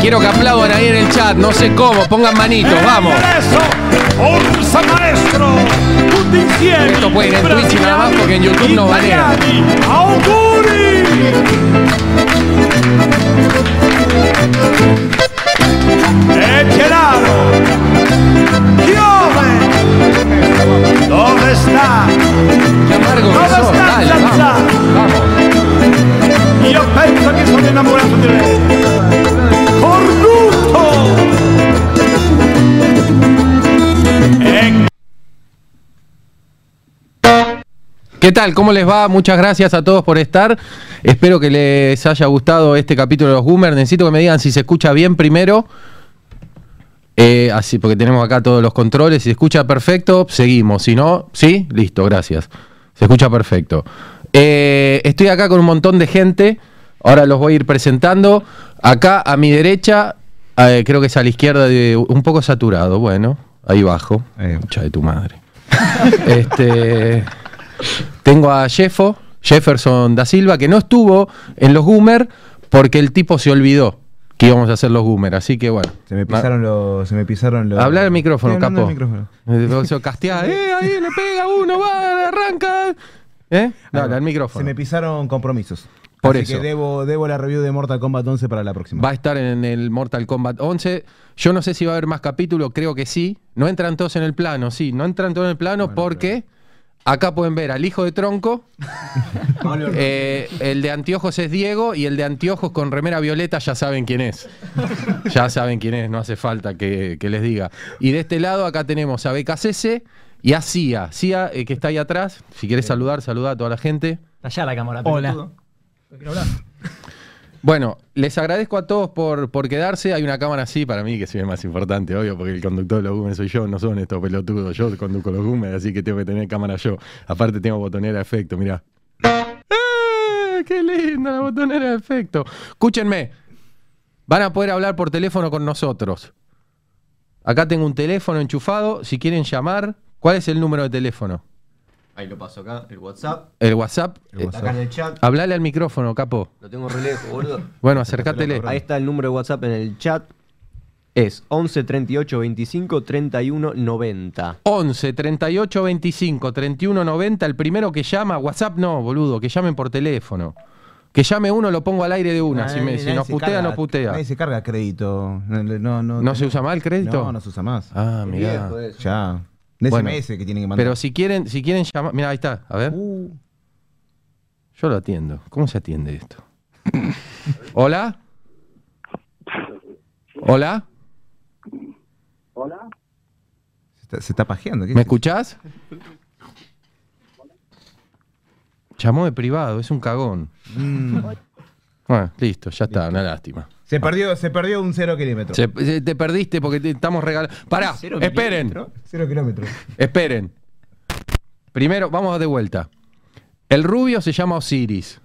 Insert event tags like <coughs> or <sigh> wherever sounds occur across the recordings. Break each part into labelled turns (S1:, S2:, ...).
S1: Quiero que aplaudan ahí en el chat, no sé cómo, pongan manitos, vamos.
S2: Eso, un San maestro, tutti insieme.
S1: Esto puede ir en Twitch y nada más, porque en YouTube no
S2: italiani. ¡Auguri! E Gennaro, Chiove, dove sta?
S1: Qué amargo que
S2: ¿Dónde
S1: sos,
S2: está
S1: dale,
S2: la
S1: vamos,
S2: chat?
S1: vamos.
S2: Io penso che sono innamorato di lei. Cornuto! E
S1: ¿Qué tal? ¿Cómo les va? Muchas gracias a todos por estar. Espero que les haya gustado este capítulo de los Boomers. Necesito que me digan si se escucha bien primero. Eh, así, porque tenemos acá todos los controles. Si se escucha perfecto, seguimos. Si no, sí, listo, gracias. Se escucha perfecto. Eh, estoy acá con un montón de gente. Ahora los voy a ir presentando. Acá a mi derecha, eh, creo que es a la izquierda, de, un poco saturado. Bueno, ahí bajo.
S3: Eh.
S1: Mucha de tu madre. este. Tengo a Jeffo, Jefferson da Silva, que no estuvo en los Goomer porque el tipo se olvidó que íbamos a hacer los Goomer. Así que bueno.
S3: Se me pisaron los. Se me pisaron los.
S1: Hablar al micrófono,
S3: Estoy hablando
S1: capo.
S3: al micrófono.
S1: Eh, se castea, eh, ahí le pega uno, va, arranca. ¿Eh? Dale, al micrófono.
S3: Se me pisaron compromisos.
S1: Por
S3: Así
S1: eso.
S3: que debo, debo la review de Mortal Kombat 11 para la próxima.
S1: Va a estar en el Mortal Kombat 11. Yo no sé si va a haber más capítulo, creo que sí. No entran todos en el plano, sí. No entran todos en el plano porque acá pueden ver al hijo de Tronco, eh, el de Anteojos es Diego y el de Anteojos con remera violeta ya saben quién es. Ya saben quién es, no hace falta que, que les diga. Y de este lado acá tenemos a BKCC y a Cia. Cia, eh, que está ahí atrás, si querés saludar, saluda a toda la gente.
S4: Allá la cámara. Hola.
S1: Bueno, les agradezco a todos por, por quedarse. Hay una cámara así para mí que soy el más importante, obvio, porque el conductor de los Goomers soy yo, no son estos pelotudos. Yo conduzco los Goomers, así que tengo que tener cámara yo. Aparte tengo botonera de efecto, mirá. ¡Ah! ¡Qué linda la botonera de efecto! Escúchenme, van a poder hablar por teléfono con nosotros. Acá tengo un teléfono enchufado, si quieren llamar, ¿cuál es el número de teléfono?
S5: Ahí lo paso acá, el WhatsApp.
S1: El WhatsApp. Eh,
S5: Está acá en el chat.
S1: Hablale al micrófono, capo.
S5: Lo tengo re lejos, boludo.
S1: Bueno, acercátele.
S5: Ahí está el número de WhatsApp en el chat. Es 11 38 25 31 90.
S1: 11 38 25 31 90. El primero que llama, WhatsApp no, boludo, que llamen por teléfono. Que llame uno, lo pongo al aire de una.
S3: Nadie-
S1: si me- si
S3: nadie
S1: nos
S3: se
S1: putea,
S3: carga-
S1: no putea.
S3: Nadie se carga crédito. No, no, no,
S1: ¿No se usa más el crédito?
S3: No, no se usa eh, más.
S1: Ah, mirá.
S3: Ya. De
S1: Bueno.
S3: SMS que tienen que mandar.
S1: Pero si quieren, si quieren llamar. Mira, ahí está. A ver.
S3: Uh,
S1: Yo lo atiendo. ¿Cómo se atiende esto? <laughs> ¿Hola? ¿Hola?
S3: se, está, se está pajeando. ¿qué
S1: ¿Me
S3: es esto?
S1: escuchás? Llamó de privado, es un cagón. Bueno, listo, ya está, una lástima.
S3: Se perdió, se perdió un cero kilómetro.
S1: Se- se- te perdiste porque te estamos regalando. Pará,
S4: ¿Cero
S1: esperen,
S3: Cero kilómetros.
S1: esperen. Primero, vamos de vuelta. El rubio se llama Osiris.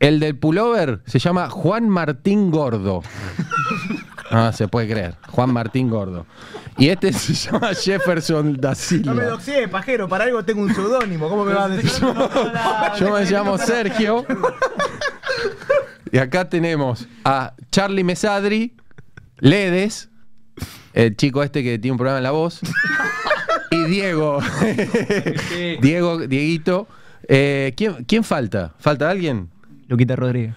S1: El del pullover se llama Juan
S3: <laughs>
S1: Martín Gordo. Ah, se puede creer. Juan Martín Gordo. Y este se llama Jefferson da
S3: No me
S1: Silva.
S3: doxé, pajero. Para algo tengo un seudónimo. ¿Cómo me vas a decir?
S1: <laughs> Yo me llamo Sergio. Y acá tenemos a Charlie Mesadri, Ledes, el chico este que tiene un problema en la voz, y Diego. <laughs> Diego, Dieguito. Eh, ¿quién, quién falta? ¿Falta alguien?
S4: Luquita Rodríguez.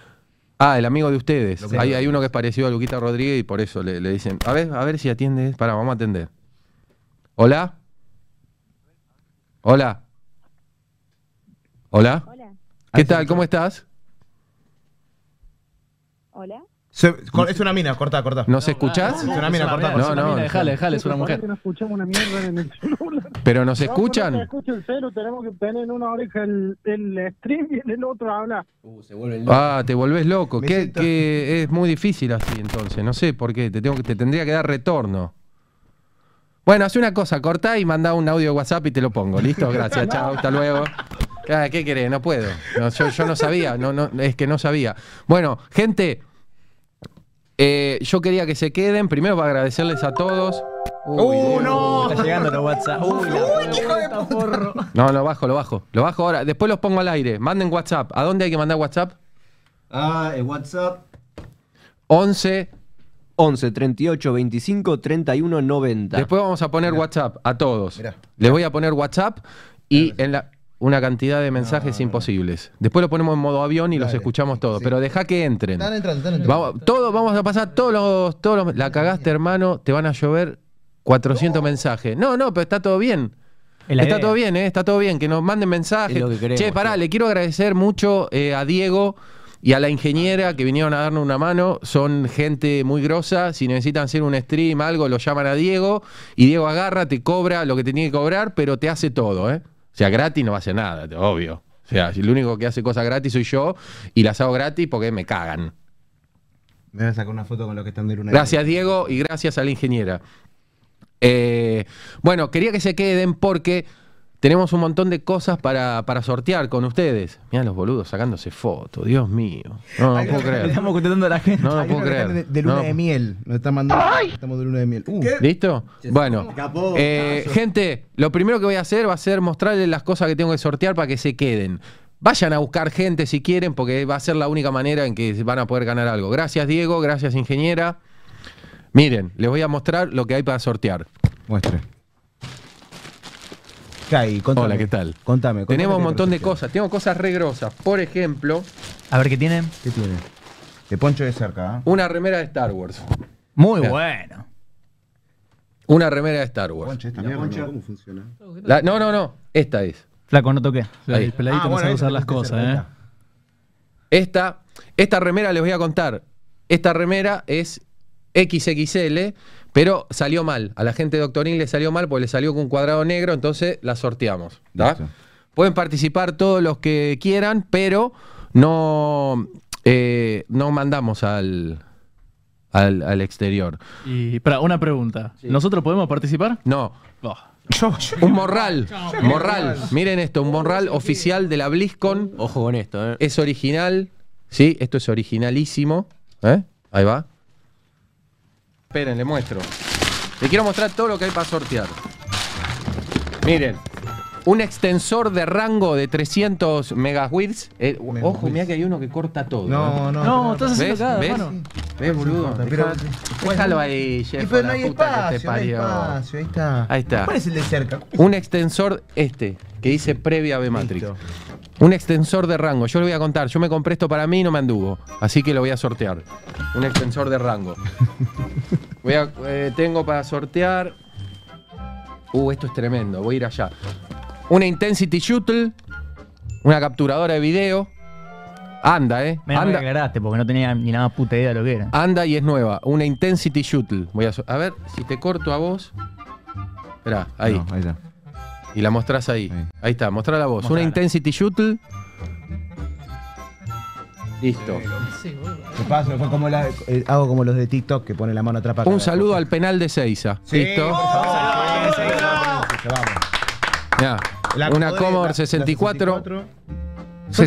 S1: Ah, el amigo de ustedes. Hay, hay uno que es parecido a Luquita Rodríguez y por eso le, le dicen. A ver, a ver si atiende. Pará, vamos a atender. ¿Hola? ¿Hola? ¿Hola?
S6: Hola,
S1: ¿Qué tal? ¿Cómo estás?
S6: hola.
S3: <laughs> Se- cor- es una mina, corta, corta.
S1: ¿Nos escuchás?
S3: Es una mina, corta, corta.
S1: No, no,
S4: Dejale, dejale, es una mujer.
S7: No escuchamos una mierda en el <laughs> celular.
S1: pero nos
S7: No, no se
S1: escuchan.
S7: escucha el celu, tenemos que tener en una oreja el, el stream y en el otro habla.
S5: se vuelven
S1: Ah, te volvés loco.
S3: Me
S1: Que,
S3: siento-
S1: que es muy difícil así entonces. No sé por qué. Te, tengo, que- te tendría que dar retorno. Bueno, hace una cosa, cortá y mandá un audio de WhatsApp y te lo pongo. ¿Listo? Gracias, chao, hasta luego. Ah, ¿Qué querés? No puedo. No, yo, yo no sabía, no, no, es que no sabía. Bueno, gente, eh, yo quería que se queden. Primero para agradecerles a todos.
S3: ¡Uh, no!
S4: Está llegando los WhatsApp. Uy, la puta, porro.
S1: No, lo bajo, lo bajo. Lo bajo ahora. Después los pongo al aire. Manden WhatsApp. ¿A dónde hay que mandar WhatsApp?
S5: Ah, el WhatsApp.
S1: 11
S5: 11 38 25 31 90.
S1: Después vamos a poner WhatsApp a todos.
S3: Mirá.
S1: Les voy a poner WhatsApp y en la, una cantidad de mensajes imposibles. Después lo ponemos en modo avión y los
S3: Dale.
S1: escuchamos todos.
S3: Sí.
S1: Pero deja que entren.
S3: Están entrando, están entrando.
S1: Vamos, todo, vamos a pasar todos los, todos los- La cagaste, hermano. Te van a llover 400 mensajes. No, no, pero está todo bien.
S4: Es la
S1: está
S4: idea.
S1: todo bien, ¿eh? está todo bien. Que nos manden
S5: Es
S1: mensajes.
S5: lo que queremos,
S1: che, pará,
S5: che.
S1: le quiero agradecer mucho eh, a Diego y a la ingeniera que vinieron a darnos una mano. Son gente muy grosa. Si necesitan hacer un stream, algo, lo llaman a Diego. Y Diego agarra, te cobra lo que te tiene que cobrar, pero te hace todo, ¿eh? O sea, gratis no hace nada, obvio. O sea, el único que hace cosas gratis soy yo y las hago gratis porque me cagan.
S3: Me voy a sacar una foto con los que están de luna.
S1: Gracias Diego y gracias a la ingeniera. Eh, bueno, quería que se queden porque tenemos un montón de cosas para, para sortear con ustedes. Mirá los boludos sacándose fotos, Dios mío. No, no puedo creer.
S4: Estamos contestando a la gente.
S1: No, no
S3: Hay
S1: puedo
S3: uno que está
S1: creer.
S2: De luna
S1: No.
S2: de miel. Nos están mandando. Estamos de luna de miel. Uh,
S1: ¿Listo? Bueno, eh, gente, lo primero que voy a hacer va a ser mostrarles las cosas que tengo que sortear para que se queden. Vayan a buscar gente si quieren, porque va a ser la única manera en que van a poder ganar algo. Gracias, Diego. Gracias, ingeniera. Miren, les voy a mostrar lo que hay para sortear.
S2: muestre.
S3: Kai, contame.
S1: Hola, ¿qué tal?
S3: Contame. contame
S1: Tenemos un
S3: qué
S1: montón de
S3: percepción.
S1: cosas. Tengo cosas re grosas. Por ejemplo,
S4: A ver qué tienen.
S3: ¿Qué tiene? De Poncho de cerca, ¿eh?
S1: una remera de Star Wars.
S4: Muy
S1: Bien.
S4: bueno.
S1: Una remera de Star Wars.
S2: Poncho, esta mierda, ¿no? ¿cómo funciona?
S1: La- no, no, no. Esta es.
S4: Flaco, no toqué.
S1: Ahí.
S6: El peladito no sabe
S3: esa
S6: usar
S3: que
S6: las
S3: está
S6: cosas, ¿eh?
S3: cerquita.
S1: Esta, esta remera les voy a contar. Esta remera es XXL, pero salió mal. A la gente de Doctorín le salió mal porque le salió con un cuadrado negro, entonces la sorteamos. ¿da?
S2: Listo.
S1: Pueden participar todos los que quieran, pero no, eh, no mandamos al, al, al exterior.
S6: Y, para una pregunta. ¿Nosotros podemos participar?
S1: No,
S6: Oh.
S1: Un morral, morral. Miren esto, un morral oficial de la BlizzCon.
S5: Ojo con esto, ¿eh?
S1: Es original, ¿sí? Esto es originalísimo. ¿Eh? Ahí va. Esperen, le muestro. Le quiero mostrar todo lo que hay para sortear. Miren, un extensor de rango de 300 megawatts. Eh, ojo, mira que hay uno que corta todo. ¿eh?
S3: No, no.
S6: No, estás haciendo
S1: ¿Ves?
S6: cagada,
S1: ¿Ves?
S6: hermano.
S1: ¿Ves, boludo?
S3: Pero-
S1: Deja- Déjalo ahí,
S3: Y
S1: Jeff,
S3: pero no
S1: la
S3: hay
S1: puta que te
S3: espacio, no hay
S1: parió.
S3: espacio, ahí está.
S1: Ahí está.
S3: ¿Cuál es el de cerca?
S1: Un extensor este, que dice previa B Matrix.
S3: Listo.
S1: Un extensor de rango. Yo le voy a contar. Yo me compré esto para mí y no me anduvo. Así que lo voy a sortear. Un extensor de rango. Voy a- eh, tengo para sortear. Uh, esto es tremendo. Voy a ir allá. Una Intensity Shuttle. Una capturadora de video. Anda, eh.
S4: Menos mal que
S1: Anda,
S4: aclaraste porque no tenía ni nada puta idea de lo que era.
S6: Ah,
S1: anda y es nueva. Una Intensity Shuttle. Voy a, so- a ver si te corto a vos. Esperá, ahí.
S2: No, ahí está.
S1: Y la mostrás ahí.
S2: Ahí.
S1: Ahí está, mostrá la voz.
S4: Mostrala.
S1: Una Intensity Shuttle. Listo.
S3: Te paso, fue como la- eh, hago como los de TikTok que pone la mano atrás para
S1: Un
S3: cada
S1: saludo
S3: cosa.
S1: al penal de Seiza.
S3: Sí,
S1: Listo.
S3: por favor, saludo, saludo.
S1: Mirá,
S3: La
S1: una
S3: Commodore,
S1: Commodore
S3: la-
S1: 64.
S3: la 64.
S1: Se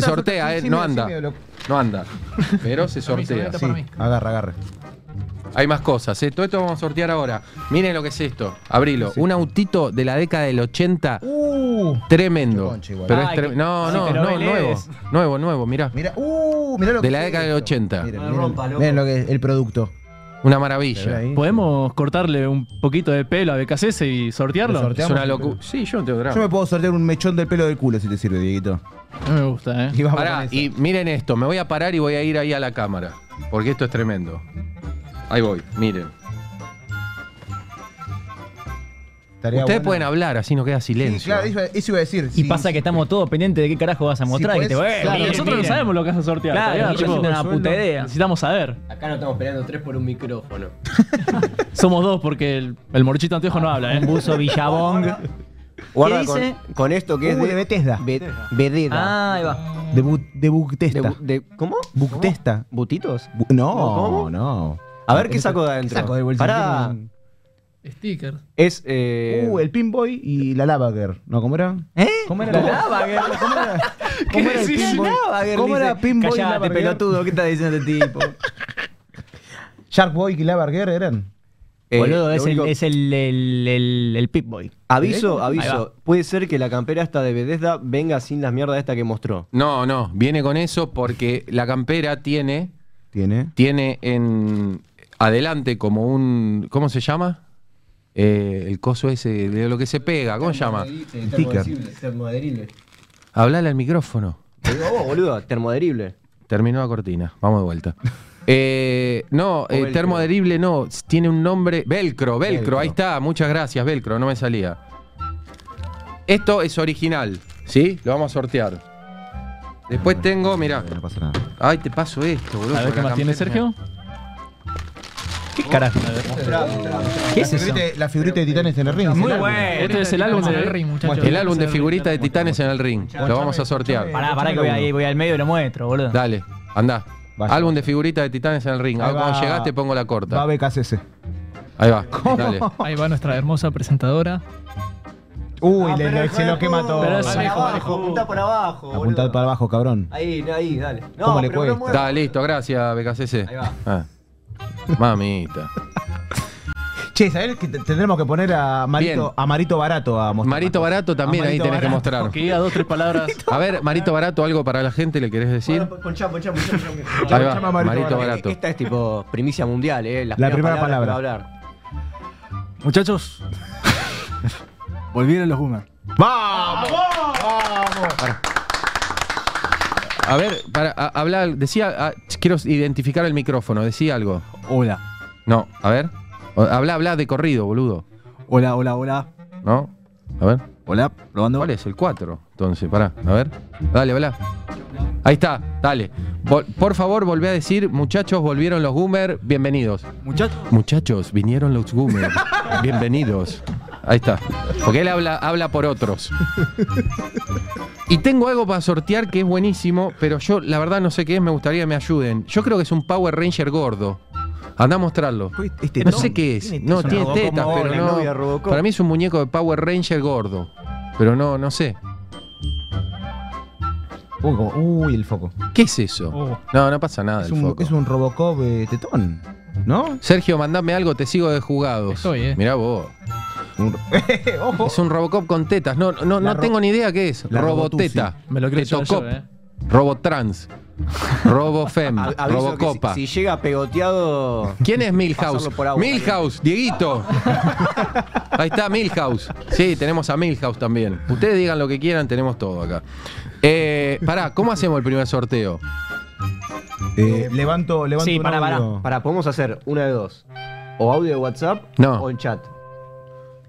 S3: Yo te-
S1: sortea,
S3: sí,
S1: eh,
S3: sí,
S1: no
S3: me- sí,
S1: anda.
S3: me lo-
S1: No anda. Pero se sortea.
S3: Sí, agarra, agarra.
S1: Hay más cosas, ¿eh? Todo esto vamos a sortear ahora. Miren lo que es esto. Abrilo. Un autito de la década del 80.
S3: Uh,
S1: Tremendo.
S3: concha igual.
S1: Pero es
S4: Ay,
S1: tre-
S4: que-
S1: No,
S4: si
S1: no,
S4: te lo
S1: no,
S4: ves,
S1: nuevo.
S4: lees.
S1: Nuevo, nuevo, mirá.
S3: mira, uh, mira lo
S1: De
S3: que
S1: la
S3: es
S1: década del
S3: esto.
S1: 80.
S3: Miren, miren, miren lo que es el producto.
S1: Una
S3: ¿Se ve
S1: maravilla.
S3: ahí?
S6: ¿Podemos cortarle un poquito de pelo a BKCS y sortearlo?
S3: Lo sortea-
S1: Es una locura. Sí, yo no tengo drama.
S2: Yo me puedo sortear un mechón del pelo del culo si te sirve, Dieguito.
S6: No me gusta, ¿eh?
S3: Y vamos
S1: Pará,
S3: con eso.
S1: y miren esto, me voy a parar y voy a ir ahí a la cámara, porque esto es tremendo. Ahí voy, miren.
S3: Estaría
S1: Ustedes
S3: bueno.
S1: pueden hablar, así no queda
S3: Sí,
S1: silencio.
S3: claro, eso, eso iba a decir.
S4: Y pasa que estamos todos pendientes de qué carajo vas a mostrar.
S3: Sí,
S4: que te
S3: pues,
S4: "Eh,
S3: claro,
S4: miren,
S6: Nosotros no
S4: miren".
S6: sabemos lo que vas a sortear.
S4: Claro,
S6: todavía,
S4: y yo no
S6: tipo,
S4: tengo una puta idea.
S6: Necesitamos saber.
S5: Acá no estamos peleando tres por un micrófono.
S6: <laughs> Somos dos porque el, el morchito anteojo no habla,
S4: Un
S6: ¿eh?
S4: buzo Villabong.
S5: Guarda con,
S4: dice?
S5: con esto que es
S2: Uh, de Bethesda.
S5: Be- Bededa.
S4: ah, ahí va.
S2: De, bu de
S5: De
S2: Buctesta.
S5: bu- de- ¿Cómo?
S2: Buctesta.
S5: ¿Butitos?
S2: Bu- no,
S5: ¿Cómo?
S2: no.
S8: Ah,
S5: A
S3: Ah,
S5: ver qué saco de adentro.
S2: Saco del bolsillo.
S5: Pará.
S6: Sticker.
S5: Es. Eh,
S2: Uh, el Pinboy y la Lavager. ¿No, cómo era?
S4: ¿Eh?
S2: ¿Cómo era?
S4: La
S3: <laughs>
S4: lava,
S2: ¿Cómo era? ¿Cómo era el
S6: decís?
S2: Pinboy? ¿Cómo era Pinboy y
S4: Callate,
S2: Lavaguer?
S4: pelotudo, ¿qué estás diciendo este
S5: <laughs>
S4: tipo?
S2: Shark Boy y Lavager eran.
S5: eh,
S4: Boludo,
S5: lo
S4: es,
S5: único-
S4: el, es el, el, el, el Pip Boy.
S5: Aviso,
S4: Ahí
S5: aviso. Puede ser que la campera esta de Bethesda venga sin la mierda esta que mostró.
S1: No, no, viene con eso porque la campera tiene,
S2: Tiene.
S1: tiene en adelante como un. ¿Cómo se llama? Eh, el coso ese, de lo que se pega, ¿cómo se llama?
S3: Sticker.
S1: Hablale al micrófono.
S5: Te digo a vos, boludo, termoderible.
S1: Terminó la cortina, vamos de vuelta. Eh, no, eh,
S5: velcro.
S1: termoadherible no, s- tiene un nombre. Velcro, velcro, ahí está, muchas gracias, velcro, no me salía. Esto es original, ¿sí? Lo vamos a sortear. Después tengo, mirá.
S3: No pasa nada.
S1: Ay, te paso esto, boludo.
S6: ¿Sabes
S1: con
S6: qué
S1: la
S6: más tiene
S1: camiseta.
S6: Sergio?
S4: ¿Qué carajo? ¿Qué es
S3: la,
S4: eso?
S3: figurita, la figurita de Titanes en el ring.
S4: Muy
S3: es el
S4: bueno.
S6: Este es el álbum de
S9: Ring, muchachos.
S1: El álbum de figuritas de titanes en el ring. Lo vamos a sortear.
S4: Pará, pará que voy, ahí, voy al medio y lo muestro, boludo.
S1: Dale, andá.
S3: Vaya.
S1: Álbum de figuritas de titanes en el ring.
S3: Ahí
S1: Ahora cuando
S3: va.
S1: llegaste pongo la
S3: álbum. Va
S1: corta.
S3: a BKCC.
S1: Ahí va.
S3: <laughs>
S1: Dale.
S9: Ahí va nuestra hermosa presentadora.
S3: Uy, le- le- se lo quema todo.
S6: Pero
S5: Para
S6: es-
S5: abajo, apuntá para abajo.
S3: Apuntad
S5: boludo.
S3: para abajo, cabrón.
S5: Ahí, ahí, dale. No,
S3: ¿Cómo le
S5: pero no
S3: cuesta?
S5: muevas.
S1: Está listo, gracias, BKCC.
S5: Ahí va.
S1: Ah. Mamita.
S3: Che, ¿sabés que te- tendremos que poner a
S1: Bien.
S3: Marito, a Marito Barato a mostrar? Ah,
S1: Marito Barato también ahí
S3: Marito
S1: tenés que
S3: Barato.
S1: mostrar.
S6: Que diga dos, tres palabras. <laughs>
S1: A ver, Marito Barato, algo para la gente le querés decir.
S5: Bueno, Ponchá, ponchá, ponchá, ponchá.
S1: Ahí va,
S3: llama Marito
S1: Marito
S5: Barato.
S1: Barato.
S5: Esta es tipo primicia mundial, eh. Las
S3: La
S5: primeras
S3: primera
S5: palabras
S3: palabra.
S5: que va a hablar.
S10: Muchachos, volvieron los Boomers.
S1: A ver, para a- hablar, decía, ah, ch- quiero identificar el micrófono, decía algo.
S10: Hola,
S1: No, a ver. O- Habla, habla de corrido, boludo.
S10: hola, hola, hola.
S1: ¿No? A ver.
S10: Hola, probando.
S1: ¿Cuál es? El 4. Entonces, pará, a ver. Dale, habla. Ahí está, dale. Vol- por favor, volvé a decir, muchachos, volvieron los Goomer, bienvenidos.
S10: Muchachos,
S1: Muchachos, vinieron los Goomer. Bienvenidos. Ahí está. Porque él habla, habla por otros. Y tengo algo para sortear que es buenísimo, pero yo la verdad no sé qué es, me gustaría que me ayuden. Yo creo que es un Power Ranger gordo. Anda a mostrarlo.
S3: Este
S1: no
S3: no.
S1: sé qué es.
S4: Tiene
S1: No,
S4: tetas,
S1: tiene
S4: Robocop,
S1: tetas,
S5: como
S1: pero
S5: la novia
S1: no.
S5: Robocop.
S1: Para mí es un muñeco de Power Ranger gordo. Pero no, no sé.
S3: Uy, como- uy, el foco.
S1: ¿Qué es eso?
S9: Oh.
S1: No, no pasa nada.
S3: Es
S1: del
S3: un,
S1: Ah, foco.
S3: es un Robocop eh, tetón, ¿no?
S1: Sergio, mandame algo, te sigo de jugados.
S9: Estoy, eh.
S1: Mirá vos.
S3: Un- Ojo.
S1: Es un Robocop con tetas. No, no, no
S3: ro-
S1: tengo ni idea qué es.
S3: la
S1: Roboteta.
S6: Me lo creo yo
S1: Tetocop.
S6: ayer, eh.
S1: Robotrans. Robofem.
S5: A- aviso
S1: Robocopa.
S5: que Si, si llega pegoteado.
S1: ¿Quién es Milhouse?
S5: Pasarlo por agua,
S1: Milhouse, Dieguito. Ahí está Milhouse. Sí, tenemos a Milhouse también. Ustedes digan lo que quieran, tenemos todo acá. Eh, pará, ¿cómo hacemos el primer sorteo?
S3: Eh, levanto, levanto.
S4: Sí,
S3: un
S4: para, para,
S3: audio.
S5: Para, podemos hacer una de dos. O audio de WhatsApp
S1: No.
S5: o en chat.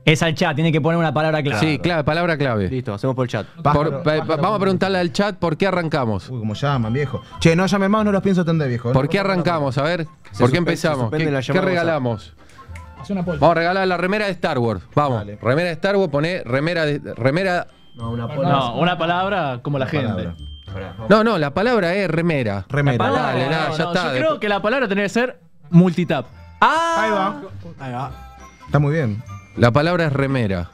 S4: Es al chat, tiene que poner una palabra clara.
S1: Sí, clave, palabra clave.
S5: Listo, hacemos por chat.
S1: Por-
S3: Pájaro,
S1: pa- pa-
S3: pájaro.
S1: vamos a preguntarle al chat por qué arrancamos.
S3: Uy, como llaman, viejo. Che, no llamen más, no los pienso atender, viejo.
S1: ¿Por qué arrancamos? A ver, ¿por qué
S5: suspe- se
S1: empezamos?
S5: suspende
S1: ¿Qué,
S5: la
S1: qué
S5: llamada
S1: regalamos?
S9: Es una polva.
S1: Vamos a regalar la remera de Star Wars. Vamos,
S3: Dale.
S1: remera de Star Wars, poné remera de, remera.
S3: No, una
S6: No, una palabra como la gente.
S3: palabra.
S1: No, no, la palabra es remera.
S3: Remera.
S1: Palabra. Dale,
S6: No,
S1: nada,
S6: no,
S1: ya
S6: no,
S1: está.
S6: Yo creo que la palabra tendría que ser multitap.
S3: Ahí va.
S10: ahí va.
S3: Está muy bien.
S1: La palabra es remera.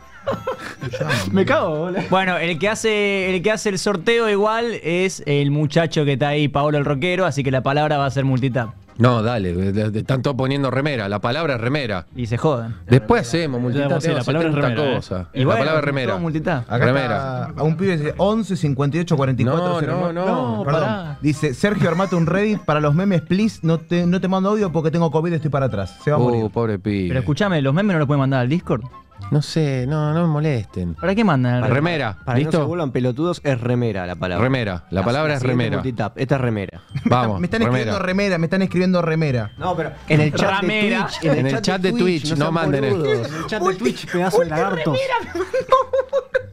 S6: Me cago, boludo.
S4: Bueno, el que hace el que hace el sorteo igual es el muchacho que está ahí, Paolo el rockero, así que la palabra va a ser multitap.
S1: No, dale, de- de- de- están todos poniendo remera. La palabra es remera.
S4: Y se jodan.
S1: Después hacemos
S6: Ya,
S1: multitap.
S6: sí, la
S1: tenemos
S6: palabra es
S1: 70
S6: remera, eh.
S1: cosas.
S4: Y
S1: La
S4: bueno,
S1: palabra
S4: todo
S1: es remera.
S4: multitap.
S3: Acá
S1: Remera.
S3: está a un pibe de 11 58 44
S1: No,
S3: 09.
S1: no, no.
S6: No,
S3: Perdón.
S6: pará.
S3: Dice, Sergio, armate un Reddit para los memes, please. No te, no te mando audio porque tengo COVID, estoy para atrás. Se va a
S1: Uh,
S3: morir.
S1: pobre pibe.
S4: Pero escúchame, los memes no los pueden mandar al Discord.
S1: No sé, no, no me molesten.
S4: ¿Para qué mandan? al-
S1: Remera,
S5: Para que no se
S1: ¿listo?
S5: vuelvan pelotudos, es remera la palabra.
S1: Remera, la palabra es
S5: siguiente
S1: remera.
S5: multitap, Esta es remera.
S1: Vamos,
S3: Me están
S1: remera.
S3: escribiendo remera, me están escribiendo remera.
S5: No, pero en el chat
S4: Ramera.
S5: de Twitch. En el, chat de Twitch,
S1: no
S5: sean
S1: manden esto.
S5: boludos.
S10: En el chat de Twitch, pedazo de lagartos.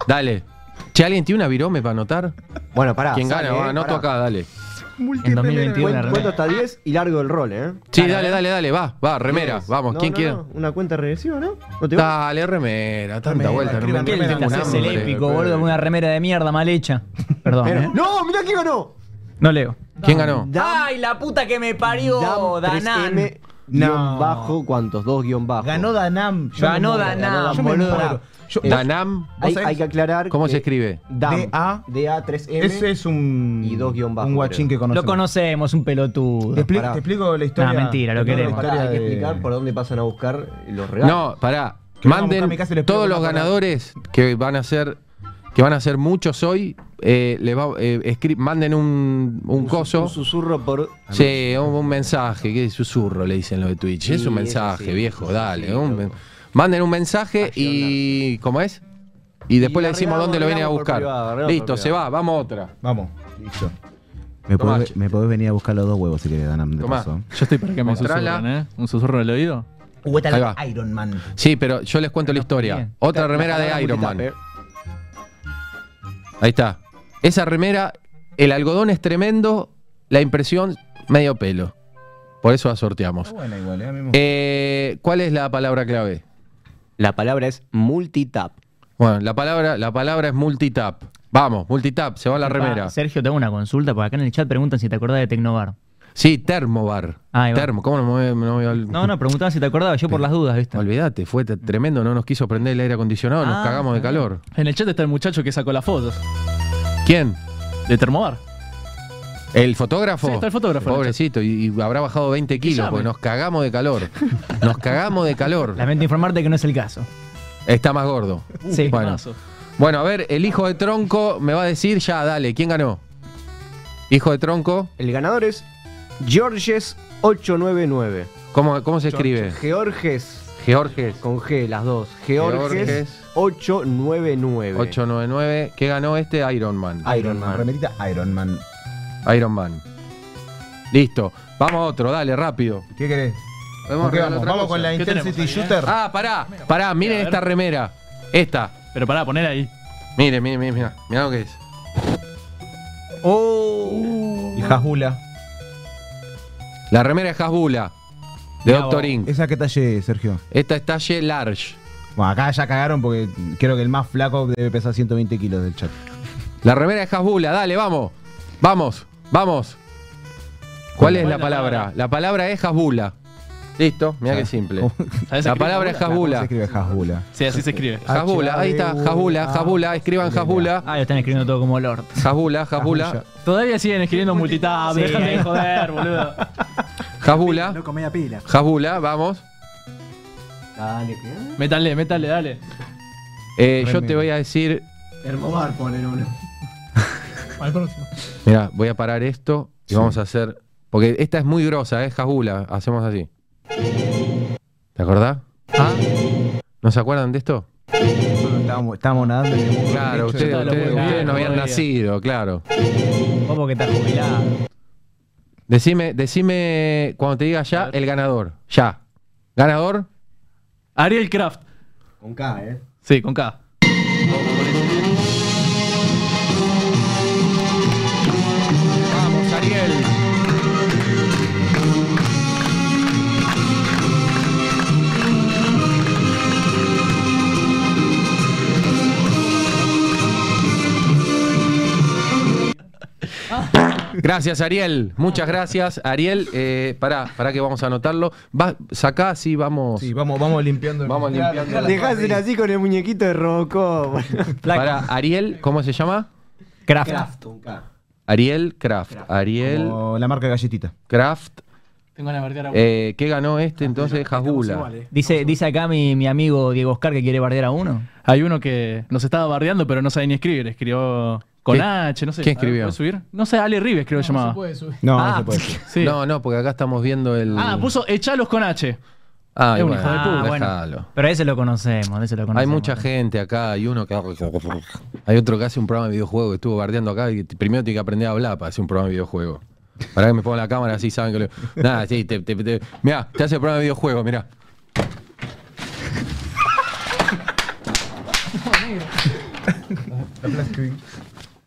S1: Dale. Che, ¿alguien tiene una virome para anotar?
S5: Bueno, pará.
S1: Quien
S5: sale,
S1: gana,
S5: eh,
S1: va, anoto
S5: pará.
S1: acá, dale.
S4: En 2021 la
S5: Cuen- Cuento
S4: remera.
S5: hasta 10 y largo el rol, ¿eh?
S1: Sí, dale, dale, dale, va, va, remera,
S5: Diez.
S1: vamos,
S5: No,
S1: ¿quién
S5: no,
S1: quiere?
S5: no, Una cuenta regresiva, ¿no? ¿No te gusta?
S1: Dale, remera, tanta
S3: Remera,
S1: vuelta, no me
S3: escriban
S4: ¿Qué
S1: tengo
S4: te
S3: remera,
S1: un
S4: haces el
S1: hambre,
S4: épico,
S1: pero-
S4: boludo? con Una remera de mierda mal hecha. Perdón,
S5: Pero-
S4: ¿eh?
S5: ¡No! ¡Mirá quién ganó!
S4: No leo.
S1: ¿Quién ganó?
S4: ¡Ay, la puta que me parió! Danán.
S5: No.
S3: No.
S5: bajo, ¿cuántos? Dos guión bajo.
S3: Ganó Danam. Yo
S4: Ganó
S3: me muero.
S4: Danam,
S3: Yo me
S4: boludo.
S3: muero. Yo-
S1: Danam,
S5: Eh, Hay,
S3: ¿Vos sabés?
S5: hay que aclarar.
S1: ¿cómo
S5: que
S1: se escribe?
S5: DAM.
S3: D.A..
S5: DA3M.
S3: Ese es un.
S5: Y dos guión bajo,
S3: Un guachín
S5: creo.
S3: que conocemos.
S4: Lo conocemos, un pelotudo.
S3: Te, expli-
S5: Pará.
S3: te explico la historia.
S4: No, mentira, lo
S3: te explico
S4: queremos.
S3: la historia
S5: Pará, hay que
S3: de-
S5: explicar por dónde pasan a buscar los regalos.
S1: No, pará.
S3: Que vamos a buscar a mi
S1: Manden
S3: casa y les pido
S1: todos
S3: una
S1: los
S3: parada.
S1: ganadores que van a ser que van a ser muchos hoy, eh, le va- eh, escri- manden un, un coso.
S5: Un susurro por.
S1: Sí, un, un mensaje, que susurro le dicen lo de Twitch. es
S5: Sí,
S1: un
S5: eso
S1: mensaje,
S5: sí,
S1: viejo,
S5: eso
S1: dale.
S5: sí,
S1: un-
S5: loco.
S1: manden un mensaje y. ¿Cómo es? Y después
S5: Y
S1: le decimos
S5: arreglamos,
S1: dónde lo viene a
S5: arreglamos por
S1: buscar.
S5: privado, arreglamos
S1: Listo,
S5: por
S1: se
S5: privado.
S1: va, vamos a otra.
S3: Vamos, listo. Me
S1: Tomá,
S3: podés,
S1: che.
S3: me podés venir a buscar los dos huevos si querés, Danam, de
S1: Tomá.
S3: paso.
S6: Yo estoy para que me
S1: Mostrala.
S6: susurren, ¿eh? ¿Un susurro en el oído?
S1: Ahí va.
S3: Iron Man.
S1: Sí, pero yo les cuento la historia.
S4: bien.
S1: Otra
S5: La
S1: remera
S5: palabra eh.
S1: de Iron Man.
S5: multitapper.
S1: Ahí está. Esa remera, el algodón es tremendo, la impresión medio pelo. Por eso la sorteamos.
S3: Buena igual, eh, mismo.
S1: Eh, ¿Cuál es la palabra clave?
S5: La palabra es multitap.
S1: Bueno, la palabra, la palabra es multitap. Vamos, multitap, se va la
S4: Epa,
S1: remera.
S4: Sergio, tengo una consulta, porque acá en el chat preguntan si te acordás de Tecnobar.
S1: Sí, termobar.
S4: Ahí va.
S1: Termo, ¿cómo no me, no me ol-
S4: No, no, preguntaban si te acordabas, yo por las dudas, ¿viste?
S1: Olvídate, fue t- tremendo, no nos quiso prender el aire acondicionado, nos
S4: Ah,
S1: cagamos de
S4: está
S1: calor.
S6: En el chat está el muchacho que sacó las fotos
S1: ¿Quién?
S6: de Termobar.
S1: ¿El fotógrafo?
S6: Sí, está el fotógrafo.
S1: Pobrecito, y, y habrá bajado 20 kilos,
S6: llame.
S1: porque nos cagamos de calor. Nos cagamos de calor.
S4: Lamento informarte que no es el caso.
S1: Está más gordo.
S6: Uh,
S4: Sí.
S1: bueno.
S6: Mazo.
S1: Bueno, a ver, el hijo de tronco me va a decir, ya, dale, ¿quién ganó? Hijo de tronco,
S5: El ganador es Georges 899.
S1: ¿cómo, cómo se escribe?
S5: Georges.
S1: Georges.
S5: Con G, las dos. Georges
S1: Georges.
S5: 899.
S1: 899. ¿Qué ganó este? Iron Man.
S3: Iron Man. Remerita Iron Man.
S1: Iron Man. Listo. Vamos a otro, dale, rápido.
S3: ¿Qué querés?
S1: Podemos
S3: ¿Con qué
S1: regalar
S3: vamos?
S1: otra
S3: Vamos
S1: cosa.
S3: con la
S6: ¿Qué
S3: Intensity
S6: tenemos ahí, eh?
S3: Shooter.
S1: Ah, pará, pará, miren
S6: A ver.
S1: esta remera. Esta.
S6: Pero pará, poner ahí.
S1: Miren, miren, miren, miren. Mirá lo que es.
S3: Y Hasbula.
S1: La remera es Hasbula. De
S6: Mirá
S1: Doctor
S6: vos.
S1: Inc.
S3: ¿Esa qué talle, Sergio?
S1: Esta es talle large.
S3: Bueno, acá ya cagaron porque creo que el más flaco debe pesar 120 kilos del chat.
S1: La remera es Hasbula, dale, vamos. Vamos, vamos. ¿Cuál es la palabra? La palabra es Hasbula. Listo, mira qué simple.
S6: ¿Sabés
S1: La
S6: escribir
S1: palabra es
S3: ¿Cómo se
S1: Hasbula.
S3: escribe Hasbula?
S6: Sí, así se escribe.
S1: Hasbula, ahí está, Hasbula, Hasbula, escriban Hasbula.
S4: Ah, lo están escribiendo todo como Lord.
S1: Hasbula, Hasbula,
S6: Todavía siguen escribiendo multitap,
S4: Sí.
S6: déjate de joder, boludo.
S4: <laughs>
S1: Hasbula,
S10: Loco, media pila.
S1: Hasbula, vamos.
S10: Dale, ¿qué?
S6: Métale, métale, dale.
S1: Eh, yo te voy a decir,
S10: Termobar ponen uno.
S9: <laughs> Al próximo.
S1: mira, voy a parar esto y vamos a hacer, porque esta es muy grosa, es Hasbula, hacemos así. ¿Te acordás? ¿Ah? ¿No se acuerdan de esto?
S3: Nosotros Estábamos, estábamos nadando en este el
S1: Claro,
S3: pecho de-
S1: ustedes,
S6: yo estaba
S1: ustedes-
S6: loco de
S1: ustedes no
S6: ganas,
S1: habían
S6: todavía.
S1: nacido, claro.
S4: Vos porque estás jubilado.
S1: Decime, decime cuando te diga ya el ganador. Ya. ¿Ganador?
S6: Ariel Kraft.
S10: Con K, ¿eh?
S6: Sí, con K.
S1: Vamos, Ariel. Gracias, Ariel. Muchas gracias, Ariel. Eh, pará, pará que vamos a anotarlo. Va, sacá, sí, vamos.
S3: Sí, vamos, vamos limpiando. el-
S1: Vamos
S3: Mirá,
S1: limpiando.
S3: mirá la-
S5: Dejásela así con el muñequito de Robocop.
S1: Pará, Ariel, ¿cómo se llama?
S4: Craft.
S10: con K.
S1: Ariel Kraft. Ariel
S3: como la marca galletita.
S1: Kraft.
S6: Tengo la marcar
S1: Eh, ¿Qué ganó este entonces? Hasbula.
S6: ¿eh?
S4: Dice, dice acá mi, mi amigo Diego Oscar que quiere bardear a uno.
S6: Hay uno que nos estaba bardeando, pero no sabe ni escribir. Escribió con
S1: ¿Qué?
S6: H, no sé.
S1: ¿Quién
S6: A ver,
S1: escribió?
S6: ¿puedes subir? No sé, Ale Rives creo que
S9: No, no
S6: llamaba.
S9: se puede subir.
S3: No,
S6: Ah.
S3: no se puede. decir.
S6: Sí.
S1: No, no, porque acá estamos viendo el.
S6: Ah, puso echalos con H.
S1: Ah,
S6: es un
S1: bueno,
S6: hijo de puta.
S1: dejalo.
S4: Pero ese lo conocemos, ese lo conocemos.
S1: Hay mucha gente acá, hay uno que hay otro que hace un programa de videojuego que estuvo bardeando acá y t- primero tiene que aprender a hablar para hacer un programa de videojuego. Para que me ponga la cámara así saben que lo. Nada, sí, te, te, te- mirá, te hace el programa de videojuego, mirá.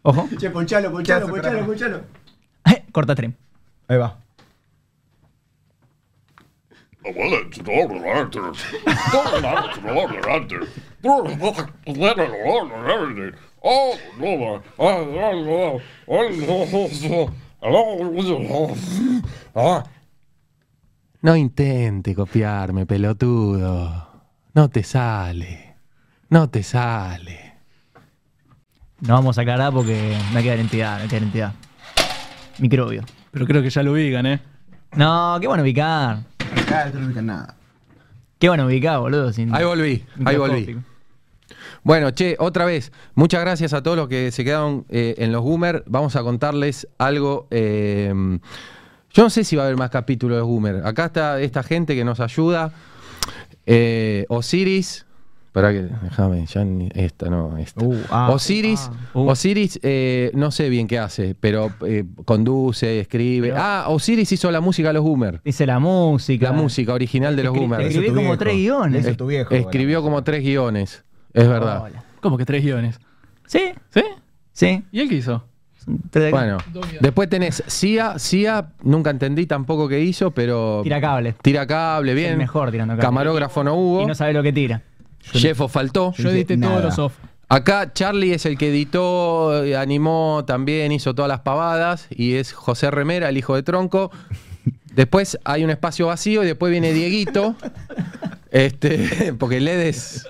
S4: Ojo.
S10: Che, ponchalo, ponchalo, ponchalo, ponchalo.
S4: <laughs> Corta stream.
S3: Ahí va.
S11: Oh, Oh,
S1: No intente copiarme, pelotudo. No te sale. No te sale.
S4: No vamos a aclarar porque me queda identidad, me queda identidad. Microbio.
S6: Pero creo que ya lo ubican, ¿eh?
S4: No, qué bueno ubicar.
S10: Acá no ubican nada.
S4: Qué bueno ubicar, boludo. Sin...
S1: Ahí volví, ahí volví. Bueno, che, otra vez, muchas gracias a todos los que se quedaron eh, en los Goomer. Vamos a contarles algo. eh, yo no sé si va a haber más capítulos de Goomer. Acá está esta gente que nos ayuda. Eh, Osiris. Para que, déjame, ya ni- esta no, esta.
S3: Uh, ah,
S1: Osiris, Osiris eh, no sé bien qué hace, pero eh, conduce, escribe. Ah, Osiris hizo la música a los Goomer.
S4: Dice la música.
S1: La música original de los
S4: Escri-
S1: Goomer.
S4: escribí
S3: tu
S4: como
S3: viejo.
S4: tres guiones.
S3: Ese es tu viejo.
S1: Escribió como tres guiones. Es verdad.
S4: Hola.
S6: Como que tres guiones.
S4: Sí,
S6: ¿Sí?
S4: sí.
S6: ¿Y él qué hizo?
S4: Tres-
S1: Bueno,
S6: Dos guiones.
S1: después tenés Cia. Cia, nunca entendí tampoco qué hizo, pero.
S4: Tira cable.
S1: Tira cable, bien.
S4: El mejor tirando cable.
S1: Camarógrafo no hubo.
S4: Y no sabe lo que tira.
S1: Jeffo faltó.
S3: no
S6: Yo edité
S3: hice
S6: todos
S3: nada.
S6: los off.
S1: Acá Charlie es el que editó, eh, animó también, hizo todas las pavadas. Y es José Remera, el hijo de Tronco. Después hay un espacio vacío y después viene Dieguito. Este, <laughs> porque Ledes.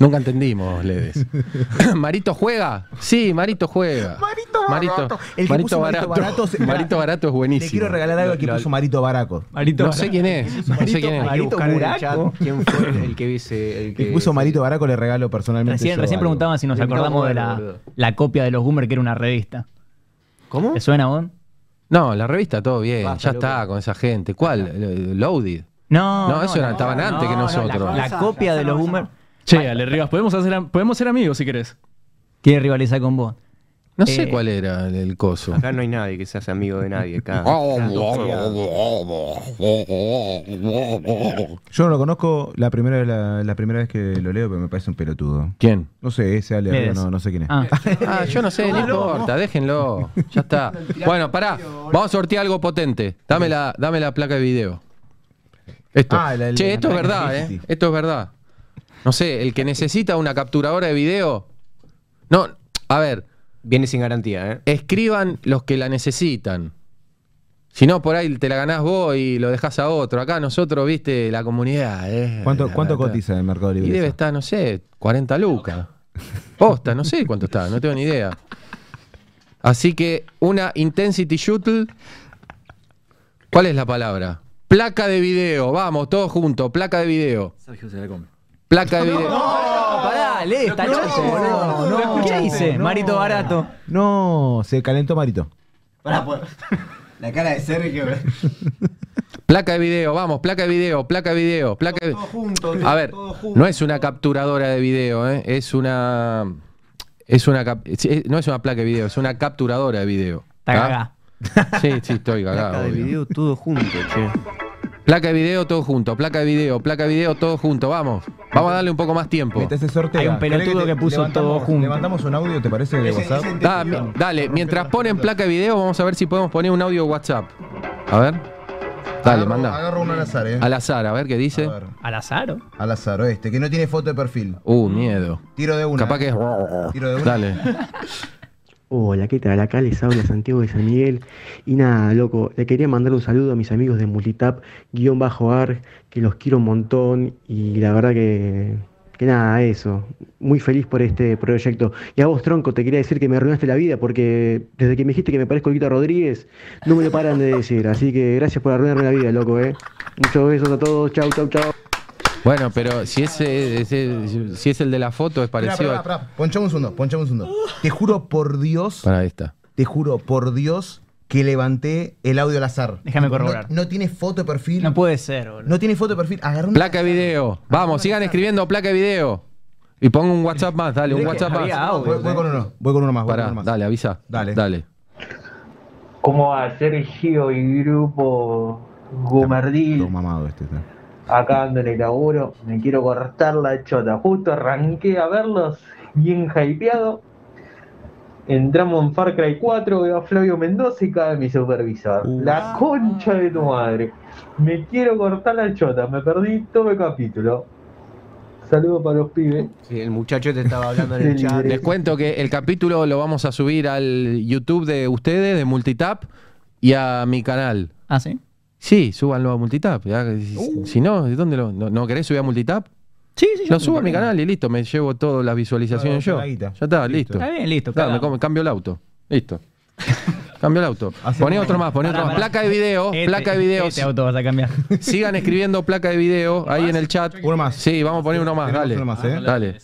S1: Nunca entendimos, Ledes. <coughs> ¿Marito juega? Sí, Marito juega.
S3: Marito Barato. El que
S1: Marito
S3: puso Marito
S1: Barato.
S3: Barato se-
S1: Marito Barato es buenísimo.
S3: Le quiero regalar algo al que puso Marito Baraco.
S1: No sé quién es. No sé quién es.
S5: Hay que buscar en el
S3: Marito
S5: chat
S3: Buraco.
S5: quién fue el que dice. El
S3: El
S5: que
S3: que puso
S5: se-
S3: Marito Baraco le regalo personalmente.
S4: Recién,
S3: yo
S4: recién
S3: algo.
S4: preguntaban si nos
S5: Invitamos
S4: acordamos de
S5: algo,
S4: la,
S5: boludo.
S4: la copia de los Boomer, que era una revista.
S5: ¿Cómo?
S4: ¿Te suena, vos?
S1: No, la revista todo bien.
S5: Basta,
S1: ya está
S5: loco.
S1: con esa gente. ¿Cuál? Eh, Loaded.
S4: No,
S1: No, eso era- estaban antes que
S4: no,
S1: nosotros.
S4: la, la copia de los Boomer
S6: Che, Ale Rivas, podemos, hacer, am- podemos ser amigos si querés.
S4: quiere rivalizar con vos.
S1: No sé
S4: Eh,
S1: cuál era el, el coso.
S5: Acá no hay nadie que se hace amigo de nadie. Acá.
S12: Ah.
S3: Yo no lo conozco la primera, vez- la, la primera vez que lo leo, pero me parece un pelotudo.
S1: ¿Quién?
S3: No sé, ese Ale,
S4: Ledes.
S3: Arriba, no, no sé
S8: <laughs>
S3: quién es.
S4: Ah,
S1: Ah, yo no sé, no importa, déjenlo. Ya <laughs> está. Bueno, pará. Vamos a sortear algo potente. Dame la, dame la placa de video. Esto.
S3: Ah, la- la-
S1: che, esto
S3: la
S1: es verdad,
S3: placa de
S1: ¿eh?
S3: video.
S1: Esto es verdad. No sé, el que necesita una capturadora de video. No, a ver.
S5: Viene sin garantía, ¿eh?
S1: escriban los que la necesitan. Si no, por ahí te la ganás vos y lo dejás a otro. Acá nosotros, viste, la comunidad. eh,
S3: ¿Cuánto,
S1: la
S3: cuánto
S1: verdad.
S3: cotiza en el Mercado Libre?
S1: Y debe
S3: eso?
S1: estar, no sé, 40 lucas. Posta, no sé cuánto está, no tengo ni idea. Así que una Intensity Shuttle. ¿Cuál es la palabra? Placa de video, vamos, todos juntos, placa de video.
S13: Sergio se la come.
S1: Placa de video.
S4: pará, lee, está chocho, boludo.
S3: no,
S4: No, ¿Qué dice?
S3: no.
S4: Marito Barato.
S3: No, se calentó Marito.
S10: Pará, por- La cara de Sergio.
S1: Placa de video, vamos, placa de video, placa de video, placa de
S10: Todo junto,
S1: A ver,
S10: todo junto.
S1: no es una capturadora de video, ¿eh? es una. Es una cap- es- es- no es una placa de video, es una capturadora de video.
S4: Está
S1: ¿Ah?
S4: cagá.
S1: Sí, sí, estoy cagado.
S5: Acá de
S1: obvio.
S5: video todo junto, che.
S1: Placa de video, todo junto, placa de video, placa de video, todo junto, vamos. Vamos a darle un poco más tiempo.
S3: Mientras se sortea.
S4: Hay un pelotudo
S3: ¿Querés
S4: que puso
S3: levantamos-
S4: todo junto.
S3: ¿Levantamos un audio, te parece, de
S10: Ese-
S3: WhatsApp?
S10: ese entendió.
S1: Dame- dale, mientras ponen placa de video, vamos a ver si podemos poner un audio WhatsApp. A ver. Dale,
S8: Agarro-
S1: manda.
S8: Agarro uno al azar, ¿eh?
S1: Al azar, a ver qué dice.
S8: A ver,
S4: ¿Al azar? o?
S8: al azar, este, que no tiene foto de perfil.
S1: Uh, miedo.
S8: Tiro de una.
S1: Capaz que es.
S8: Tiro de una.
S1: Dale.
S13: Hola, ¿qué tal? Acá les habla Santiago de San Miguel. Y nada, loco, le quería mandar un saludo a mis amigos de Multitap-AR, que los quiero un montón y la verdad que, que nada, eso. Muy feliz por este proyecto. Y a vos, Tronco, te quería decir que me arruinaste la vida porque desde que me dijiste que me parezco a Guita Rodríguez, no me lo paran de decir. Así que gracias por arruinarme la vida, loco, ¿eh? Muchos besos a todos. Chau, chau, chau.
S1: Bueno, pero si es, eh, ese- si es el de la foto, es
S8: Pará,
S1: parecido
S8: pará,
S1: a.
S8: pará. Ponchame un segundo, ponchame un segundo.
S3: Te juro por Dios,
S1: Para esta.
S3: te juro por Dios que levanté el audio al azar.
S4: Déjame
S3: No-
S4: corroborar.
S3: No, tiene foto de perfil.
S4: No puede ser, boludo.
S3: No tiene foto de perfil. Agarró una-
S1: Placa de video. Vamos, sigan escribiendo placa de video. Y pongo un WhatsApp más, dale, un
S4: Mirá que
S1: WhatsApp
S4: había
S1: más.
S4: audio,
S3: Voy, voy con uno, voy con uno más. voy
S1: Pará,
S3: con uno más.
S1: dale, avisa.
S3: Dale.
S1: Dale.
S13: ¿Cómo va Sergio y grupo
S3: Todo mamado este. está.
S13: acá ando en el laburo, me quiero cortar la chota. Justo arranqué a verlos, bien hypeado. Entramos en Far Cry 4, veo a Flavio Mendoza y cae mi supervisor.
S3: Uh.
S13: La concha de tu madre. Me quiero cortar la chota, me perdí todo el capítulo. Saludos para los pibes.
S5: Sí, el muchacho te estaba hablando en el chat.
S1: Les cuento que el capítulo lo vamos a subir al YouTube de ustedes, de Multitap, y a mi canal.
S4: Ah, sí.
S1: Sí, súbanlo a Multitap. ya, Si, si no, ¿de ¿dónde lo.? No, no querés subir a Multitap?
S4: Sí, sí, yo-
S1: Lo subo a mi canal y listo, me llevo todas las
S3: Claro,
S1: visualizaciones
S3: te
S1: yo.
S3: la guita.
S1: Ya está, listo.
S4: Está bien, listo.
S1: Claro, me
S4: cagamos.
S1: com- cambio el auto. Listo. cambio el auto.
S3: Hacemos-
S1: Poné otro más, poné
S4: Pará,
S1: otro más.
S4: pará.
S1: Placa de video,
S4: Este-
S1: placa de video.
S4: Este auto vas a cambiar.
S1: Sigan escribiendo placa de video ahí en el chat.
S3: Uno más.
S1: Sí, vamos a poner uno más,
S3: Tenemos
S1: dale.
S3: uno más, ¿eh?
S1: Dale.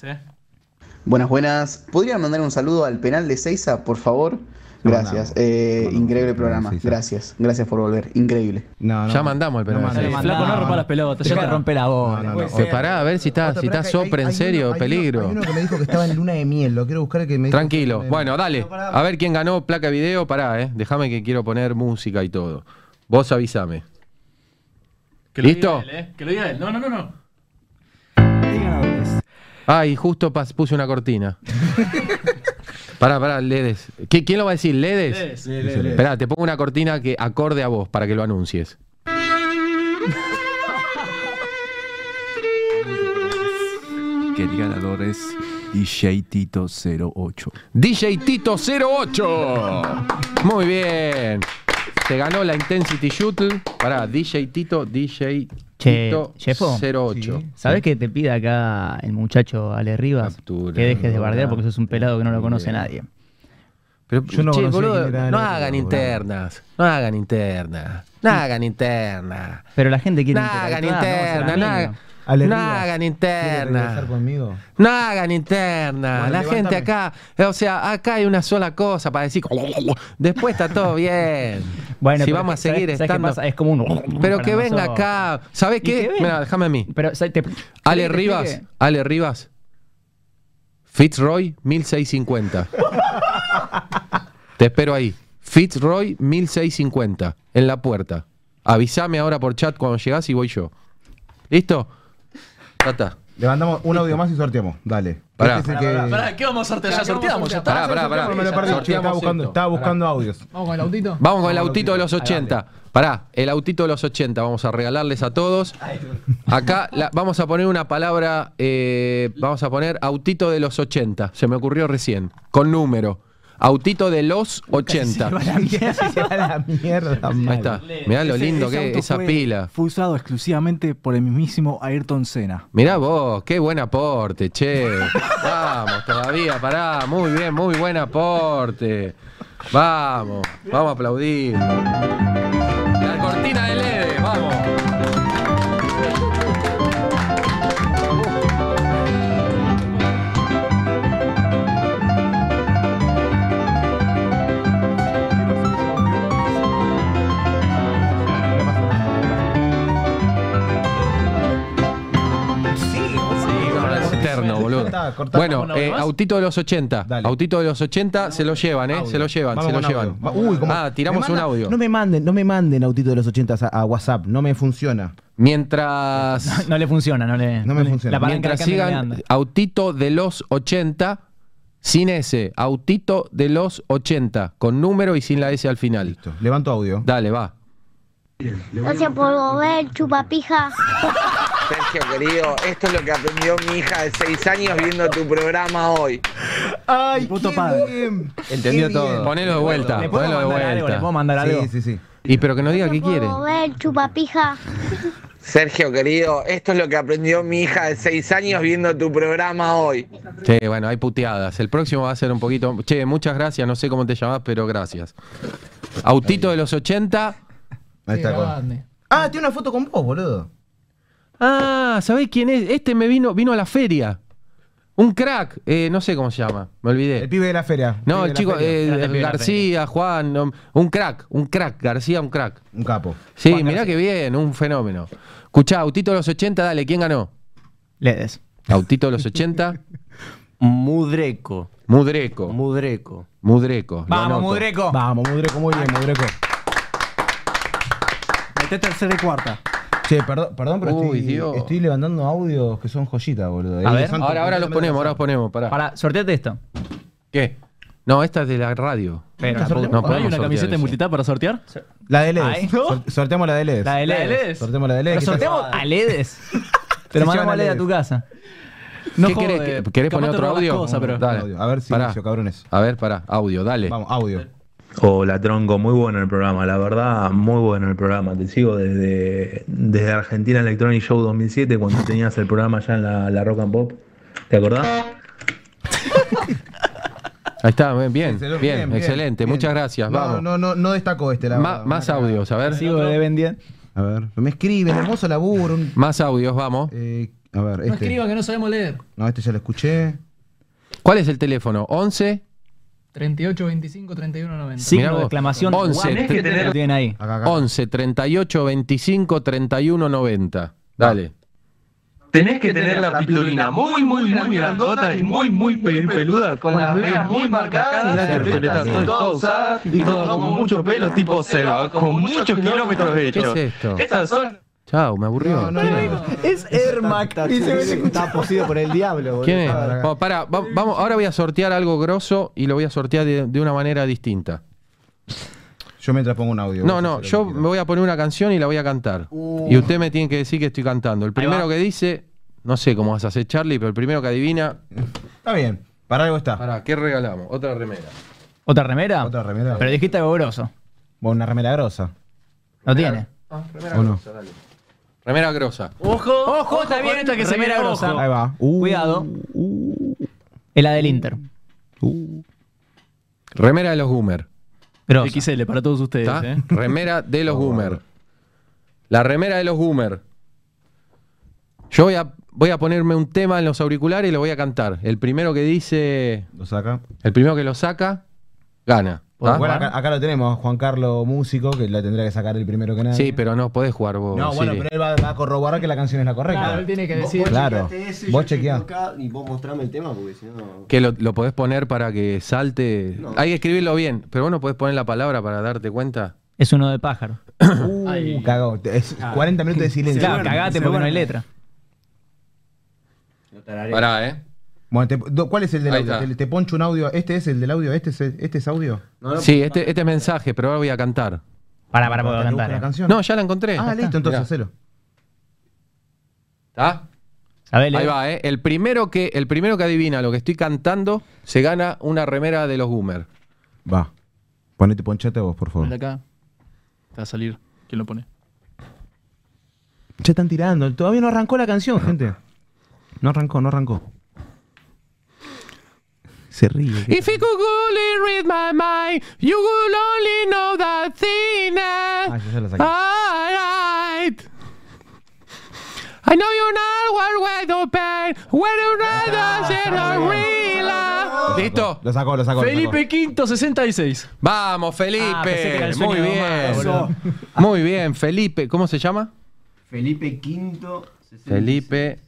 S12: Buenas, buenas. ¿Podrían mandar un saludo al penal de Seiza, por favor? Gracias. Eh, increíble programa. Gracias. Gracias por volver. Increíble.
S1: ya mandamos el penal. de Seiza.
S4: Ah, Flaco, no rompa las pelotas, ya te rompe la voz.
S1: Pues pará, a ver si está, si está sopre en serio, peligro.
S8: Hay uno que me dijo que estaba en luna de miel, lo quiero buscar que me dijo-
S1: Tranquilo. Bueno, dale. A ver quién ganó placa de video. Pará, eh. Déjame que quiero poner música y todo. Vos avísame.
S6: Que lo diga
S1: ¿Listo?
S6: él, eh. Que lo diga él. No, no, no, no.
S1: Ay, Ah, justo pas- puse una cortina.
S6: <laughs>
S1: pará, pará, Ledes. ¿Qui- ¿Quién lo va a decir? ¿Ledes?
S6: Ledes.
S1: Sí, Ledes. Esperá, te pongo una cortina que acorde a vos para que lo anuncies.
S14: El ganador es DJ Tito 08.
S1: DJ Tito 08. Muy bien. Se ganó la Intensity Shuttle. Pará, DJ Tito, DJ
S4: Che,
S1: Tito
S4: Chefo.
S1: 08.
S4: ¿Sabes que te pide acá el muchacho Ale Rivas? que dejes de bardear porque sos un pelado que no lo conoce nadie.
S1: Pero,
S4: yo
S1: Che, boludo, no hagan internas. No hagan internas. No hagan internas.
S4: Pero la gente quiere Ah,
S1: No hagan internas. No hagan-
S3: Ale
S1: no
S3: Rivas,
S1: hagan
S3: ¿Quiere regresar
S1: internas.
S3: conmigo?
S1: No hagan interna.
S3: Bueno,
S1: la
S3: levántame.
S1: gente acá, eh, o sea, acá hay una sola cosa para decir. Después está todo bien.
S4: Bueno,
S1: si
S4: pero
S1: vamos a
S4: ¿sabes-
S1: seguir
S4: sabes qué
S1: estando.
S4: pasa? Es como un- <laughs>
S1: Pero
S4: para
S1: que venga
S4: nosotros.
S1: acá. ¿Sabes
S4: Y que
S1: qué?
S4: venga.
S1: Mira, déjame a mí.
S4: Pero, ¿sabes? Te-
S1: Ale
S4: ¿te- te
S1: Rivas,
S4: explique?
S1: Ale Rivas. Fitzroy 1650. Te espero ahí. Fitzroy 1650 en la puerta. Avísame ahora por chat cuando llegás y voy yo. ¿Listo? Ya está.
S8: Le mandamos un audio más y sorteamos. Dale.
S1: Pará.
S8: Este es el
S6: Pará,
S8: que-
S6: pará, ¿qué vamos a sortear? Ya
S8: Pará, ¿qué vamos a
S6: sorteamos, ya está.
S8: sortear?
S1: Pará, Ah, pará, pará.
S8: Yo me lo perdí,
S1: Sorteamos
S8: che, estaba buscando,
S1: esto.
S8: estaba buscando audios.
S9: Vamos con el autito.
S1: Vamos con el autito de los 80. Pará, el autito de los 80 vamos a regalarles a todos. Acá la- vamos a poner una palabra, eh, vamos a poner autito de los 80, se me ocurrió recién, con número. Autito de los 80.
S3: Se va a la mierda.
S1: Ahí está. Mirá lo
S15: Ese-
S1: lindo
S15: ese
S1: que
S15: auto
S1: es esa
S15: fue-
S1: pila.
S15: Fue usado exclusivamente por el mismísimo Ayrton Senna.
S1: Mirá vos, qué buen aporte, che.
S15: <laughs>
S1: Vamos, todavía, pará. Muy bien, muy buen aporte. Vamos, vamos a aplaudir. La cortina de leve, vamos. Es eterno, boludo.
S8: Cortá, cortá.
S1: Bueno,
S8: ¿Una hora
S1: eh,
S8: más?
S1: autito de los 80. Autito de los 80, se lo llevan, ¿eh? Se lo llevan,
S8: Vamos
S1: se lo
S8: con
S1: llevan.
S8: audio. Va- Uy, como-
S1: ah, tiramos
S8: me manda-
S1: un audio.
S8: No me manden, no me manden autito de los 80 a, a WhatsApp, no me funciona.
S4: <laughs>
S1: Mientras.
S4: No le funciona, no le.
S8: No me funciona.
S4: la palanca
S1: Mientras
S4: de cambio no le
S1: sigan,
S4: anda.
S1: autito de los 80, sin S. Autito de los 80, con número y sin la S al final.
S8: Levanto audio.
S1: Dale, va.
S16: Gracias por volver, chupapija.
S17: Sergio, querido, esto es lo que aprendió mi hija de 6 años viendo tu programa hoy.
S8: Ay, puto padre.
S1: Entendió todo. Ponelo de vuelta.
S4: ¿Le puedo
S1: Ponelo Ah, de
S4: mandar
S1: vuelta.
S4: algo? ¿Le puedo mandar algo?
S1: Sí, sí, sí. Y pero que no diga qué quiere.
S16: Volver, chupapija.
S17: Sergio, querido, esto es lo que aprendió mi hija de 6 años viendo tu programa hoy.
S1: Che, bueno, hay puteadas. El próximo va a ser un poquito. Che, muchas gracias. No sé cómo te llamás, pero gracias. Autito de los 80.
S8: Ahí está. Ah, tiene una foto con vos, boludo.
S1: Ah, ¿sabés quién es? Este me vino, vino a la feria. Un crack, eh, no sé cómo se llama, me olvidé.
S8: El pibe de la feria.
S1: No,
S8: Pibe de la
S1: el chico,
S8: feria.
S1: eh,
S8: Grande pibe de la
S1: García, Juan, no, un crack, un crack, García, un crack.
S8: Un capo.
S1: Sí, mirá que bien, un fenómeno. Escuchá, Autito de los 80, dale, ¿quién ganó?
S4: Ledes.
S1: Autito de
S8: <laughs>
S1: los 80,
S5: Mudreco.
S1: Mudreco.
S5: Mudreco.
S1: Mudreco. lo anoto.
S8: Vamos, Mudreco, muy bien, Mudreco.
S15: Meté tercera y cuarta.
S8: Che, perdón, perdón pero
S1: Uy, Dios.
S8: estoy, estoy levantando audios que son joyitas, boludo.
S1: A
S8: Ahí,
S1: ver,
S8: santo,
S1: ahora, ahora
S8: completamente
S1: los ponemos,
S8: pasado.
S1: ahora los ponemos, pará.
S4: Para, sorteate esto.
S1: ¿Qué? No, esta es de la radio.
S4: Pero la puta-
S1: no,
S4: ¿Hay una
S1: podemos sortear
S6: camiseta de
S1: eso.
S6: multitap para sortear?
S8: La de E
S6: Ay,
S8: LEDs.
S6: ¿no?
S8: Sor- Sorteamos la de LEDs.
S4: La de
S1: E
S6: La de
S4: Ledes.
S6: LEDs.
S8: Sorteamos la de LEDs.
S4: Pero
S8: que está-
S4: sorteamos a Ledes.
S1: <laughs>
S4: Te
S8: Se
S4: lo mandamos
S8: llaman
S4: a Ledes a
S8: Ledes.
S4: tu casa. jode.
S1: ¿Qué querés, que- querés
S4: Capaz
S1: poner
S4: te
S1: otro
S4: roba las
S1: audio?
S4: cosas, pero-
S1: Dale.
S8: Audio. A ver,
S1: Pará.
S8: silencio, cabrones.
S1: A ver, pará, audio, dale.
S8: Vamos, audio.
S18: Hola Tronco, muy bueno el programa, la verdad, muy bueno el programa. Te sigo desde, desde Argentina Electronic Show 2007, cuando tenías el programa ya en la, la Rock and Pop. ¿Te acordás?
S1: Ahí está, bien, bien,
S8: Excelente,
S1: bien,
S8: bien, bien,
S1: excelente,
S8: bien.
S1: muchas gracias,
S8: No,
S1: vamos.
S8: no, no, no destaco este, la
S1: Ma-
S8: verdad.
S1: más audios, a ver.
S4: Sigo de Ben 10.
S8: A ver, me escriben, hermoso laburo. un-
S1: Más audios, vamos.
S8: eh, a ver,
S9: No
S8: este.
S9: escriban que no sabemos leer.
S8: No, este ya lo escuché.
S1: ¿Cuál es el teléfono? 11.
S19: 38, 25, 31, 90.
S1: Mirá vos. 11, tre- 11 38 25 31 90. Dale.
S20: Tenés que tener la pitulina muy, muy, muy grandota y muy, muy pe- peluda, con las venas muy marcadas, la interpretación toda usada y todo con mucho pelo tipo cero, con muchos kilómetros de hecho.
S1: ¿Qué es esto?
S20: Estas son
S1: Chao, me aburrió.
S21: Es Ermac.
S5: Está poseído por el diablo, boludo.
S1: ¿Quién es? Vamos, pará, va- vamos, ahora voy a sortear algo grosso y lo voy a sortear de, de una manera distinta.
S8: Yo mientras pongo un audio.
S1: No, no, yo me voy a poner una canción y la voy a cantar. Y usted me tiene que decir que estoy cantando. El primero que dice, no sé cómo vas a hacer Charlie, pero el primero que adivina.
S8: Está bien, para algo está.
S1: Pará, ¿qué regalamos? Otra remera.
S4: ¿Otra remera?
S8: Otra remera.
S4: Pero dijiste algo grosso.
S8: Bueno, una remera grosa.
S4: No tiene.
S1: remera
S8: ¿O no?
S1: grosa, dale. Remera grosa.
S4: Ojo, ojo, está bien esta que se mira grosa.
S8: Ahí va. Uh,
S5: Uh.
S4: Cuidado. Es la del Inter.
S1: Remera de los Goomer.
S2: XL para todos ustedes,
S1: ¿Está?
S2: ¿eh?
S1: Remera de los Goomer. La remera de los Goomer. Yo voy a, voy a ponerme un tema en los auriculares y lo voy a cantar. El primero que dice.
S8: Lo saca.
S1: El primero que lo saca, gana. ¿tá?
S8: Bueno, acá, acá lo tenemos, Juan Carlos Músico, que la tendría que sacar el primero que nada.
S1: Sí, pero no podés jugar vos.
S8: No, bueno,
S1: Siri.
S8: pero él va, va a corroborar que la canción es la correcta.
S22: Claro, él tiene que
S8: Vos-
S22: decir-
S8: vos Claro,
S22: chequeaste eso
S8: vos,
S22: y yo
S8: chequeás.
S5: Acá, y vos mostrame el tema porque si no.
S1: Que lo, lo podés poner para que salte.
S5: No.
S1: Hay que escribirlo bien, pero vos no podés poner la palabra para darte cuenta.
S4: Es uno de pájaro.
S8: Uh, cagó. Es 40 minutos de silencio.
S4: Claro, cagate porque no hay letra.
S1: Pará, eh.
S8: Bueno, te- do- ¿cuál es el del
S1: Ahí
S8: audio?
S1: está.
S8: Te, te poncho un audio. ¿Este es el del audio? ¿Este es, este es audio?
S1: sí, este, este es mensaje, pero ahora voy a cantar.
S4: Para, para,
S8: Te busco
S4: eh.
S8: la canción.
S1: No, ya la encontré.
S8: Ah, listo, entonces, hacelo.
S1: ¿Está?
S8: E
S1: Ahí va, ¿eh? El primero, que, el primero que adivina lo que estoy cantando se gana una remera de los Goomer.
S8: Va. Ponete, ponchate vos, por favor.
S2: Ponle acá. Te va a salir. ¿Quién lo pone?
S8: Ya están tirando. Todavía no arrancó la canción, gente. No arrancó, no arrancó. Se ríe.
S23: If
S1: you could only read my mind, you would only know that thing. Ah,
S8: yo ya la saqué.
S1: Alright. I know you're not one way to pain, where you rather sit and relax. Listo.
S8: Lo sacó, lo sacó. lo
S2: Felipe Quinto, 66.
S1: Vamos,
S2: Ah, pensé que
S1: Felipe.
S2: era el sueño
S1: Muy
S2: de
S1: bien.
S2: mamá, boludo.
S1: Muy bien, Felipe. ¿Cómo se llama?
S24: Felipe Quinto.
S1: Felipe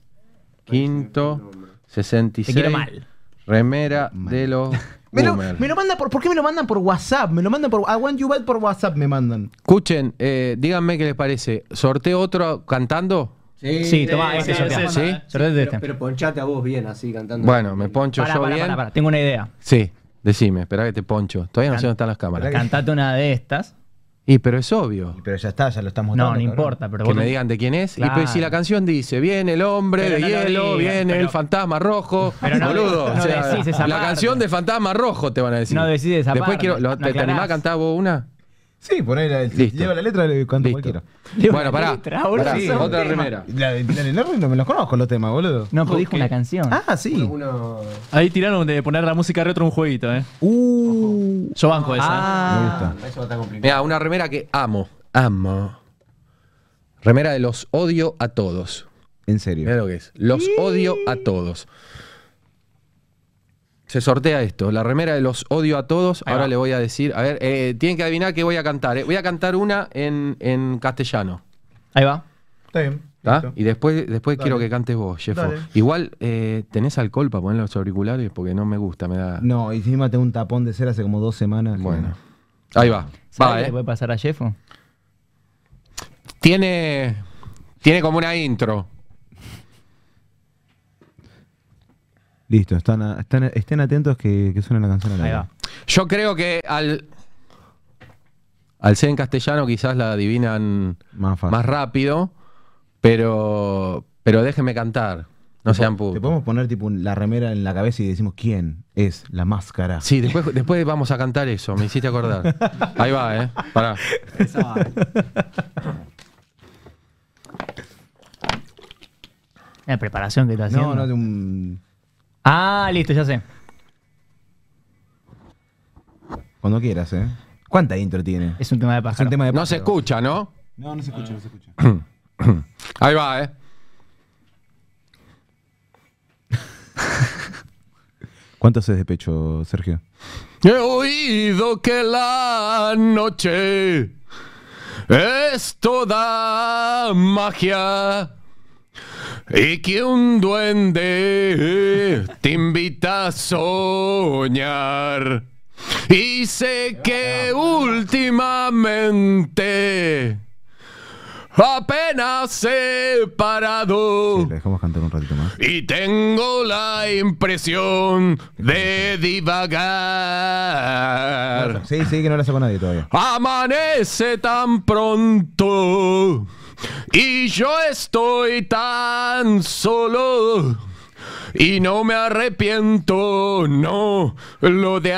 S1: Quinto 66.
S24: Te quiero mal.
S1: Remera de
S2: <laughs>
S1: los
S8: Me lo,
S1: Boomer.
S8: me lo manda por, ¿Por qué me lo mandan por WhatsApp? Me lo mandan por. I want you bad por WhatsApp me mandan.
S1: Escuchen, eh, díganme qué les parece. ¿Sorteo otro cantando?
S5: Sí,
S4: Sí, tomá, ese sortea.
S1: ¿Sí?
S4: Sortea de este.
S5: Pero, pero ponchate a vos bien así cantando.
S1: Bueno, me poncho
S4: Pará,
S1: yo
S4: pará,
S1: bien.
S4: pará, pará, tengo una idea.
S1: Sí, decime, espera que te poncho. Todavía no sé dónde están las cámaras.
S4: Cantate una de estas.
S1: Y pero es obvio.
S8: Pero ya está, ya lo estamos
S4: No, no importa, pero
S1: que
S4: vos
S1: me
S4: no- <laughs>
S1: digan de quién es. Y
S4: Claro.
S1: pero si la canción dice, viene el hombre
S4: Pero
S1: de
S4: no lo
S1: hielo,
S4: digan,
S1: viene el
S4: pero-
S1: fantasma rojo.
S4: Pero no-
S1: boludo.
S4: no
S1: o sea,
S4: decís esa
S1: la
S4: parte.
S1: canción de fantasma rojo te van a decir.
S4: No decís esa
S1: Después
S4: parte,
S1: quiero. lo-
S4: no
S1: ¿Te, te
S4: aclarás.
S1: animás a cantar vos una?
S8: Sí, poner el.
S1: Listo.
S8: Lleva la letra de cuanto cualquiera.
S1: Bueno, pará. pará, otra remera.
S8: La de Pilar Enorme no me los conozco los temas, boludo.
S4: No, pero dijo una canción.
S8: Ah, sí.
S2: Ahí tiraron de poner la música retro un jueguito, ¿eh? Yo banco esa.
S4: Ah.
S1: Ah.
S5: Eso va a estar complicado.
S1: Mira, una remera que amo. Amo. Remera de los odio a todos.
S8: En serio.
S1: Mira lo que es. Los odio a todos. Se sortea esto, la remera de los odio a todos. Ahora le voy a decir, a ver, eh, tienen que adivinar qué voy a cantar. eh. Voy a cantar una en, en castellano.
S4: Ahí va.
S8: Está bien.
S1: ¿tá? Y después, después
S8: Dale.
S1: quiero que cantes vos, Jeffo.
S8: Dale.
S1: Igual, eh, ¿tenés alcohol para poner los auriculares? Porque no me gusta, me da.
S8: No, y encima tengo un tapón de cera hace como dos semanas.
S1: Bueno. Ahí va.
S4: ¿Sabes
S1: va,
S4: qué
S1: eh.
S4: le puede pasar a Jeffo?
S1: Tiene. Tiene como una intro.
S8: Listo, están, a- están, estén atentos que, que suena la canción a la vez.
S1: Yo creo que al. Al ser en castellano quizás la adivinan
S8: Más fácil.
S1: más rápido, pero. Pero déjenme cantar. No sean
S8: Te
S1: putos.
S8: podemos poner tipo un- la remera en la cabeza y decimos quién es la máscara.
S1: Sí, después, después vamos a cantar eso, me hiciste
S8: <laughs>
S1: acordar. Ahí va, eh. Pará.
S4: La preparación que está haciendo.
S8: No, no, de un-
S4: Ah, listo, ya sé.
S8: cuando quieras, ¿eh? ¿Cuánta intro tiene?
S4: Es un tema de pájaro.
S1: No se escucha, ¿no?
S8: No, no se escucha, no se escucha.
S1: <clears throat> Ahí va, eh.
S8: ¿Cuánto haces de pecho, Sergio?
S2: He oído que la noche es toda magia y que un duende te invita a soñar. Y sé que últimamente apenas he
S1: Uh.
S2: parado.
S8: La dejamos cantar un ratito más.
S2: Y tengo la impresión de divagar.
S8: Sí, sí, que no la hace con nadie todavía.
S2: Amanece tan pronto y yo estoy tan solo. Y no me arrepiento, no, lo de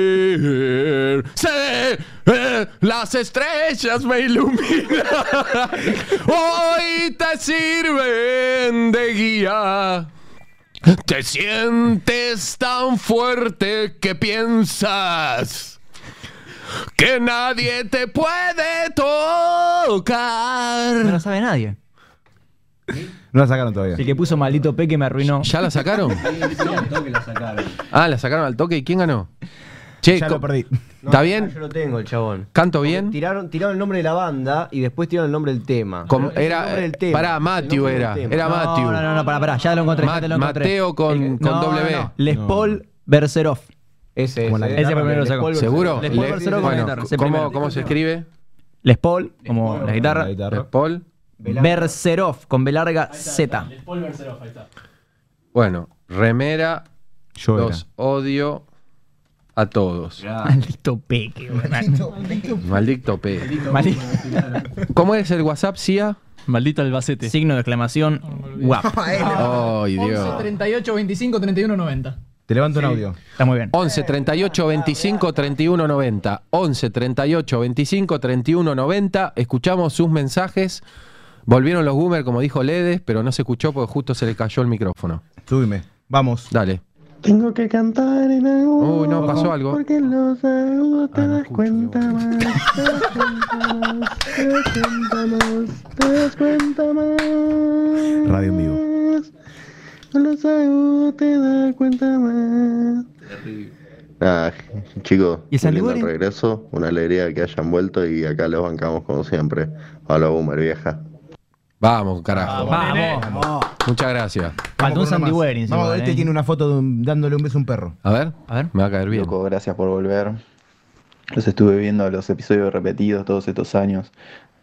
S2: ayer. Sé, eh, las estrellas me iluminan. <laughs> Hoy te sirven de guía. Te sientes tan fuerte que piensas que nadie te puede tocar.
S4: No lo sabe nadie.
S8: No la sacaron todavía.
S4: El que puso maldito Peque me arruinó.
S1: ¿Ya la sacaron?
S5: que la sacaron.
S1: Ah, la sacaron al toque. ¿Y quién ganó? Che,
S8: Ya
S1: co-
S8: lo perdí.
S1: ¿Está bien?
S5: Ah, Yo lo tengo, el chabón.
S1: ¿Canto bien?
S5: Tiraron, tiraron el nombre de la banda y después tiraron el nombre del tema.
S1: Com-
S5: Pero es el
S1: era, eh,
S12: eh,
S5: nombre del tema.
S1: pará, Matthew
S5: El nombre
S1: era.
S5: del tema.
S1: Era
S4: No,
S1: Matthew.
S4: No, no, no, pará, pará, ya lo encontré. ya
S1: Ma-
S4: te lo encontré.
S1: Mateo con-
S4: El-
S1: con
S4: no,
S1: doble B.
S4: no, no. Les Paul Berserov.
S5: Ese,
S4: Como la
S5: ese.
S4: guitarra, primero lo
S5: Les
S4: sacó.
S5: Paul
S1: ¿Seguro?
S5: Berserón.
S1: Le-
S5: Les Paul Berserón con la
S1: bueno,
S5: guitarra.
S4: ese
S1: ¿cómo,
S4: primero.
S1: ¿Cómo se escribe?
S4: Les Paul, como la guitarra.
S8: La
S1: Les
S8: guitarra.
S1: Paul.
S4: Berserov, con B larga Z.
S1: Bueno, remera.
S8: Yo era.
S1: los odio a todos.
S4: Maldito Peque, boludo.
S1: Maldito P. ¿Cómo es el WhatsApp, Cia?
S6: Maldito Albacete.
S4: Signo de exclamación. Guap.
S1: Ay,
S9: 11,
S1: Dios.
S9: 38, 25, 31, 90.
S8: Te levanto un audio.
S4: Está muy bien.
S1: 11 38 25 31 90. 11 38 25 31 90. Escuchamos sus mensajes. Volvieron los boomers, como dijo Ledes, pero no se escuchó porque justo se le cayó el micrófono.
S8: Subime. Vamos.
S1: Dale.
S20: Tengo que cantar en algún
S1: Uy, no, pasó algo.
S20: Porque en los agudos te das cuenta más. Te das cuenta más. Te das cuenta más. Te das cuenta más.
S8: Radio en vivo.
S20: En los agudos te das cuenta más.
S11: Nada, chicos,
S4: ¿Y el
S11: un lindo
S4: Sandibori?
S11: regreso, una alegría que hayan vuelto y acá los bancamos como siempre. Hola, Boomer, vieja.
S1: Vamos, carajo.
S4: Vamos.
S1: Muchas gracias.
S4: Faltó un eh.
S8: Vamos con uno
S4: Sandy
S8: más.
S4: Wearing.
S8: Vamos, este tiene una foto de un- dándole un beso a un perro.
S1: A ver,
S4: A ver.
S1: me va a caer bien.
S11: Loco, gracias por volver. Los estuve viendo los episodios repetidos todos estos años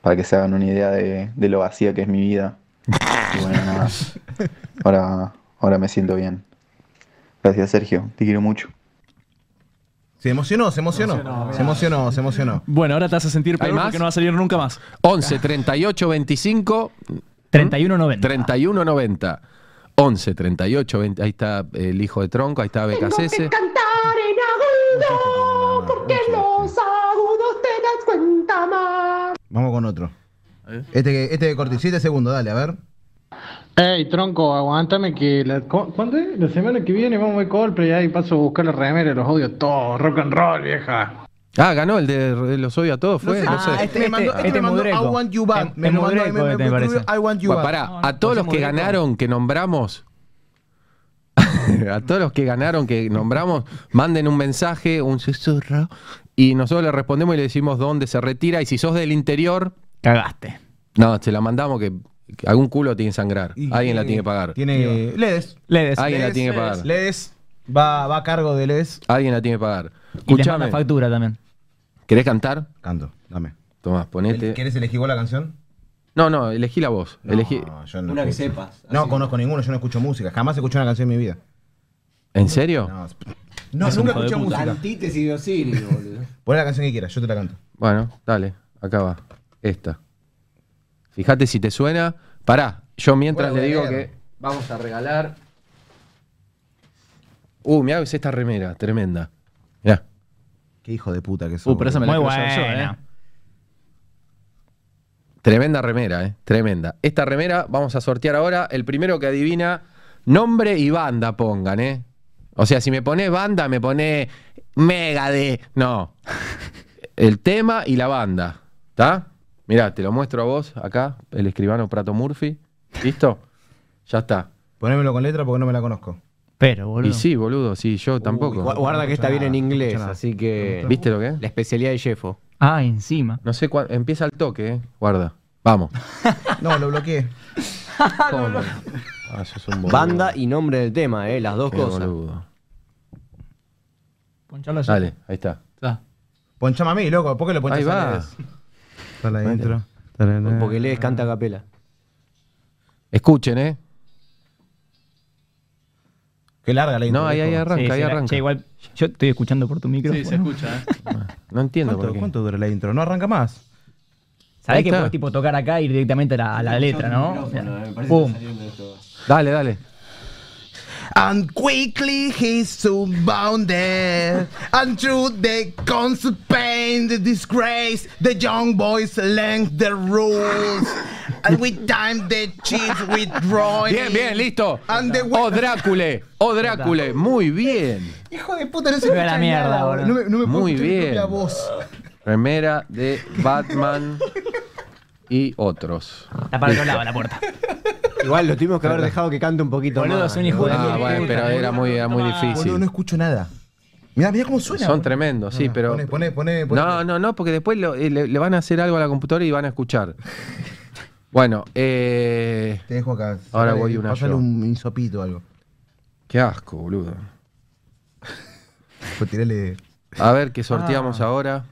S11: para que se hagan una idea de, de lo vacía que es mi vida. Y bueno, nada. Ahora, ahora me siento bien. Gracias, Sergio. Te quiero mucho.
S8: Se emocionó, se emocionó. se emocionó, se emocionó.
S6: Bueno, ahora te vas a sentir
S1: ¿Hay
S6: peor
S1: más?
S6: porque no va a salir nunca más.
S1: 11 38 25
S4: 31 90.
S1: 31 90. 11 38 20. Ahí está el hijo de Tronco, ahí está BKC.
S20: cantar en agudo. Porque en los agudos te das cuenta más.
S8: Vamos con otro. Este, que- este de corti, 7 segundos, dale, a ver.
S25: Ey, tronco, aguántame que la, ¿cu- ¿cuándo es? La semana que viene vamos a Coldplay ahí paso a buscar la remera, los odio todos, rock and roll, vieja.
S1: Ah, ganó el de Los Odio a Todos, fue. No sé.
S4: Ah,
S8: Este me mandó, este
S4: este
S8: me mandó I
S4: Mudreco.
S8: want you back.
S4: Es-
S8: Me
S4: es
S8: lo mandó, me,
S4: Mudreco,
S8: me,
S4: este
S8: me
S4: me
S8: escribió,
S4: parece.
S8: I want you
S1: Bueno,
S8: back.
S1: pará, a todos los que ganaron, que nombramos. <laughs> a todos los que ganaron, que nombramos, manden un mensaje, un susurro. Y nosotros le respondemos y le decimos dónde se retira. Y si sos del interior,
S4: Cagaste.
S1: no, se la mandamos que que algún culo tiene que sangrar.
S8: Y
S1: Alguien la
S8: tiene-
S1: tiene que pagar.
S8: Tiene Ledes.
S4: Ledes.
S1: Alguien la
S8: Ledes,
S1: tiene que
S8: Ledes,
S1: pagar.
S8: Ledes va, va a cargo de Ledes.
S1: Alguien la tiene que pagar.
S4: Y les manda
S1: Escuchame,
S4: factura también.
S1: ¿querés cantar?
S8: Canto, dame.
S1: Tomás, ponete.
S8: ¿Quieres elegir vos la canción?
S1: No, no, elegí la voz. Elegí...
S8: No, yo no
S5: Una que
S8: escucho.
S5: sepas.
S8: No conozco ninguno, yo no escucho música. Jamás escuché una canción en mi vida.
S1: ¿En serio?
S8: No, no, nunca escuché música.
S5: Antítesis de Osiris, boludo.
S8: Pon la canción que quieras, yo te la canto.
S1: Bueno, dale, acá va. Esta. Fíjate si te suena. Pará, yo mientras
S8: Voy a
S1: le digo
S8: leer.
S1: que vamos a regalar. Uh, mirá, es esta remera, tremenda. Mirá.
S8: Qué hijo de puta que sos.
S6: Uh, pero esa me la
S4: Muy
S6: creo
S4: buena.
S6: yo, eh.
S1: Tremenda remera, eh. Tremenda. Esta remera vamos a sortear ahora. El primero que adivina, nombre y banda pongan, eh. O sea, si me pone banda, me pone mega de. No. <laughs> El tema y la banda. ¿Está? Mirá, te lo muestro a vos acá, el escribano Prato Murphy. ¿Listo? Ya está.
S8: Ponémelo con letra porque no me la conozco.
S4: Pero, boludo.
S1: Y sí, boludo, sí, yo tampoco.
S5: Gu- Guarda que está bien en inglés,
S1: Escucha nada.
S5: así que.
S1: ¿Viste lo que es?
S5: La especialidad de Jeffo.
S4: Ah, encima.
S1: No sé cuándo. Empieza el toque, eh. Guarda. Vamos.
S3: No, lo bloqueé.
S1: <laughs> Ah, sos un boludo.
S5: Banda y nombre del tema, eh, las dos
S1: Qué
S5: cosas.
S1: boludo.
S9: Ponchalo allá.
S1: Dale, ahí está.
S6: Ah.
S3: Ponchame a mí, loco. ¿Por qué lo ponchas
S1: Ahí va.
S3: a Neves? Está la
S1: Vale.
S3: intro.
S1: Eh,
S5: Porque lees canta a capela.
S1: Escuchen, eh.
S3: Qué larga la intro.
S1: No, ahí, ahí
S3: loco.
S1: arranca,
S4: Sí,
S1: ahí
S4: será-
S1: arranca.
S4: che, igual, yo estoy escuchando por tu micrófono.
S6: Sí, se escucha, ¿eh?
S1: No entiendo por
S3: ¿Cuánto,
S1: qué.
S3: cuánto dura la intro? ¿No arranca más?
S4: Sabés
S1: Ahí
S4: que
S1: está.
S4: podés tipo tocar acá y ir directamente a la, a la letra, ¿no? Pum.
S1: Dale, dale.
S3: And quickly he's surrounded And through the constant pain, the disgrace The young boys learn the rules And with time the cheats withdraw
S1: Bien, bien, listo.
S3: And the
S1: Oh, Drácule. Oh, Drácule. Muy bien.
S3: Hijo de puta, no se
S4: Me voy a la
S3: escucha
S4: mierda,
S3: nada,
S4: boludo.
S3: No me, no me puedo
S1: Muy
S3: escuchar mi
S1: bien.
S3: propia voz.
S1: Remera de Batman y otros.
S4: Está para el otro lado la puerta.
S5: Igual Ah, lo tuvimos que haber dejado que cante un poquito
S4: Boludo,
S5: más.
S4: son hijos de
S1: Ah,
S4: mil
S1: bueno,
S4: putas,
S1: pero era
S4: boludo.
S1: muy, era muy
S3: Boludo, no
S1: difícil.
S3: escucho nada. Mirá, mirá cómo suena.
S1: Son
S3: boludo.
S1: tremendos, sí, pero.
S3: Poné, poné, poné. poné.
S1: No, no, no, porque después lo- eh, le, le van a hacer algo a la computadora y van a escuchar. Bueno, eh,
S3: Te dejo acá.
S1: Ahora
S3: Sacale-
S1: voy una
S3: pasale
S1: yo.
S3: un hisopito o algo.
S1: qué asco, boludo.
S3: Pues tirale.
S1: A ver qué sorteamos ahora.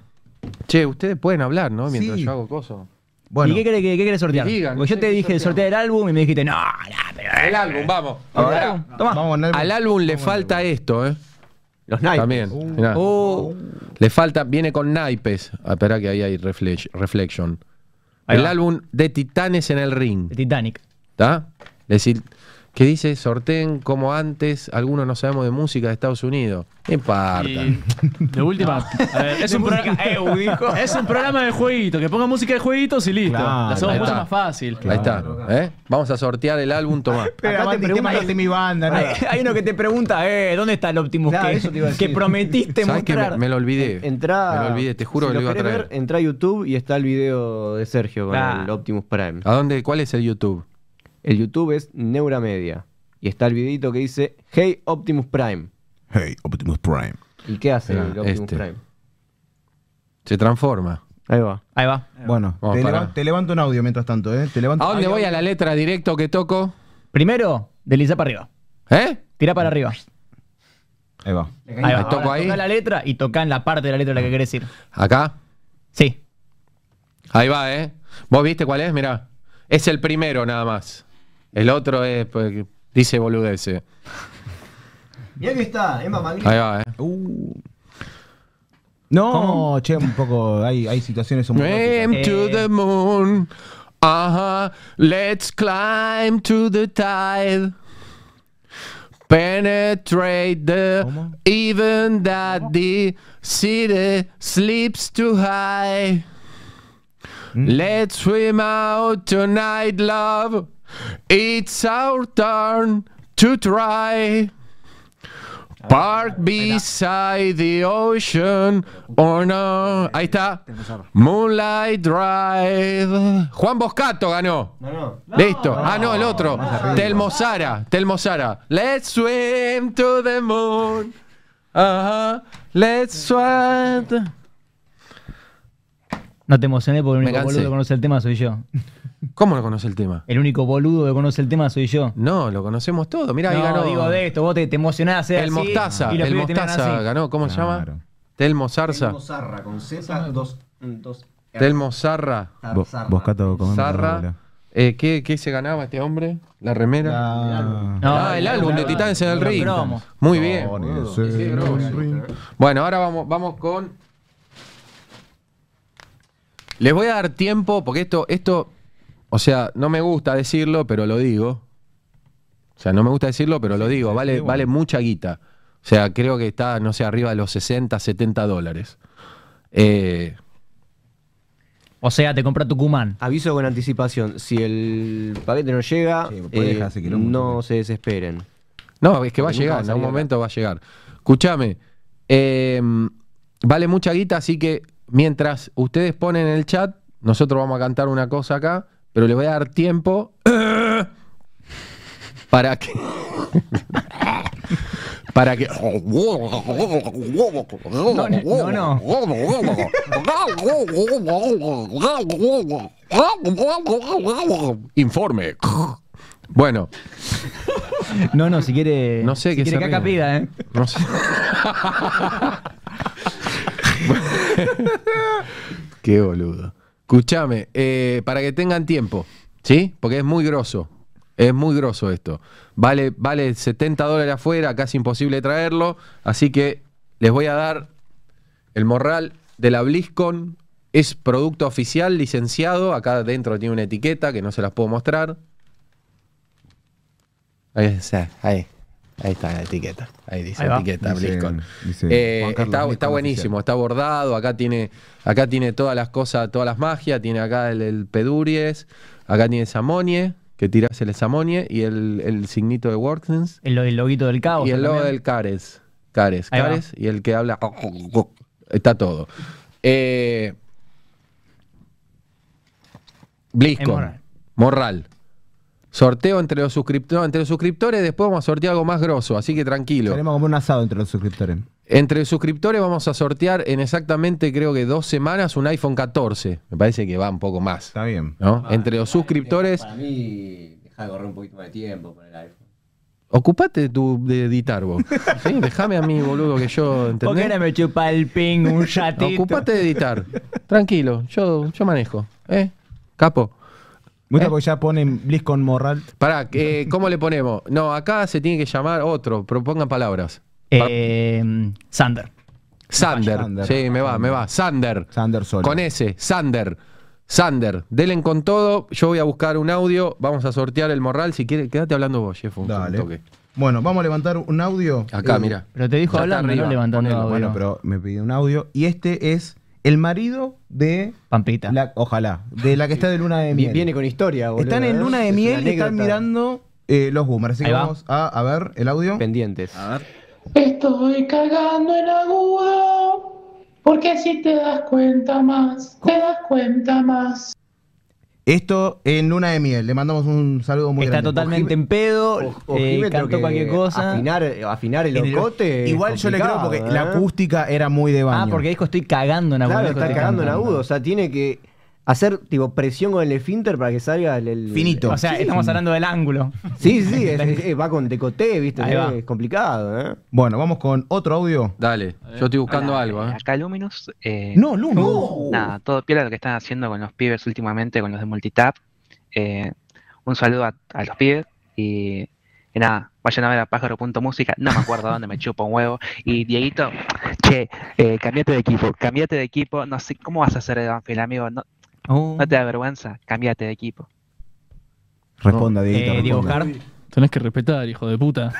S1: Che, ustedes pueden hablar, ¿no? Mientras
S3: Sí.
S1: yo hago coso.
S3: Bueno,
S4: ¿Y qué querés, qué, qué querés sortear?
S1: Que digan,
S4: Porque yo
S1: no
S4: te
S1: sé qué
S4: dije sortear el álbum y me dijiste, no, no, pero. eh,
S1: El álbum, vamos. Ahora,
S4: Toma.
S3: vamos a
S1: al álbum le falta esto, ¿eh?
S5: Los naipes.
S1: También. mirá. Le falta, viene con naipes. Ah, Esperá que ahí hay reflex- Reflection.
S4: Ahí
S1: el
S4: va.
S1: álbum de Titanes en el Ring.
S4: El Titanic.
S1: ¿Está? Decir, que dice, sorteen como antes, algunos no sabemos de música de Estados Unidos. No importa.
S6: Y de última, a ver, es, un programa, es un programa de jueguito, que ponga música de jueguitos y listo.
S3: Claro,
S6: la hacemos
S1: ahí
S6: mucho
S1: está.
S6: más fácil.
S1: Ahí está. ¿eh? Vamos a sortear el álbum, tomá.
S3: Pero
S4: Acá
S3: Acá
S4: te
S3: te
S4: preguntan-
S3: de mi banda, ¿no?
S4: <laughs> Hay, hay uno que te pregunta, eh, ¿dónde está el Optimus
S5: Claro,
S4: que,
S5: eso te iba a
S4: que
S5: decir.
S4: prometiste
S1: ¿Sabes que
S4: mostrar?
S1: me, me lo olvidé?
S5: Entrá.
S1: Me lo olvidé, te juro
S5: si
S1: que lo iba a
S5: querés
S1: traer.
S5: ver, entrá a YouTube y está el video de Sergio con
S4: Claro.
S5: el Optimus Prime.
S1: ¿A dónde? ¿Cuál es el YouTube?
S5: El YouTube es Neuramedia. Y está el videito que dice Hey Optimus Prime.
S3: Hey, Optimus Prime.
S5: ¿Y qué hace
S1: Mirá,
S5: el Optimus
S1: este.
S5: Prime?
S1: Se transforma.
S5: Ahí va.
S4: Ahí va.
S3: Bueno,
S1: Vamos, Ah,
S3: te,
S1: pará.
S3: levan- te levanto un audio mientras tanto, ¿eh? Te levanto
S1: ¿A dónde voy a la letra directo que toco?
S4: Primero, desliza para arriba.
S1: ¿Eh?
S4: Tirá para arriba.
S3: Ahí va.
S4: Ahí va.
S1: ¿Toco
S4: Ahora
S1: ahí?
S4: Tocá la letra y tocá en la parte de la letra a la que querés ir.
S1: Acá.
S4: Sí.
S1: Ahí va, ¿eh? ¿Vos viste cuál es? Mirá. Es el primero nada más. El otro es. pues, dice boludece.
S10: Mirá que está, Emma Magritte.
S1: Ahí va, ¿eh?
S3: No, che, un poco. Hay, hay situaciones un poco.
S1: Climb to
S4: Eh.
S1: the moon. Ajá. Let's climb to the tide. Penetrate the
S3: ¿Cómo?
S1: even that the city sleeps too high. Let's swim out tonight, love. It's our turn to try. Park beside the ocean or no. Ahí está. Moonlight Drive. Juan Boscato ganó.
S10: No, no.
S1: Listo. ah, no, el otro. Telmo Sara. Telmo Sara. Let's swim to the moon. Ajá. Let's swim. to-
S4: No te emocioné porque el
S1: Me
S4: único
S1: cansé.
S4: boludo que conoce el tema soy yo.
S1: ¿Cómo no conoce el tema?
S4: El único boludo que conoce el tema soy yo.
S1: No, lo conocemos todo. Mira, ahí
S4: no,
S1: ganó.
S4: digo de esto, vos te, te emocionás. eh,
S1: el
S4: así,
S1: Mostaza.
S4: y los
S1: El
S4: pibes te miran
S1: Mostaza
S4: así.
S1: ganó. ¿Cómo se
S3: Claro.
S1: llama? Telmo Zarza.
S10: Telmo Zarra con Z, dos. mm, dos R.
S1: Telmo Zarra.
S10: Zar-
S3: Vos,
S10: Zarra.
S3: vos Cato, comemos
S1: Zarra.
S3: la-
S1: Eh, ¿qué, qué se ganaba este hombre? ¿La remera?
S3: La-
S4: No,
S1: ah, el álbum de Titanes en el
S4: los
S1: Ring.
S4: cromos.
S1: Muy bien.
S3: Flores
S1: Qué
S3: en
S1: grosso.
S3: el ring.
S1: Bueno, ahora vamos, vamos con. Les voy a dar tiempo, porque esto, esto, o sea, no me gusta decirlo, pero lo digo. O sea, no me gusta decirlo, pero lo digo. Vale, vale mucha guita. O sea, creo que está, no sé, arriba de los 60, 70 dólares. Eh,
S4: O sea, te compró Tucumán.
S5: Aviso con anticipación. Si el paquete no llega,
S3: Sí, puede
S5: eh,
S3: dejar ese quilombo.
S5: no se desesperen.
S1: No, es que va a
S5: Porque nunca
S1: llegar,
S5: va a
S1: en
S5: salir
S1: algún
S5: acá.
S1: momento va a llegar. Escúchame, eh, vale mucha guita, así que mientras ustedes ponen en el chat, nosotros vamos a cantar una cosa acá, pero les voy a <coughs> dar tiempo para que. <coughs> para que. <coughs> No,
S4: no, no.
S1: oh. Informe. <coughs> Bueno.
S4: No, no, si quiere.
S1: No sé
S4: si
S1: qué
S4: quiere
S1: se
S4: caca
S1: ríe.
S4: pida, ¿eh?
S1: No sé. Qué boludo. Escúchame, eh, para que tengan tiempo, ¿sí? Porque es muy grosso. Es muy grosso esto. Vale, vale 70 dólares afuera, casi imposible traerlo. Así que les voy a dar el morral de la BlizzCon. Es producto oficial, licenciado. Acá dentro tiene una etiqueta que no se las puedo mostrar. Ahí, está, ahí, ahí está la etiqueta. Ahí dice
S14: Ahí va.
S1: etiqueta
S14: Dice-
S1: BlizzCon.
S14: dice
S1: Eh,
S14: Juan Carlos
S1: está,
S14: BlizzCon
S1: está buenísimo, está bordado. Acá tiene, acá tiene todas las cosas, todas las magias. Tiene acá el, el Peduries, acá tiene Samonie, que tiras el Samonie y el, el signito de Workens.
S4: El, el loguito del caos.
S1: Y el logo
S4: también.
S1: del Cares. Cares,
S4: Ahí va.
S1: Cares y el que habla. Está todo. Eh,
S4: Es
S1: Bliscon.
S4: moral.
S1: Morral. Sorteo entre los suscriptores. entre los suscriptores después vamos a sortear algo más grosso, así que tranquilo.
S8: Tenemos como un asado entre los suscriptores.
S1: Entre suscriptores vamos a sortear en exactamente creo que dos semanas un iPhone 14. Me parece que va un poco más. Está bien. Entre los suscriptores.
S10: Ah, Para mí, deja correr un poquito más de tiempo con el iPhone.
S1: Ocupate de, tu- de
S10: <laughs>
S1: editar vos. Sí, Déjame a mí, boludo, que yo
S4: ¿Por qué
S1: entendés.
S4: no me chupa el ping
S1: <laughs>
S4: un chatito?
S1: Ocupate de editar. Tranquilo, yo, yo manejo. ¿Eh? Capo.
S8: Me gusta porque ya ponen BlizzCon Morral.
S1: Pará, eh, ¿cómo le ponemos? No, acá se tiene que llamar otro. Propongan palabras.
S4: Eh, Sander.
S1: Sander.
S4: Sander.
S1: Sí, me va, me va. Sander.
S8: Sander solo.
S1: Con S. Sander. Sander. Delen con todo. Yo voy a buscar un audio. Vamos a sortear el morral. Si quieres, quédate hablando vos, Jeff. un toque.
S8: Bueno, vamos a levantar un audio. Eh,
S1: Acá, mira.
S4: Pero te dijo
S1: Ya está
S4: hablando,
S1: arriba.
S4: no levantando
S1: Ponelo,
S4: audio.
S8: Bueno, pero me pidió un audio. Y este es el marido de.
S4: Pampita.
S8: la- ojalá. De la que está de luna de miel.
S5: Viene con historia, boludo. ¿eh?
S8: Están en luna de miel y están mirando eh, los boomers. Así
S5: Ahí
S8: que
S5: va.
S8: vamos a, a ver el audio.
S5: Pendientes. A ver.
S20: Estoy cagando en agudo, porque si te das cuenta más, te das cuenta más.
S8: Esto en luna de miel. Le mandamos un saludo muy
S4: Está
S8: grande.
S4: totalmente en pedo, eh,
S5: ojímetro
S4: cantó
S5: que
S4: cualquier cosa.
S5: afinar- afinar el
S8: En el-
S5: ocote es
S8: Igual yo le creo porque
S5: complicado,
S8: la
S5: ¿eh?
S8: acústica era muy de baño.
S4: Ah, porque dijo estoy cagando en agudo.
S5: Claro,
S4: dijo,
S5: está
S4: estoy
S5: cagando en
S4: cantando.
S5: agudo. O sea, tiene que hacer tipo presión con el esfínter para que salga el. el-
S4: O sea,
S5: Sí.
S4: estamos hablando del ángulo.
S8: <laughs>
S5: Sí, sí, es- es- es- va con decote, ¿viste?
S4: Ahí
S5: Es
S4: va.
S5: complicado, ¿eh?
S8: Bueno, vamos con otro audio.
S1: Dale, yo estoy buscando
S7: Hola,
S1: algo.
S7: eh,
S1: ¿eh?
S7: Acá Luminous. eh,
S8: No, Luno. No.
S7: Nada, todo piola lo que están haciendo con los pibes últimamente, con los de Multitap. Eh, un saludo a, a los pibes y, y nada, vayan a ver a pájaro.música. No me acuerdo dónde me chupa un huevo. Y Dieguito, che, eh, cambiate de equipo, cambiate de equipo. No sé, ¿cómo vas a hacer el downfield, amigo? No,
S26: Oh.
S7: no te da vergüenza, cambiate de equipo.
S8: Responda, Dieguito.
S6: Eh, Diego
S8: responda.
S6: Hart. Tenés que respetar, hijo de puta.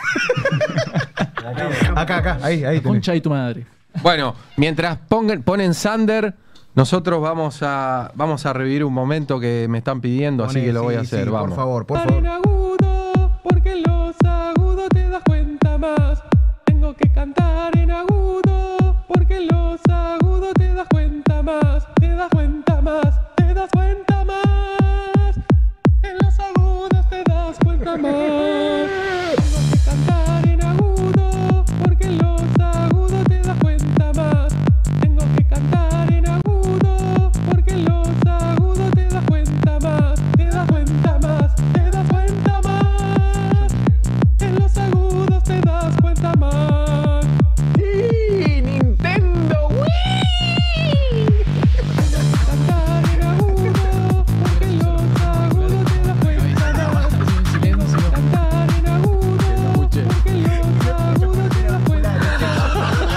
S8: Acá, acá, ahí, ahí. tenés.
S6: Concha y tu madre.
S1: Bueno, mientras pongan- ponen Sander, nosotros vamos a, vamos a revivir un momento que me están pidiendo, así
S8: Pone-
S1: que lo voy a
S8: sí, sí,
S1: hacer. vamos.
S8: Por favor, por favor.
S20: agudo, porque en los agudos te das cuenta más. Tengo que cantar en agudo, porque en los agudos te das cuenta más. Te das cuenta más, te das cuenta más. En los agudos te das cuenta más. Tengo que cantar en agudo, porque en los agudos te das cuenta más. Tengo que cantar en agudo, porque en los agudos te das cuenta más. Te das cuenta más, te das cuenta más. En los agudos te das cuenta más. ¡Sí! ¡Nintendo Wii! Cantar en agudo, porque en los agudos te das cuenta más. Cantar en agudo, porque en los agudos te das cuenta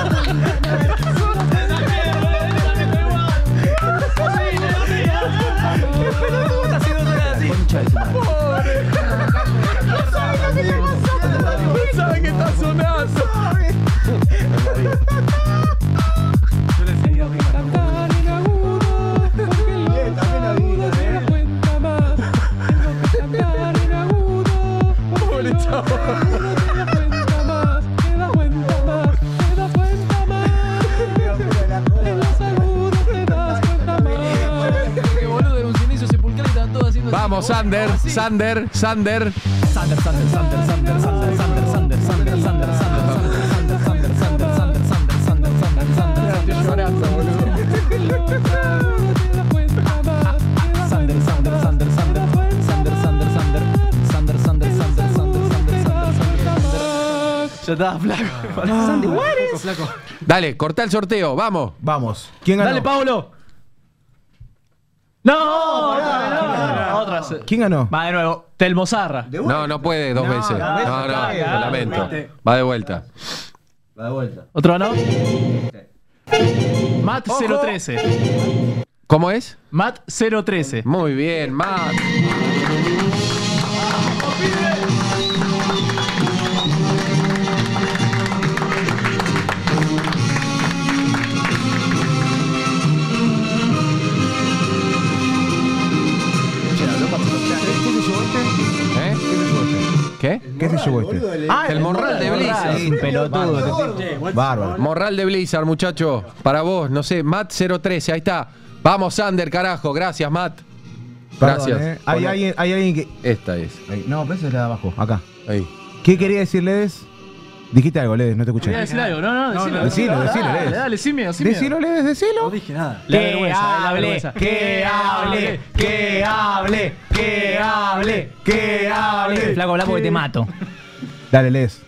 S1: Vamos, Sander, Sander, Sander.
S6: Sander, Sander, Sander, Sander, Sander, Sander, Sander, Sander, Sander,
S5: Yo estaba flaco.
S6: Sandy, what
S5: is-
S1: Dale, cortá el sorteo, vamos.
S8: Vamos. ¿Quién
S6: Dale, Pablo. No, otra, no, otra.
S8: ¿Quién ganó?
S4: Va de nuevo.
S6: Telmozarra.
S1: No, no puede dos
S6: dos
S1: veces.
S6: veces
S1: No, no,
S8: eh,
S6: cae,
S1: lo
S6: ah,
S1: lamento.
S6: vete.
S1: Va de vuelta.
S10: Va de vuelta.
S6: ¿Otro no? Mat 013.
S1: ¿Cómo es?
S6: Mat 013.
S1: Muy bien, Matt. ¿Eh? ¿Qué?
S8: ¿Qué se llevó este?
S1: Ah, el morral de Blizzard.
S8: Es un pelotudo. Bárbaro.
S1: Morral de Blizzard, muchacho. Para vos, no sé, Matt 013, ahí está. Vamos, Sander, carajo. Gracias, Matt. Gracias.
S8: Perdón, ¿eh? Hay,
S1: Bueno,
S8: alguien, hay alguien que.
S1: Esta es.
S8: Ahí. No, pero esa es la de abajo, acá.
S1: Ahí.
S8: ¿Qué quería decir, Ledes? Dijiste algo, Ledes, no te escuché.
S6: Quería decir algo, no, no, decilo.
S8: Decilo,
S6: Dale,
S8: decilo,
S6: Ah, Dale,
S8: Ledes.
S6: dale, sin miedo, sin miedo.
S8: Decilo, Ledes, decilo. No
S15: dije nada.
S6: La vergüenza, la vergüenza.
S4: que hable, que hable, que hable. Flaco, habla porque te mato.
S8: Dale, Ledes.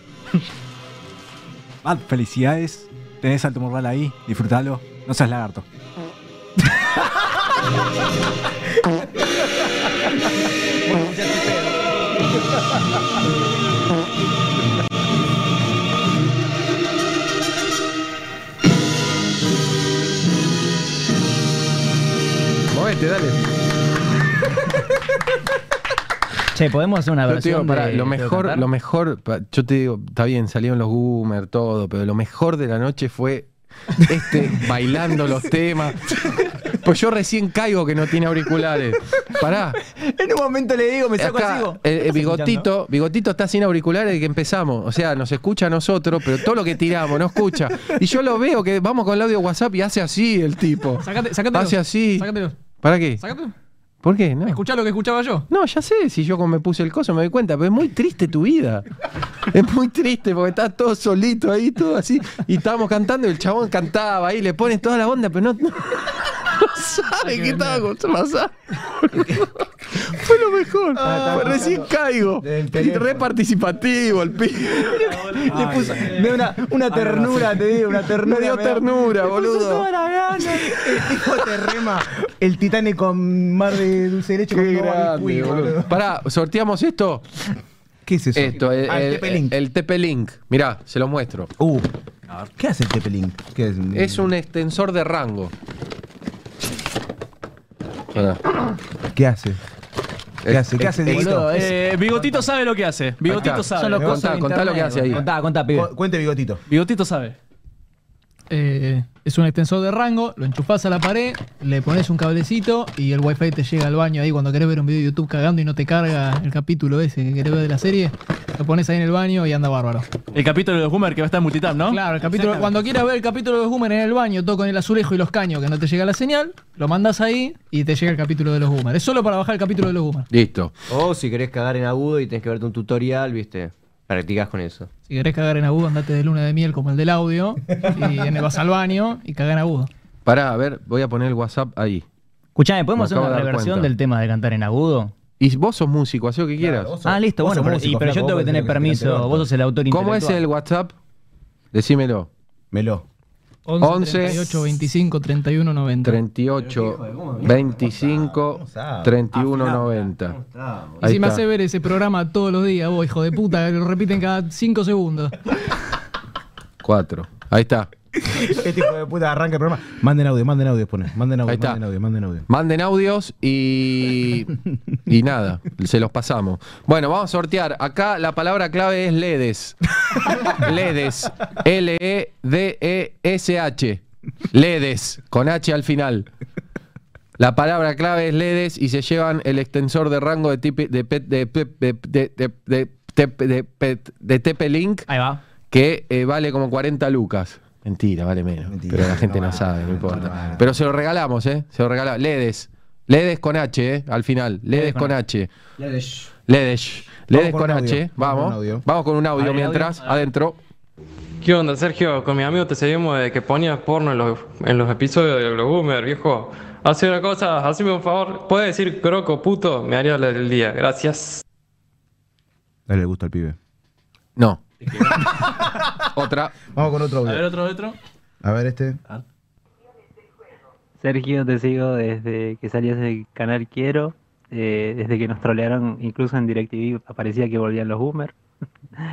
S15: Matt, felicidades. Tenés alto morral ahí. Disfrútalo. No seas lagarto.
S1: Movete, dale.
S4: Che, podemos hacer una
S1: Yo te
S4: versión.
S1: digo, pará,
S4: de-
S1: lo
S4: de
S1: mejor,
S4: cantar?
S1: lo mejor, pa- yo te digo, está bien, salieron los Goomer, todo, pero lo mejor de la noche fue este
S4: <laughs>
S1: bailando los temas. Pues yo recién caigo que no tiene auriculares.
S4: <laughs>
S1: Pará.
S4: En un momento le digo, me saco
S1: Acá,
S4: así. digo,
S1: eh, eh,
S4: ¿estás escuchando?
S1: bigotito, bigotito está sin auriculares de que empezamos. O sea, nos escucha a nosotros, pero todo lo que tiramos no escucha. Y yo lo veo que vamos con el audio WhatsApp y hace así el tipo.
S9: Sácate, sácatelos.
S1: Hace así.
S9: Sácatelos.
S1: ¿Para qué?
S9: Sácatelos.
S1: ¿Por qué? No.
S9: Escuchá lo que escuchaba yo.
S1: No, ya sé, si yo como me puse el coso me doy cuenta, pero es muy triste tu vida. Es muy triste porque estás todo solito ahí, todo así, y estábamos cantando y el chabón cantaba ahí, le pones toda la onda, pero no, no, no sabe qué estaba con- pasando. Fue lo mejor.
S8: Ah,
S1: Fue recién caigo. Y re participativo el pibe.
S3: Le puso, me una,
S8: Ah,
S3: una ternura, te
S8: <laughs>
S3: digo, una ternura.
S1: Me dio
S3: da-
S1: ternura,
S3: le puso
S1: boludo.
S3: toda la gana.
S8: El tipo te rema. El Titanic con mar de dulce derecho con todo biscuit, boludo.
S1: Pará, sorteamos esto.
S8: ¿Qué es eso?
S1: Esto, el,
S8: Ah, el
S1: el-
S8: TP-Link.
S1: el TP-Link. Mirá, se los muestro.
S8: Uh, ¿qué hace el Tepelín? ¿Qué es?
S1: Es un extensor de rango. Pará.
S8: ¿Qué hace? ¿Qué
S1: Es-
S8: hace? ¿Qué
S1: es-
S8: hace,
S1: es-
S8: Dieguito?
S1: boludo,
S6: Eh, Bigotito sabe lo que hace. Bigotito
S1: Acá.
S6: sabe.
S1: Son los Contá, cursos de contá lo que internet, hace ahí.
S4: Contá, contá, pibe.
S8: Cu- Cuente, Bigotito.
S6: Bigotito sabe.
S9: Eh, es un extensor de rango, lo enchufás a la pared, le pones un cablecito y el wifi te llega al baño ahí cuando querés ver un video de YouTube cagando y no te carga el capítulo ese que querés ver de la serie. Lo pones ahí en el baño y anda bárbaro.
S6: El capítulo de los Boomer que va a estar en multitap, ¿no?
S9: Claro, el capítulo, cuando quieras ver el capítulo de los Boomer en el baño, todo con el azulejo y los caños que no te llega la señal, lo mandás ahí y te llega el capítulo de los Boomer. Es solo para bajar el capítulo de los Boomer.
S1: Listo.
S5: O si querés cagar en agudo y tenés que verte un tutorial, viste. Practicás con eso.
S9: Si querés cagar en agudo, andate de luna de miel como el del audio y en el vas al baño y cagar en agudo.
S1: Pará, a ver, voy a poner el WhatsApp ahí.
S4: Escuchame, ¿podemos
S1: Me
S4: hacer
S1: acabo
S4: una
S1: de dar
S4: reversión
S1: cuenta.
S4: del tema de cantar en agudo?
S1: Y vos sos músico, haz lo que quieras.
S4: ah, listo,
S8: vos
S4: bueno,
S8: sos
S4: pero,
S8: músico,
S4: y- pero yo
S8: flaco,
S4: tengo
S8: vos
S4: que tener
S8: tenés que tener
S4: permiso.
S8: permiso.
S4: Vos sos el autor
S1: ¿Cómo es
S4: intelectual.
S1: el WhatsApp? Decímelo.
S4: <laughs>
S8: Meló.
S9: 11,
S1: 11,
S9: 38, 25, 31, 90.
S1: 38, 25, 31, 90.
S9: Y
S1: Ahí
S9: si me
S1: está.
S9: hace ver ese programa todos los días, vos, hijo de puta, que lo repiten cada 5 segundos.
S1: 4. Ahí está.
S8: Este hijo de puta arranca el programa. Manden audio, manden audio, pone. Manden audio,
S1: Ahí está.
S8: manden audio, manden audio.
S1: Manden audios y. Y nada, se los pasamos. Bueno, vamos a sortear. Acá la palabra clave es LEDES. LEDES. E L-E-D-E-S-H. LEDES. Con H al final. La palabra clave es LEDES y se llevan el extensor de rango de tipe- de pet- de pep- de- de- de- de- tep- de pet- de TP-Link
S4: Ahí va.
S1: que eh, vale como 40 lucas. Mentira, vale menos. pero la gente no, sabe, no importa. Pero se lo regalamos, ¿eh? Se lo regalamos. LEDES. LEDES con H, ¿eh? Al final. LEDES con H.
S10: Ledes.
S1: Ledesh. Ledesh con,
S8: un audio,
S1: H. Vamos. Vamos con un audio
S8: ¿Hay
S1: mientras,
S8: audio?
S1: adentro.
S10: ¿Qué onda, Sergio? Con mi amigo te seguimos de que ponías porno en los, en los episodios de los Boomer, viejo. Hace una cosa, hazme un favor. ¿Puedes decir croco, puto? Me haría el día. Gracias.
S13: Dale le gusta al pibe.
S4: <laughs>
S1: No. Otra.
S8: Vamos con otro
S6: A ver,
S8: audio.
S6: otro, otro. Ah,
S8: A ver este.
S26: Sergio, te sigo desde que salías del canal Quiero, eh, desde que nos trolearon, incluso en DirecTV aparecía que volvían los boomers.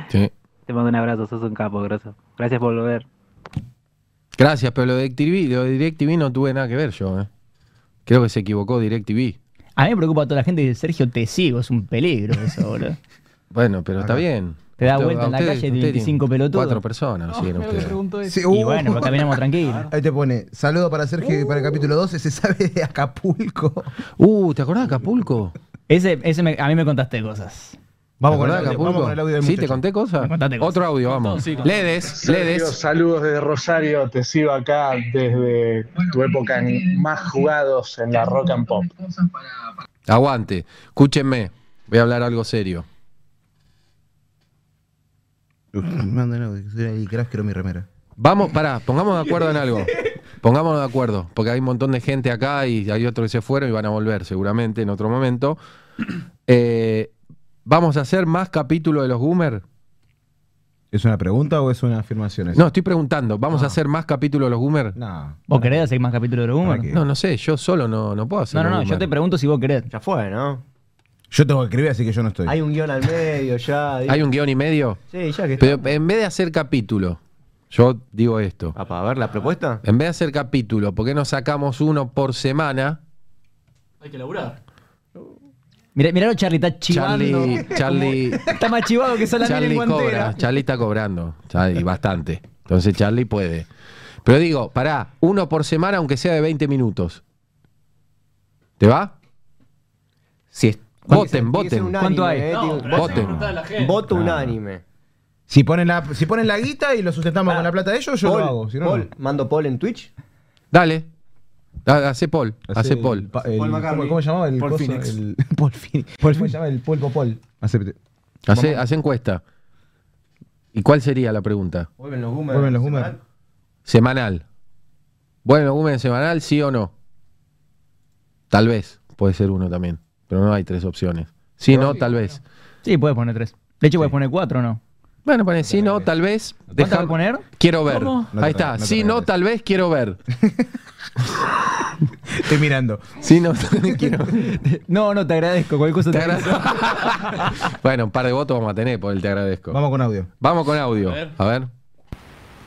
S1: Sí.
S26: Te mando un abrazo, sos un capo, grosso. Gracias por volver.
S1: Gracias, pero lo de DirecTV, lo de DirecTV no tuve nada que ver yo. eh. Creo que se equivocó DirecTV.
S4: A mí me preocupa a toda la gente que dice, Sergio, te sigo, es un peligro eso,
S1: <laughs>
S4: boludo.
S1: Bueno, pero está bien.
S4: Te da
S1: Usted-
S4: vuelta
S1: a
S4: en la
S1: ustedes-
S4: calle y
S1: ustedes tienen
S4: 25 pelotudos. <laughs>
S1: Cuatro personas. sí, eran ustedes.
S8: Sí,
S4: Y
S8: uh.
S4: bueno, pues caminamos tranquilos.
S8: <laughs> Ahí te pone, saludo para Sergio y para el capítulo 12, se sabe de <laughs> Acapulco.
S1: Uh, ¿te acordás de Acapulco?
S4: Ese, ese me- a mí me contaste cosas.
S1: Vamos con el audio, vamos con el audio del Sí, te muchacho. conté cosas.
S4: Me contaste cosas.
S1: Otro audio, vamos. Ledes, Ledes.
S27: Saludos desde Rosario, te sigo acá desde tu época en más jugados en la rock and pop.
S1: Aguante. Escúchenme. Voy a hablar algo serio.
S8: Manden audio, que soy ahí, crásquero mi remera.
S1: Vamos, pará, pongamos de acuerdo en algo. Pongámonos de acuerdo, porque hay un montón de gente acá y hay otros que se fueron y van a volver seguramente en otro momento. Eh, ¿Vamos a hacer más capítulo de los Goomer?
S13: ¿Es una pregunta o es una afirmación?
S1: No, estoy preguntando, ¿vamos a hacer más capítulo de los Goomer?
S13: No.
S4: ¿Vos querés hacer más capítulos de Boomer?
S1: No, no sé, yo solo no, no puedo hacer
S4: No, no,
S1: los
S4: no, yo
S1: Goomer.
S4: te pregunto si vos querés.
S5: Ya fue, ¿no?
S13: Yo tengo que escribir, así que yo no estoy.
S5: Hay un guión al medio, ya. <laughs>
S1: ¿Hay un guión y medio?
S5: Sí, ya que está.
S1: Pero en vez de hacer capítulo, yo digo esto.
S5: ¿Para ver la propuesta?
S1: En vez de hacer capítulo, ¿por qué no sacamos uno por semana?
S6: Hay que laburar.
S4: Mirá, mirá lo Charlie, está chivando.
S1: Charlie, <laughs> Charlie,
S4: Está más chivado que Salamina en
S1: Charlie
S4: guantera.
S1: cobra, Charlie está cobrando, Charlie, bastante. Entonces Charlie puede. Pero digo, pará, uno por semana, aunque sea de 20 minutos. ¿Te va?
S5: Si es,
S1: voten,
S5: tiene que ser
S1: voten.
S5: unánime, ¿Cuánto hay? eh, No, tiene- pero voten.
S1: voten.
S5: preguntarle a la gente. Voto unánime.
S8: Si ponen la, si ponen la guita y lo sustentamos con la plata de ellos, yo
S5: Paul,
S8: lo hago. Si no,
S5: Paul, mando Paul en Twitch.
S1: Dale. Da- Hace Paul, hace,
S8: el
S1: Paul.
S8: pa- el-
S5: Paul
S8: ¿cómo,
S5: McCartney.
S8: cómo se llamaba? El
S13: Paul
S8: coso?
S13: Phoenix.
S8: El, <laughs> Paul Phoenix. ¿Cómo se llama? El Pulpo Paul.
S13: Acepte.
S1: Hace, hace encuesta. ¿Y cuál sería la pregunta?
S5: Vuelven los boomers.
S8: Vuelven los boomers.
S1: Semanal. Bueno, Gumen semanal, sí o no. Tal vez, puede ser uno también, pero no hay tres opciones. Sí, no, tal vez.
S4: Sí, puedes poner tres. De hecho, puedes poner cuatro, ¿no?
S1: Bueno, pone sí, no, tal vez.
S4: ¿Cuánto
S1: Deja-
S4: va a poner?
S1: Quiero ver.
S4: ¿Cómo? No te
S1: Ahí está.
S4: re- no te
S1: sí, no, tal vez
S4: <laughs>
S1: quiero ver.
S8: Estoy mirando.
S1: Sí, no, tal vez quiero ver.
S4: No, no, te agradezco. Cualquier cosa te,
S1: Te agradezco. <laughs> Bueno, un par de votos vamos a tener por el te agradezco.
S8: Vamos con audio.
S1: Vamos con audio.
S28: A
S1: A
S28: ver.
S1: ver.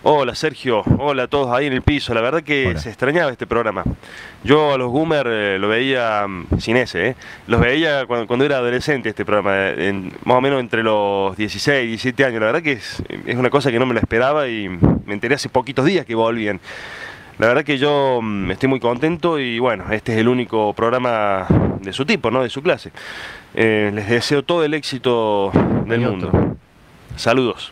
S28: Hola Sergio, hola a todos ahí en el piso. La verdad que se extrañaba este programa. Yo a los Goomer eh, lo veía mm, sin ese, ¿eh? los veía cuando, cuando era adolescente este programa, eh, en- más o menos entre los 16 y 17 años. La verdad que es, es una cosa que no me la esperaba y me enteré hace poquitos días que volvían. La verdad que yo mm, estoy muy contento y bueno, este es el único programa de su tipo, ¿no? De su clase. Eh, les deseo todo el éxito del mundo. Saludos.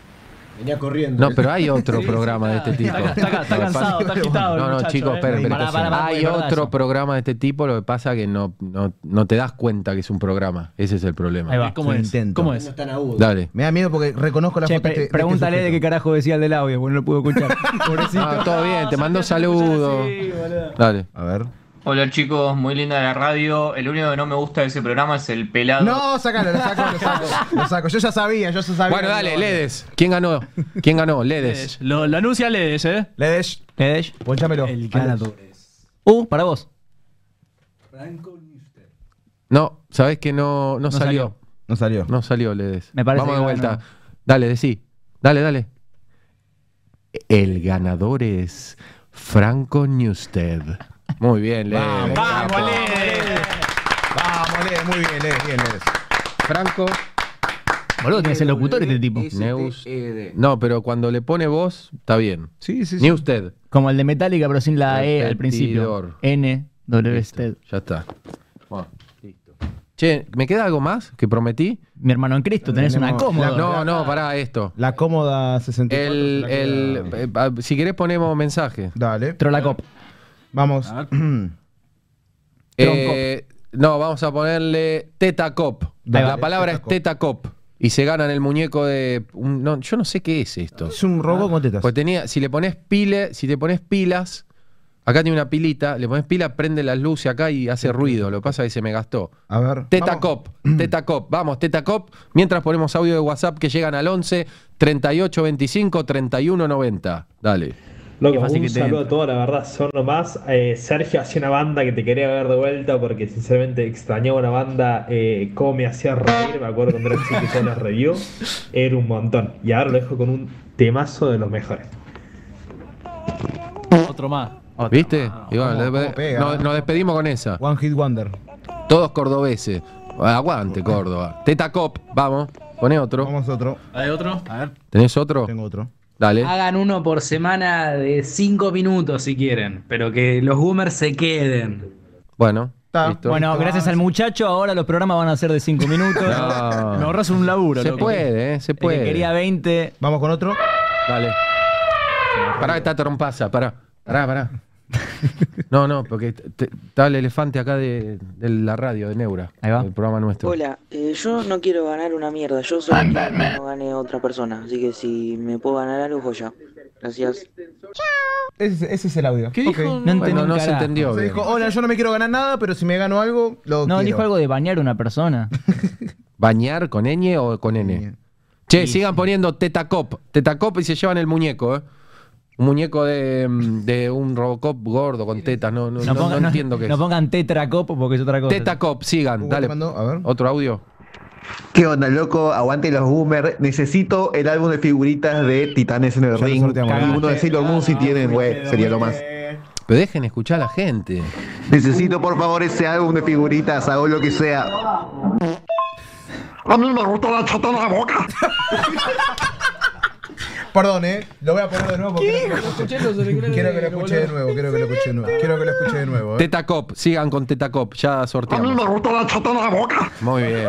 S5: Venía corriendo.
S1: No, pero hay otro programa de este tipo.
S6: está- está- está cansado, está agitado el
S1: No, no,
S6: muchacho,
S1: chicos,
S6: eh.
S1: esperen, esperen,
S6: Pará, pará, pará,
S1: Hay
S6: es verdad
S1: otro
S6: eso.
S1: programa de este tipo, lo que pasa que no, no, no te das cuenta que es un programa. Ese es el problema.
S4: Ahí va. ¿Cómo es? ¿Cómo es?
S1: Dale.
S8: Me da miedo porque reconozco la
S4: Che,
S8: foto. este-
S4: pre- pregúntale de qué carajo decía el del audio, porque no lo pudo
S1: <laughs>
S4: escuchar. Pobrecito.
S1: este Ah, todo bien, te mando saludos. Dale.
S13: A ver.
S29: Hola chicos, muy linda la radio. El único que no me gusta de ese programa es el pelado.
S8: No, sacalo, lo saco, lo saco, lo saco. Yo ya sabía, yo ya sabía.
S1: Bueno, dale, Ledes. ¿Quién ganó? ¿Quién ganó? Ledes.
S6: Ledes. Lo, lo anuncia Ledes, ¿eh?
S8: Ledes.
S4: Ledes.
S8: Ponchámelo.
S6: El
S8: ganador
S4: Uh, para vos.
S1: No, sabés que no, no,
S8: No
S1: salió.
S8: salió.
S13: No salió.
S1: No salió, Ledes.
S4: Me parece
S1: Vamos
S4: que
S1: de vuelta.
S4: ganó.
S1: Dale, decí. Dale, dale. El ganador es Franco Newsted. Muy bien, Ledes.
S8: Vamos, Ledes. Vamos, Ledes. Muy bien, Ledes. Bien, Ledes.
S1: Franco.
S4: Boludo, tenés el locutor este tipo.
S1: Neus. No, pero cuando le pone voz, está bien.
S13: Sí, E sí,
S1: Newsted.
S4: Como el de Metallica, pero sin la E al principio.
S1: Repetidor.
S4: N, W, Stead.
S1: Ya está. Che, ¿me queda algo más que prometí?
S4: Mi hermano en Cristo, tenés una
S1: Tenemos-
S4: cómoda.
S1: No, no, pará esto.
S8: La cómoda 64.
S1: El, el, eh, ah, si querés ponemos mensaje.
S8: Dale.
S4: Trolacop.
S8: Vamos.
S1: Eh, no, vamos a ponerle Teta Cop. La,
S13: Dale,
S1: palabra es teta cop. Y se ganan el muñeco de. un- no, yo no sé qué es esto.
S13: Es un robo con tetas.
S1: Porque tenía, si le pones pile, si te pones pilas, acá tiene una pilita, le pones pila, prende las luces acá y hace ruido. Lo que pasa es que se me gastó.
S13: A ver.
S1: Teta Cop, Teta Cop, vamos, Teta Cop. Mientras ponemos audio de WhatsApp que llegan al 11 38 25 31 90. Dale.
S12: Loco, un saludo a todos, la verdad, son nomás. Eh, Sergio hacía una banda que te quería ver de vuelta porque sinceramente extrañaba una banda, eh, cómo me hacía reír, me acuerdo cuando era chico y yo las review, era un montón. Y ahora lo dejo con un temazo de los mejores.
S6: Otro más.
S1: ¿Viste? Y bueno,
S13: ¿Cómo-
S1: despe-
S13: cómo pega? eh?
S1: nos, nos despedimos con esa.
S13: One Hit Wonder.
S1: Todos cordobeses. Aguante, Córdoba. Teta Cop, vamos. Poné otro. Vamos
S13: otro.
S6: ¿Hay otro? A ver.
S1: ¿Tenés otro?
S13: Tengo otro.
S1: Dale.
S4: Ah.
S16: Hagan uno por semana de 5 minutos si quieren, pero que los boomers se queden.
S1: Bueno.
S4: Bueno, gracias al muchacho, ahora los programas van a ser de
S1: <laughs>
S4: 5 minutos.
S1: No. Me ahorras
S6: un laburo,
S1: Se puede, eh, se puede.
S4: quería 20.
S13: Vamos con otro.
S1: Dale. Pará esta trompaza, pará. Pará, pará. No, no, porque te- te- está el elefante acá de, de la radio, de Neura. Ahí va. El programa nuestro.
S17: Hola, eh, yo no quiero ganar una mierda, yo solo quiero que no gane otra persona, así que si me puedo ganar algo, joya. Gracias.
S8: Ese, ese es el audio.
S4: ¿Qué dijo? No entendí un carajo.
S8: Se
S4: bien.
S8: dijo, hola, yo no me quiero ganar nada, pero si me gano algo, lo
S4: No,
S8: quiero.
S4: dijo algo de bañar a una persona.
S1: ¿Bañar con ñ o con n? Che, sigan poniendo tetacop. Tetacop y se llevan el muñeco, ¿eh? Un muñeco de, mm, de un Robocop gordo con tetas, no, no, no- no
S4: pongan-
S1: entiendo qué
S4: no
S1: es.
S4: pongan tetracop porque es otra cosa.
S1: Tetacop, sigan, dale. Otro audio.
S17: ¿Qué onda, loco? Aguante los boomers. Necesito el álbum de figuritas de Titanes en el Ring. Y uno de Sailor Moon
S13: Ah,
S17: si tienen, güey. Sería lo más.
S1: Pero dejen escuchar a la gente.
S17: Necesito, por favor, ese álbum de figuritas. Hago lo que sea.
S2: A mí me gusta la chata en la boca.
S13: Perdón, eh. Lo voy a poner de nuevo porque
S2: ¿Qué
S13: quiero que
S2: dijo?
S13: lo escuche. Quiero que lo escuche de <laughs> nuevo, quiero que lo escuche de nuevo. Quiero que lo escuche de nuevo, eh.
S1: Tetacop, sigan con Tetacop, ya
S2: A mí
S1: sorteamos.
S2: me gusta la chata en la boca.
S1: Muy bien.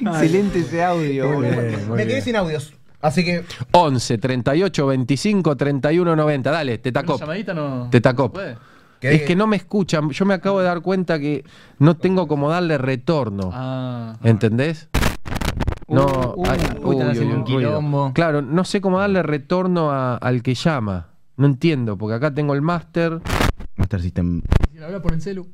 S5: Excelente ese audio.
S1: Muy
S5: boludo.
S1: bien, muy
S8: Me
S1: bien.
S8: quedé sin audios. Así que
S1: 11 38 25 31 90. Dale,
S6: Una
S1: Tetacop.
S6: llamadita no.
S1: Tetacop.
S6: puede.
S1: Es que no me escuchan. Yo me acabo de dar cuenta que no tengo como darle retorno.
S6: Ah.
S1: ¿Entendés? No,
S4: Uh,
S1: ay,
S4: uh, están haciendo un
S1: ruido.
S4: quilombo.
S1: Claro, no sé cómo darle retorno a- al que llama. No entiendo, porque acá tengo el máster.
S13: Master System.
S9: Si lo habla por el celu.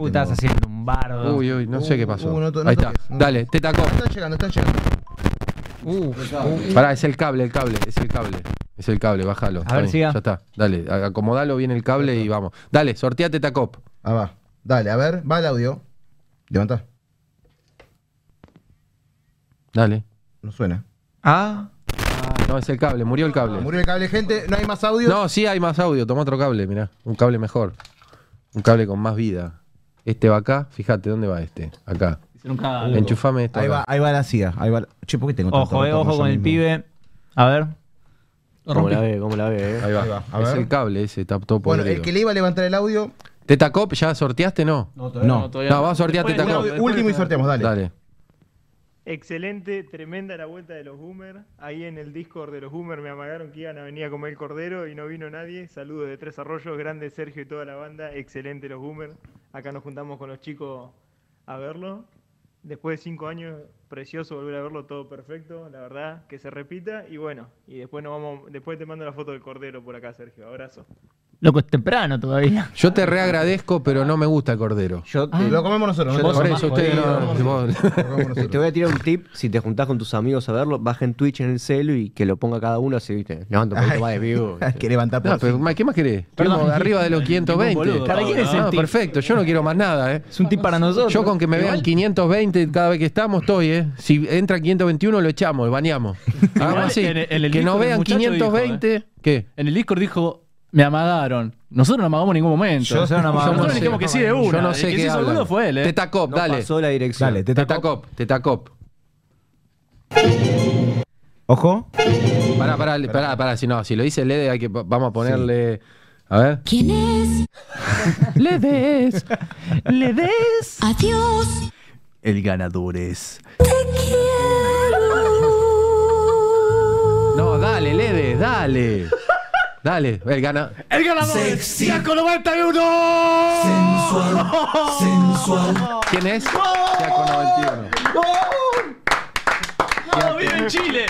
S4: Uy, estás haciendo un
S6: Ah.
S4: bardo.
S1: Uy, uy, no sé qué pasó.
S4: uh, no to- no
S1: Ahí está.
S4: toques, no.
S1: Dale, Tetacop.
S8: están llegando, están llegando.
S1: Pará, es el cable, el cable, es el cable. Es el cable, bájalo. Está
S4: ver,
S1: bien,
S4: siga.
S1: Ya está. Dale, a- acomodalo bien el cable y vamos. Dale, sorteate Tacop.
S13: Ah, va. Dale, a ver, va el audio. Levanta.
S1: Dale.
S13: No suena.
S1: Ah. No, es el cable, murió el
S13: Ah,
S1: cable.
S8: Murió el cable, gente. No hay más audio.
S1: No, sí hay más audio, toma otro cable, mirá. Un cable mejor. Un cable con más vida. Este va acá, fíjate, ¿dónde va este? Acá. Uh.
S4: Hicieron cada-
S1: Enchufame esto.
S13: Ahí
S1: acá.
S13: va, ahí va la CIA. Ahí va la- Che, ¿por qué tengo tanto
S4: Ojo, eh,
S13: retorno
S4: ojo
S13: yo
S4: con el
S13: mismo?
S4: pibe. A ver.
S5: ¿Cómo la ve? ¿Cómo la ve? eh?
S1: Ahí va.
S13: Ahí va, a
S1: Es
S13: ver.
S1: el cable ese, está todo
S13: Bueno,
S1: podrido.
S13: el que le iba a levantar el audio.
S1: ¿Tetacop ya sorteaste no?
S13: No, todavía no, todavía no.
S1: vamos a sortear
S13: Después del
S1: Tetacop.
S13: audio, después Último y del- sorteamos, dale.
S1: Dale.
S18: Excelente, tremenda la vuelta de los Boomer. Ahí en el Discord de los Boomer me amagaron que iban a venir a comer el cordero y no vino nadie. Saludos de Tres Arroyos, grande Sergio y toda la banda. Excelente los Boomer. Acá nos juntamos con los chicos a verlo. Después de cinco años, precioso volver a verlo, todo perfecto, la verdad, que se repita. Y bueno, y después nos vamos, después te mando la foto del cordero por acá, Sergio. Abrazo.
S4: Loco, es temprano todavía. <laughs>
S1: Yo te reagradezco, pero no me gusta el cordero.
S8: Lo comemos nosotros.
S5: Yo
S8: no
S5: te-
S1: Por
S8: pasa
S1: eso
S8: nada.
S1: ustedes no. vos-
S5: <laughs> Te, te voy a tirar un tip, si te juntás con tus amigos a verlo, baja en Twitch en el celu y que lo ponga cada uno así, ¿viste? Levanta un poquito más
S13: <laughs>
S5: de vivo.
S13: que levantar
S1: No, Ah, pero ma- ¿qué más querés?
S5: Perdón.
S1: Estamos arriba de los
S6: <laughs>
S5: Ningún
S1: 520.
S5: boludo. ¿Para quién es el
S1: No,
S5: tip?
S1: perfecto, yo no quiero más nada, ¿eh? Es
S4: un tip para nosotros.
S1: Yo con que me vean
S4: Igual-
S1: 520 cada vez que estamos, estoy, ¿eh? Si entra 521 lo echamos, lo baneamos.
S6: <laughs>
S1: Hagamos
S6: Igual
S1: así.
S6: en el- en el
S1: que
S6: disco
S1: nos
S6: del
S1: vean
S6: muchacho dijo,
S1: 520.
S6: eh.
S1: ¿Qué?
S6: En el Discord dijo, me amagaron. Nosotros no amagamos en ningún momento.
S1: Yo no sé.
S6: <laughs> Nosotros dijimos que sí de una.
S1: Yo no sé
S6: El que
S1: qué
S6: se hizo
S1: hablan.
S6: boludo fue él, eh.
S1: Tetacop,
S6: No
S1: dale.
S6: pasó
S5: la dirección.
S1: Dale, Tetacop, Tetacop.
S13: Ojo.
S1: Pará, pará, pará, pará, si no, si lo dice Lede hay que vamos a ponerle a ver.
S2: ¿Quién
S1: <laughs>
S2: es?
S1: Le des.
S2: Le des. Adiós.
S14: El ganador es.
S1: No, dale, Lede, dale. Dale, el gana.
S2: El ganador es Tiago 91. Sensual.
S1: Sensual. ¿Quién es? Tiago 91.
S6: No, vive en Chile.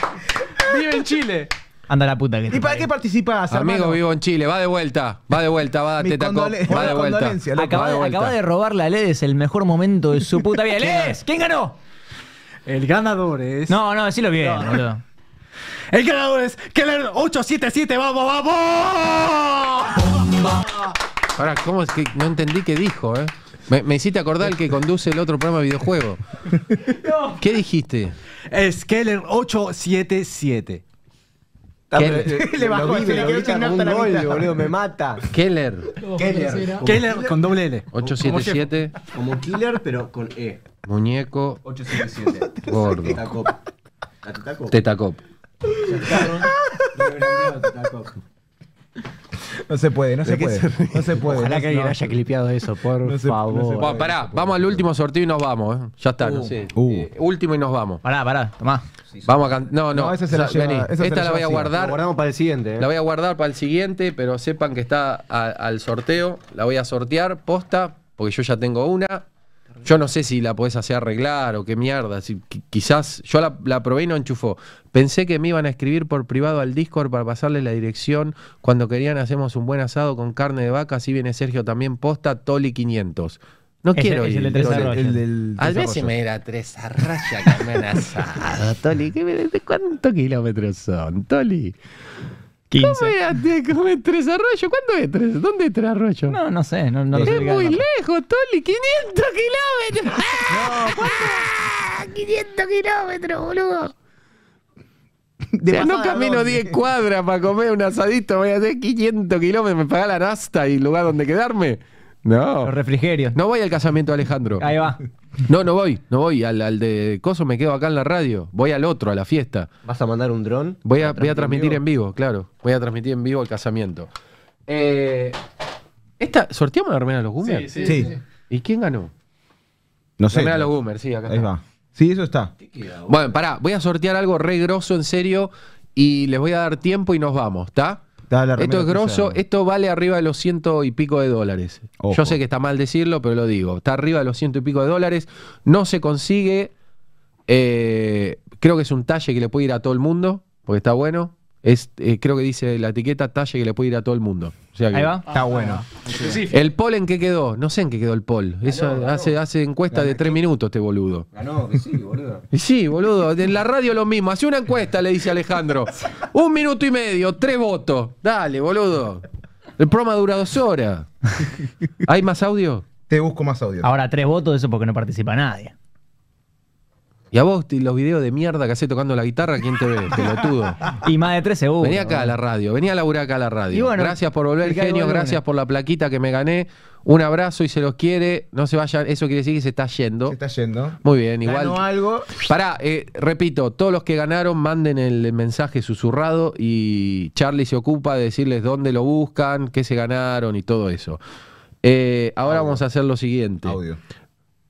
S6: Vive en Chile.
S4: Anda la puta que te
S8: ¿Y para qué participas,
S1: Amigo vivo en Chile, va de vuelta, va de vuelta, va
S8: Mis
S1: de taco, va
S8: condole-
S1: de vuelta.
S8: condolencias,
S1: Va
S8: loco.
S1: de
S4: Acaba, de-
S1: vuelta.
S4: acaba de robarle a Ledes el mejor momento de su puta
S6: <laughs>
S4: vida. ¡Ledes! ¿Quién ganó?
S15: El ganador es.
S4: No, no, decilo bien, boludo.
S15: El ganador es Keller 877. ¡Vamos, vamos!
S1: Ahora, ¿cómo es que no entendí qué dijo, eh? Me, me hiciste acordar el que conduce el otro programa de videojuego. ¿Qué dijiste?
S15: Es Keller 877.
S1: Keller.
S8: Le bajó, se le quedó sin nafta la mitad.
S5: me <laughs> mata.
S1: Keller.
S5: Keller.
S15: Keller con doble L.
S1: 877,
S5: Como killer, pero con E.
S1: muñeco
S5: <laughs> 877.
S1: Gordo.
S5: Tetacop. La Tetacop.
S1: tetacop.
S13: No se puede, no se
S8: ¿De qué
S13: puede.
S8: se ríe?
S13: No se puede. no
S8: Ojalá que
S13: se-
S8: alguien
S13: no.
S8: haya
S4: clipeado eso, por
S13: No se- no favor. se-
S1: Bueno, pará, vamos al último sorteo y nos vamos, eh. Ya
S13: Uh,
S1: está, no sé. Eh, último y nos vamos.
S4: Pará, pará, tomá.
S1: Vamos a cantar. No, no,
S13: No, esa se la
S1: sa-
S13: lleva-
S1: vení.
S13: esa se la
S1: Esta la
S13: lleva
S1: voy a
S13: así.
S1: guardar.
S5: Lo guardamos para el siguiente. eh.
S1: La voy a guardar para el siguiente, pero sepan que está a- al sorteo. La voy a sortear posta, porque yo ya tengo una. Yo no sé si la podés hacer arreglar o qué mierda. Si, qui- quizás yo la, la probé y no enchufó. Pensé que me iban a escribir por privado al Discord para pasarle la dirección. Cuando querían hacemos un buen asado con carne de vaca. Así viene Sergio también posta, Toli 500. No
S4: Ese-
S1: quiero
S4: ese es
S1: ir.
S4: el de tres
S1: Toli.
S4: arroyos.
S1: Al veces me era tres arrayas que me han asado, <laughs> Toli. ¿Qué me- de ¿Cuántos kilómetros son, Toli?
S4: 15.
S1: ¿Cómo era de comer tres arroyos? ¿Cuánto es tres? ¿Dónde es tres arroyos?
S4: No, no sé, no, no lo sé.
S1: es muy lejos, Toli. 500
S4: <laughs>
S1: kilómetros. ¡Ah! 500 kilómetros, boludo. O sea, no
S8: pasada,
S1: camino
S8: ¿dónde?
S1: 10 cuadras para comer un asadito. Voy a hacer 500 kilómetros. ¿Me paga la nasta y lugar donde quedarme? No.
S4: Los refrigerios.
S1: No voy al casamiento de Alejandro.
S4: Ahí va.
S1: No, no voy. No voy. Al, al de Coso me quedo acá en la radio. Voy al otro, a la fiesta.
S5: ¿Vas a mandar un dron?
S1: Voy a, voy a transmitir en vivo, claro. Voy a transmitir en vivo el casamiento. Eh, ¿Esta sorteamos la remera de los Goomers?
S13: Sí, sí, Sí. sí.
S1: ¿Y quién ganó?
S13: No sé.
S1: Remera de los Goomers, sí, acá
S13: Ahí
S1: está.
S13: va. Sí, eso está.
S1: Bueno, pará, voy a sortear algo re grosso, en serio, y les voy a dar tiempo y nos vamos, ¿está?
S13: Está la
S1: Esto
S13: remera
S1: es grosso,
S13: tuya.
S1: esto vale arriba de los ciento y pico de dólares.
S13: Ojo.
S1: Yo sé que está mal decirlo, pero lo digo. Está arriba de los ciento y pico de dólares. No se consigue. eh, creo que es un talle que le puede ir a todo el mundo, porque está bueno. Es, eh, creo que dice la etiqueta talle que le puede ir a todo el mundo. O sea que-
S4: Ahí va.
S13: Está bueno.
S6: Específico.
S1: ¿El poll en qué quedó? No sé en qué quedó el poll.
S4: Ah,
S1: Eso hace, hace encuesta de tres minutos este boludo.
S5: Ganó, que sí, boludo.
S1: Y sí, boludo, en la radio lo mismo. Hace una encuesta, le dice Alejandro. Un minuto y medio, tres votos. Dale, boludo. El programa dura dos horas. ¿Hay más audio?
S13: Te busco más audio.
S4: Ahora tres votos, eso porque no participa nadie.
S1: Y a vos, t- los videos de mierda que haces tocando la guitarra, ¿quién te ve? Pelotudo.
S4: Y más de tres segundos.
S1: Vení acá a la radio, vení a laburar acá a la radio.
S4: Y bueno,
S1: gracias por volver,
S4: me caigo
S1: genio.
S4: el lunes.
S1: Gracias por la plaquita que me gané. Un abrazo y se los quiere. No se vayan. Eso quiere decir que se está yendo.
S13: Se está yendo.
S1: Muy bien, igual.
S8: Ganó algo.
S1: Pará, eh, repito, todos los que ganaron manden el mensaje susurrado y Charlie se ocupa de decirles dónde lo buscan, qué se ganaron y todo eso. Eh, ahora vamos a hacer lo siguiente.
S13: Audio.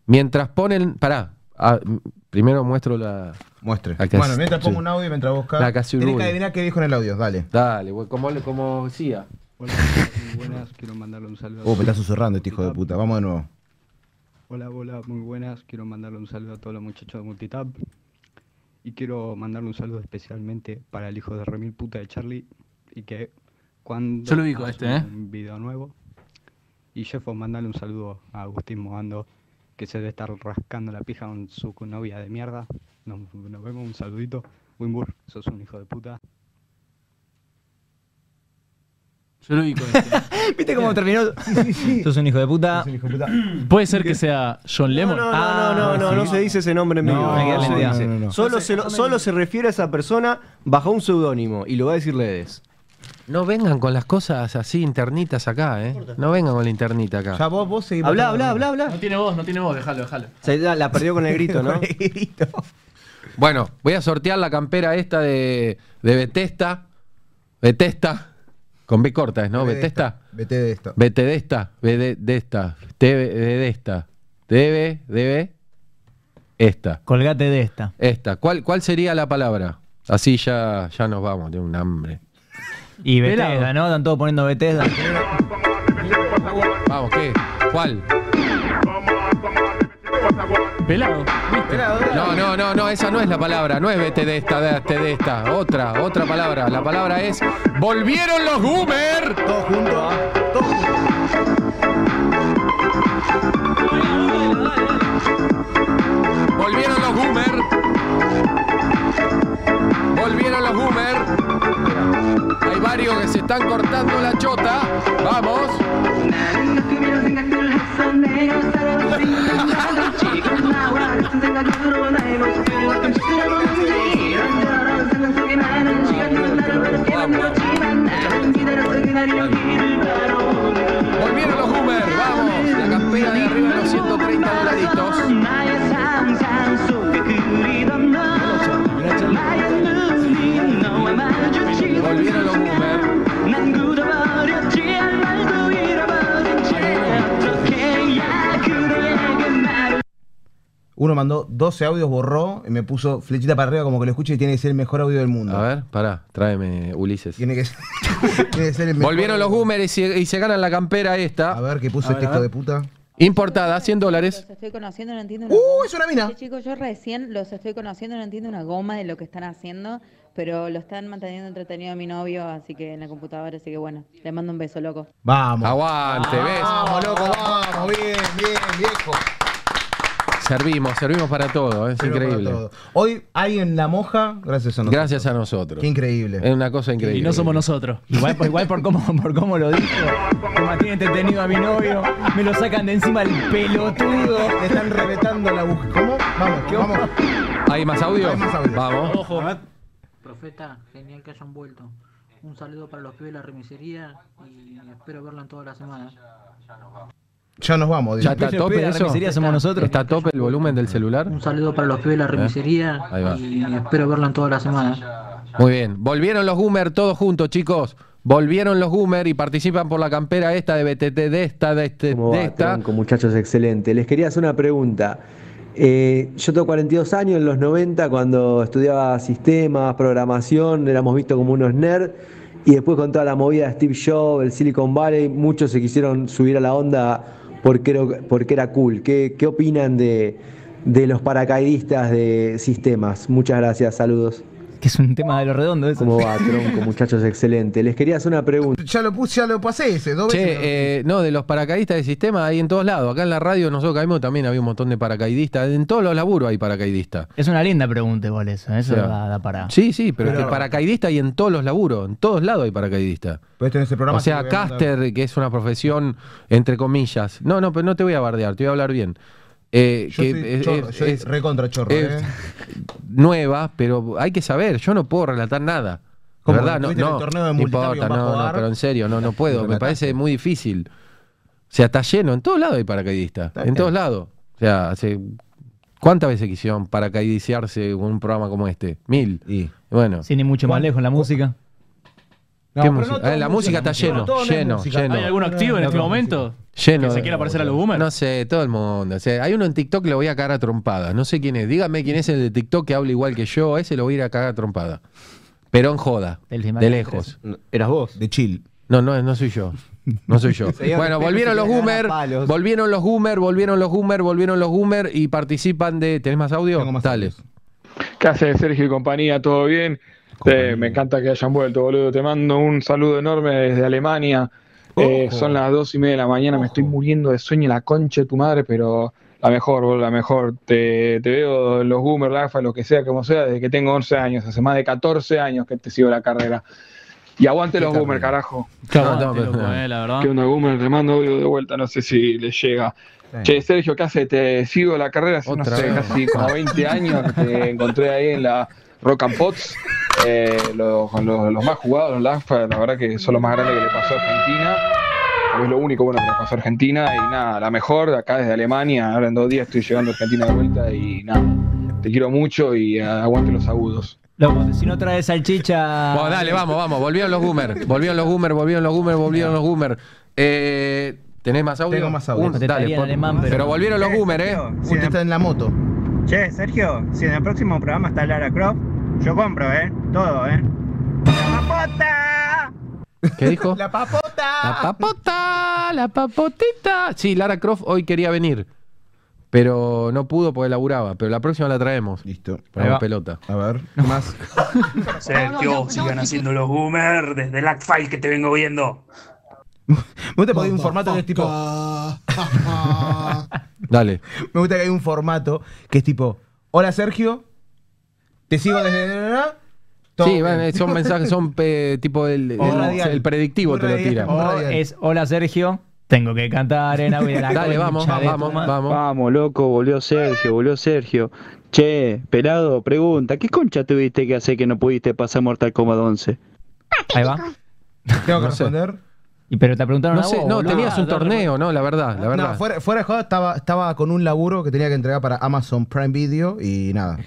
S1: Mientras ponen. Pará, ah, m- primero muestro la.
S13: Muestre.
S1: Acá
S13: bueno,
S1: es-
S13: mientras pongo
S1: sí.
S13: un audio y mientras busca.
S1: La casi un
S13: Tenés que
S1: uno.
S13: adivinar qué dijo en el audio. Dale.
S1: Dale, güey, como, como decía.
S7: Hola, muy buenas, quiero mandarle un saludo. a
S13: Oh, me
S7: todos-
S13: está susurrando este hijo de puta. Vamos de nuevo.
S7: Hola, hola, muy buenas, quiero mandarle un saludo a todos los muchachos de Multitap. Y quiero mandarle un saludo especialmente para el hijo de Remil puta de Charlie. Y que cuando.
S6: Yo lo ubico a este,
S7: hacen
S6: ¿eh?
S7: Un video nuevo. Y Jeffo, mandarle un saludo a Agustín Mogando, que se debe estar rascando la pija con su novia de mierda. Nos, nos vemos, un saludito. Wimbur, sos un hijo de puta.
S6: Yo lo ubico a este.
S4: ¿Viste cómo
S5: <laughs>
S4: terminó? Sos un hijo de puta.
S6: Puede ser que sea John
S5: No,
S6: Lemon.
S5: no, no,
S4: Ah,
S5: no, no, no,
S4: sí.
S5: no se dice ese nombre en
S13: No,
S5: vivo.
S13: me quedé
S5: No se
S13: pendiente.
S5: dice.
S13: No, no, no.
S5: Solo, se, lo- solo se refiere a esa persona bajo un seudónimo y lo va a decir Ledes.
S1: No vengan con las cosas así internitas acá, ¿eh? No vengan con la internita acá.
S13: Ya vos, vos seguís.
S5: Habla, habla, habla, habla.
S6: No tiene voz, no tiene voz, déjalo, déjalo.
S5: Se la, la perdió con el grito, ¿no?
S1: Bueno, voy a sortear la campera esta de, de Bethesda. Bethesda. Con B corta es, ¿no?
S13: Vete de
S1: Bethesda.
S13: esta. Vete de esto.
S1: Bethesda. Bethesda. TV, de esta. TV, DB. Esta.
S4: Colgate de esta.
S1: Esta. ¿Cuál, ¿Cuál sería la palabra? Así ya, ya nos vamos, tengo un hambre.
S4: Y Bethesda, ¿no? Están todos poniendo Bethesda.
S1: Vamos, ¿qué? ¿Cuál?
S6: Pelado.
S1: No, no, no, no, esa no es la palabra. No es vete de esta, date de esta. Otra, otra palabra. La palabra es ¡Volvieron los Goomer! Todos juntos. Volvieron los Goomer. Volvieron los Goomer. Hay varios que se están cortando la chota. Vamos. Volvieron los Goomer. Vamos. La campera de arriba de los 130 dolaritos. Volvieron los Goomer.
S8: Uno mandó 12 audios, borró y me puso flechita para arriba como que lo escuche y tiene que ser el mejor audio del mundo.
S1: A ver, pará, tráeme Ulises.
S8: Tiene que ser, <laughs> tiene que ser el mejor.
S1: Volvieron los Goomer y se, y se ganan la campera esta. A
S8: ver, ¿qué puso este hijo de puta?
S1: Importada, 100 dólares.
S3: Los estoy conociendo, no entiendo una
S8: ¡Uh,
S3: goma.
S8: es una mina!
S3: Sí, chicos, yo recién los estoy conociendo, no entiendo una goma de lo que están haciendo, pero lo están manteniendo entretenido a mi novio, así que en la computadora, así que bueno, le mando un beso, loco.
S8: Vamos.
S1: Aguante, ¿ves?
S8: Vamos, loco, vamos. Bien, bien, viejo.
S1: Servimos, servimos para todo, es
S8: Pero para
S1: increíble.
S8: todo. Hoy alguien la moja gracias a nosotros.
S1: Gracias a nosotros.
S8: Qué increíble.
S1: Es una cosa increíble.
S4: Y no somos nosotros. Igual, por- igual por, cómo, por cómo lo dijo. Me mantiene entretenido a mi novio. Me lo sacan de encima el pelotudo.
S8: Le están rebetando la busca. ¿Cómo? Vamos, vamos.
S1: ¿Hay más audio?
S8: Hay más audio.
S1: Vamos.
S6: Ojo.
S30: Profeta, genial que hayan vuelto. Un saludo para los pibes de la remisería y espero verlo en toda la semana.
S8: Ya nos vamos.
S1: ¿Ya
S8: dice.
S1: está a tope eso?
S4: somos nosotros.
S1: ¿Está a tope el volumen del celular?
S30: Un saludo para los pibes de la remisería
S1: Ahí va.
S30: y espero verlo en toda la semana.
S1: Muy bien. Volvieron los Goomer todos juntos, chicos. Volvieron los Goomer y participan por la campera esta de BTT, de esta, de, este, de esta.
S20: Con muchachos, excelente. Les quería hacer una pregunta. Eh, yo tengo 42 años, en los 90, cuando estudiaba sistemas, programación, éramos vistos como unos nerds. Y después con toda la movida de Steve Jobs, el Silicon Valley, muchos se quisieron subir a la onda porque era, porque era cool. ¿Qué, qué opinan de, de los paracaidistas de sistemas? Muchas gracias, saludos.
S4: Que es un tema de lo redondo eso.
S20: ¿Cómo va, tronco, muchachos? Excelente. Les quería hacer una pregunta.
S8: Ya lo puse, ya lo pasé ese, dos veces.
S1: Che, eh, no, de los paracaidistas de sistema hay en todos lados. Acá en la radio nosotros caímos también había un montón de paracaidistas. En todos los laburos hay paracaidistas.
S4: Es una linda pregunta igual eso. ¿eh? Eso
S1: Sí.
S4: da, da para...
S1: Sí, sí, pero,
S4: Ah. Pero-
S1: es que paracaidista hay en todos los laburos, en todos lados hay paracaidista.
S8: Pero esto en ese programa
S1: o sea,
S8: se lo voy a mandar.
S1: caster, que es una profesión, entre comillas. No, no, pero no te voy a bardear, te voy a hablar bien. Eh,
S8: Yo
S1: que
S8: soy
S1: es-
S8: chorro,
S1: es-
S8: soy
S1: es
S8: recontra chorro,
S1: es
S8: ¿eh?
S1: nueva, pero hay que saber, yo no puedo relatar nada. De
S8: ¿Cómo?
S1: verdad, no,
S8: ¿Estuviste en
S1: no,
S8: el torneo de
S1: no
S8: multicambio
S1: importa,
S8: bajo
S1: no, no,
S8: bar?
S1: pero en serio, no, no puedo, me
S8: relataste.
S1: parece muy difícil. O sea, está lleno, en todos lados hay paracaidistas, en todos lados. O sea, hace- ¿cuántas veces quisieron paracaidiciarse con un programa como este? Mil.
S8: Y
S1: bueno.
S4: Sin ir mucho más lejos en la música.
S1: ¿Qué música? Eh, la música está lleno, lleno, lleno.
S6: ¿Hay alguno activo en este momento?
S1: Lleno
S6: ¿Que se
S1: de-
S6: quiera parecer a los boomers?
S1: No sé, todo el mundo. O sea, hay uno en TikTok que lo voy a cagar a trompada. No sé quién es. Dígame quién es el de TikTok que habla igual que yo. Ese lo voy a ir a cagar a trompada. Pero en joda.
S4: El de
S1: de
S4: Mario
S1: lejos.
S5: Eras vos.
S8: De chill.
S1: No, no, no soy yo. No soy yo.
S5: Señor,
S1: bueno,
S5: espero
S1: volvieron
S5: que
S1: los
S5: le ganan
S1: Goomer.
S5: a palos.
S1: Volvieron los Goomer, volvieron los Goomer, volvieron los Goomer y participan de. ¿Tenés más audio? Dale.
S11: ¿Qué hace Sergio y compañía? ¿Todo bien? Eh, me encanta que hayan vuelto, boludo. Te mando un saludo enorme desde Alemania. Eh, son las dos y media de la mañana, me estoy muriendo de sueño, la concha de tu madre, pero la mejor, boludo, la mejor. Te, te veo en los Boomer, Rafa, lo que sea, como sea, desde que tengo 11 años, hace más de 14 años que te sigo la carrera. Y aguante los Boomer, carajo.
S1: No, no,
S6: Ah,
S1: pero-
S11: ¿Qué onda, Boomer? Te mando audio de vuelta, no sé si le llega. Che, Sergio, ¿qué hace? Te sigo la carrera hace, no
S1: Otra
S11: sé,
S1: vez.
S11: casi
S1: <laughs>
S11: como 20 años que te encontré ahí en la Rock and Pots. eh, los, los- los más jugados, los LAFA, la verdad que son los más grandes que le pasó a Argentina. Porque Es lo único bueno que le pasó a Argentina. Y nada, la mejor, de acá desde Alemania. Ahora en dos días estoy llegando a Argentina de vuelta. Y nada, te quiero mucho y ah, aguante los agudos.
S4: Loco, si no traes salchicha...
S1: Bueno, dale, vamos, vamos. Volvieron los Goomer. Volvieron los Goomer, volvieron los Goomer, volvieron los Goomer. Eh, ¿Tenés más audio?
S8: Tengo más audio.
S1: Un-
S8: Te
S1: dale,
S8: estaría en
S1: pon-
S8: alemán,
S1: pero...
S8: pero-
S1: volvieron los Goomer, ¿eh?
S8: Usted está en la moto.
S25: Che, Sergio, si en el próximo programa está Lara Croft, yo compro, ¿eh? Todo, ¿eh? ¡Capota!
S1: ¿Qué dijo?
S8: La papota.
S1: La papota, la papotita. Sí, Lara Croft hoy quería venir. Pero no pudo porque laburaba. Pero la próxima la traemos.
S13: Listo.
S1: Ponemos
S13: Ahí va.
S1: pelota.
S13: A ver, ¿qué más?
S10: Sergio, sigan haciendo los boomer desde el File que te vengo viendo.
S8: <laughs> Me gusta porque hay un formato que es tipo.
S18: <laughs>
S1: Dale.
S8: Me gusta que hay un formato que es tipo. Hola Sergio. Te sigo desde. <laughs> Todo
S1: Sí,
S8: bien.
S1: bueno, son mensajes, son eh, tipo el, el-
S8: O radial.
S1: el predictivo
S8: Muy
S1: te lo
S8: radial,
S1: tira.
S8: muy
S4: O es hola Sergio, tengo que cantar en agua de la
S1: <laughs> Dale,
S4: concha
S1: vamos,
S4: de
S1: vamos,
S4: tu
S1: vamos,
S4: madre.
S1: vamos.
S20: Ah,
S26: Vamos, loco, volvió Sergio, volvió Sergio. Che, pelado, pregunta, ¿qué concha tuviste que hacer que no pudiste pasar Mortal Kombat 11?
S4: Ahí va.
S8: <laughs> Tengo que responder.
S4: Y pero te preguntaron
S1: No
S4: a
S1: sé,
S4: vos,
S1: no,
S4: boludo.
S1: tenías un
S4: Ah, dale,
S1: torneo, ¿no? La verdad, la verdad.
S8: No, fuera, fuera de joda estaba, estaba con un laburo que tenía que entregar para Amazon Prime Video y nada.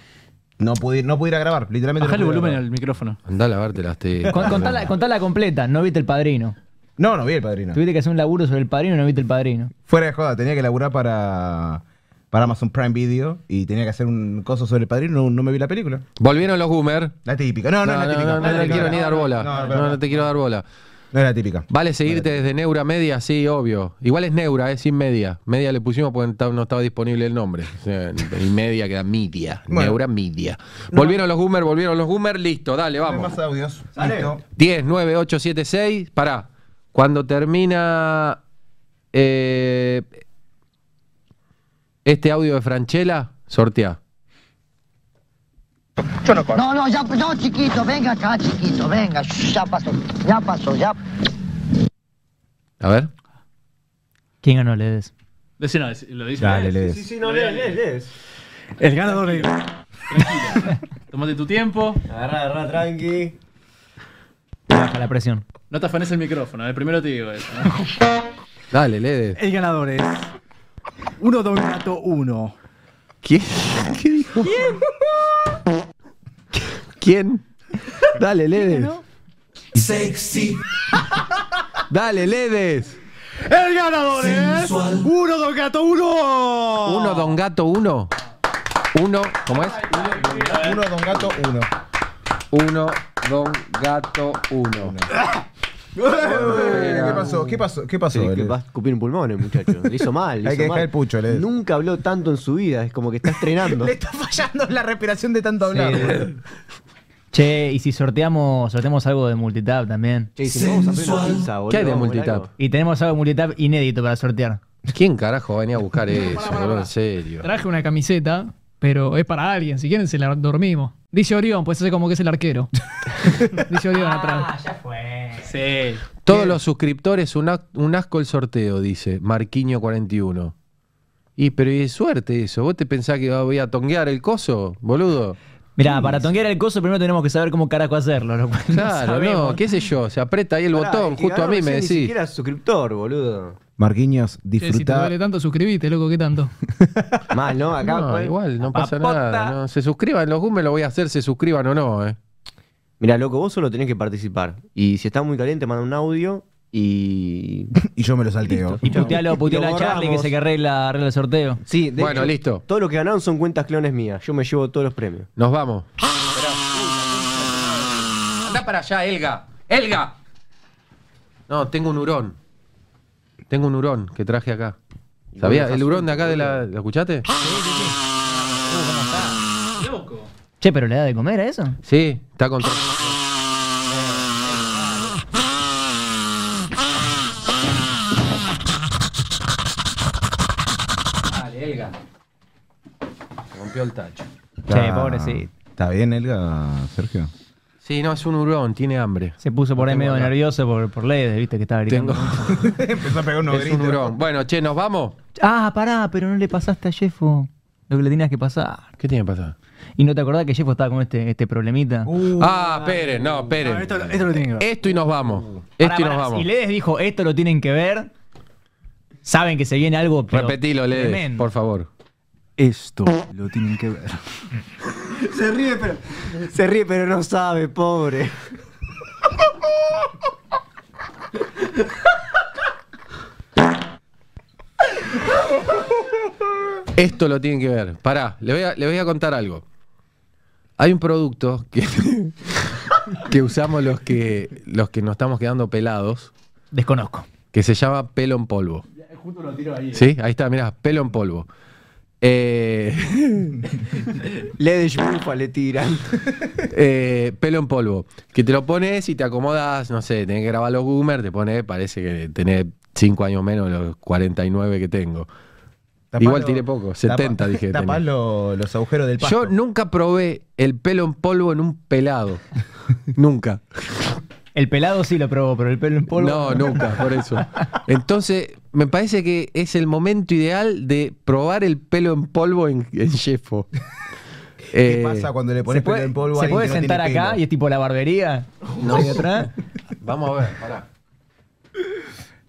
S8: No pude, ir- no pude ir a grabar, literalmente.
S4: Bajale
S8: no pude ir a
S4: volumen
S8: grabar.
S4: al micrófono.
S1: Andá a lavarte las tetas.
S4: Con- contala, contala completa, no viste el padrino.
S8: No, no vi el padrino.
S4: Tuviste que hacer un laburo sobre el padrino, no viste el padrino.
S8: Fuera de joda, tenía que laburar para, para Amazon Prime Video y tenía que hacer un coso sobre el padrino. No, no me vi la película.
S1: Volvieron los Goomer.
S8: La típica. No, no, es la típica.
S1: No, no,
S8: Es la
S1: te
S8: típica.
S1: quiero ni dar bola.
S8: No,
S1: No,
S8: no,
S1: no te quiero dar bola.
S8: No era típica.
S1: Vale seguirte desde Neura Media, sí, obvio. Igual es Neura, es sin media. Media le pusimos porque ta- no estaba disponible el nombre. O sea, Y media queda media.
S8: Bueno.
S1: Neura Media. Volvieron los Goomer, volvieron los Goomer, listo, dale,
S8: No hay
S1: vamos.
S8: más audios. Listo.
S1: 10, 9, 8, 7, 6. Pará. Cuando termina eh, este audio de Franchella, sortea.
S27: No, no, ya, no, chiquito, venga acá, chiquito, venga, shh, ya pasó, ya pasó, ya.
S1: A ver.
S4: ¿Quién ganó Ledes?
S6: Decí, no, decí- lo dice.
S4: Dale,
S6: Lees.
S4: lees.
S6: Sí, sí, sí, no, lees, lees, lees.
S4: El ganador es.
S6: Tomate tu tiempo.
S5: Agarra, agarra, tranqui.
S4: Baja la presión.
S6: No te afanes el micrófono, el primero te digo eso.
S1: Dale, Lede.
S15: El ganador es. Uno Dominato 1.
S1: ¿Quién? ¿Qué dijo? ¿Quién? Dale, Ledes.
S2: Sexy.
S1: Dale, Ledes.
S2: El ganador es. Uno, dos gato, uno.
S1: Uno, Don Gato, uno. Uno, ¿cómo es?
S8: Uno, Don Gato, uno.
S1: Uno, Don Gato, uno.
S8: Eh, ¿Qué pasó? ¿Qué pasó? ¿Qué pasó?
S5: Sí, que
S8: Lele?
S5: va a escupir un pulmón el muchacho. Le hizo mal. le
S8: Hay
S5: hizo
S8: que dejar
S5: mal.
S8: el pucho, Lele.
S5: Nunca habló tanto en su vida. Es como que
S6: <laughs>
S5: está estrenando.
S8: Le está fallando la respiración de tanto
S4: <laughs>
S8: hablar. boludo.
S4: Che, y si sorteamos, sorteamos algo de multitap también.
S5: Che, si vamos a hacer una pizza, boludo.
S1: ¿Qué hay de
S5: vamos a comer
S1: multitap?
S5: algo.
S4: Y tenemos algo de multitap inédito para sortear.
S1: ¿Quién carajo venía a buscar eso, boludo? En serio.
S9: Traje una camiseta, pero es para alguien. Si quieren, se la dormimos. Dice Orión, pues hace como que es el arquero. <laughs> Dice Orión atrás.
S6: Sí.
S1: Todos los suscriptores, un, ac- un asco el sorteo, dice Marquiño41. Y, pero es suerte eso. ¿Vos te pensás que ah, voy a tonguear el coso, boludo?
S4: Mirá, para tonguear el coso primero tenemos que saber cómo carajo hacerlo. lo <laughs> cual no
S1: Claro, no,
S4: sabemos.
S1: qué sé yo. Se aprieta ahí el
S5: Pará,
S1: botón,
S5: el que
S1: justo a
S5: ganó
S1: mí me
S5: recién Ni
S1: decís.
S5: siquiera es suscriptor, boludo.
S8: Marquinhos,
S9: Che, si te
S8: disfrutá.
S9: duele tanto, suscribite, loco, ¿qué tanto?
S5: Mal, ¿no? Acá.
S1: <laughs> No,
S5: pues, pon-
S1: igual, no pasa
S5: papota.
S1: nada. no. Se suscriban, los me lo voy a hacer, se suscriban o no, eh.
S5: Mira, loco, vos solo tenés que participar. Y si está muy caliente, manda un audio y.
S8: Y yo me lo salteo.
S4: <laughs> Y putealo, putealo
S5: Lo
S4: a Charlie que
S5: borramos.
S4: es el que arregla, arregla el sorteo.
S5: Sí, de
S1: Bueno,
S5: hecho,
S1: listo.
S5: Todo lo que ganaron son cuentas clones mías. Yo me llevo todos los premios.
S1: Nos vamos. Anda para allá, Elga. Elga. No, tengo un hurón. Tengo un hurón que traje acá. ¿Sabía? El hurón de acá de la. ¿Lo escuchaste?
S4: Che, pero le da de comer a eso.
S1: Sí, está con. tra- Dale, Elga. Rompió el tacho.
S4: Che, pobrecito.
S8: ¿Está bien, Elga, Sergio?
S1: Sí, no, es un hurón, tiene hambre.
S4: Se puso por ahí medio nervioso por, por Ledes, viste que estaba gritando.
S1: Tengo.
S8: <laughs> Empezó a pegar unos
S1: es un
S8: gritos.
S1: hurón. Bueno, che, ¿nos vamos?
S4: Ah, pará, pero no le pasaste a Jeffo lo que le tenías que pasar.
S1: ¿Qué tiene que pasar?
S4: Y no te acordás que Jeffo estaba con este, este problemita.
S8: Uh,
S1: Ah, esperen, no, esperen.
S15: No,
S1: esto,
S15: esto- esto lo tienen que ver.
S1: y nos vamos. Esto y
S4: Pará,
S1: nos
S4: pará,
S1: vamos.
S4: Si Ledes dijo, esto lo tienen que ver, saben que se viene algo pero
S1: Repetilo, Lede,
S4: tremendo.
S1: por favor.
S15: Esto lo tienen que ver.
S5: Se ríe, pero. Se ríe, pero no sabe, pobre.
S1: Esto lo tienen que ver. Pará, le voy a, le voy a contar algo. Hay un producto que. <laughs> que usamos los que, los que nos estamos quedando pelados.
S4: Desconozco.
S1: Que se llama pelo en polvo.
S6: Justo lo tiro ahí. eh.
S1: ¿Sí? Ahí está, mirá, pelo en polvo. Eh, <laughs>
S5: Le de chupa
S4: <laughs>
S5: le tiran.
S1: eh, pelo en polvo. Que te lo pones y te acomodas, no sé, tenés que grabar los boomers, te pones, parece que tenés 5 años menos de los 49 que tengo.
S8: Tapá
S1: Igual
S8: lo-
S1: tiré poco,
S8: tapa-
S1: 70 dije. que
S8: Tapás
S1: tenía.
S8: lo- los agujeros del pasto.
S1: Yo nunca probé el pelo en polvo en un pelado. <laughs> nunca.
S4: El pelado sí lo probó, pero el pelo en polvo.
S1: No, nunca, por eso. Entonces, me parece que es el momento ideal de probar el pelo en polvo en, en Jeffo.
S8: ¿Qué
S1: Eh,
S8: pasa cuando le pones
S4: ¿Se puede-
S8: pelo en polvo a
S4: ¿Se
S8: alguien
S4: puede
S8: que no
S4: sentar
S8: tiene
S4: acá
S8: pelo?
S4: y es tipo la barbería?
S1: No.
S4: Ahí atrás.
S1: Vamos a ver, pará. No,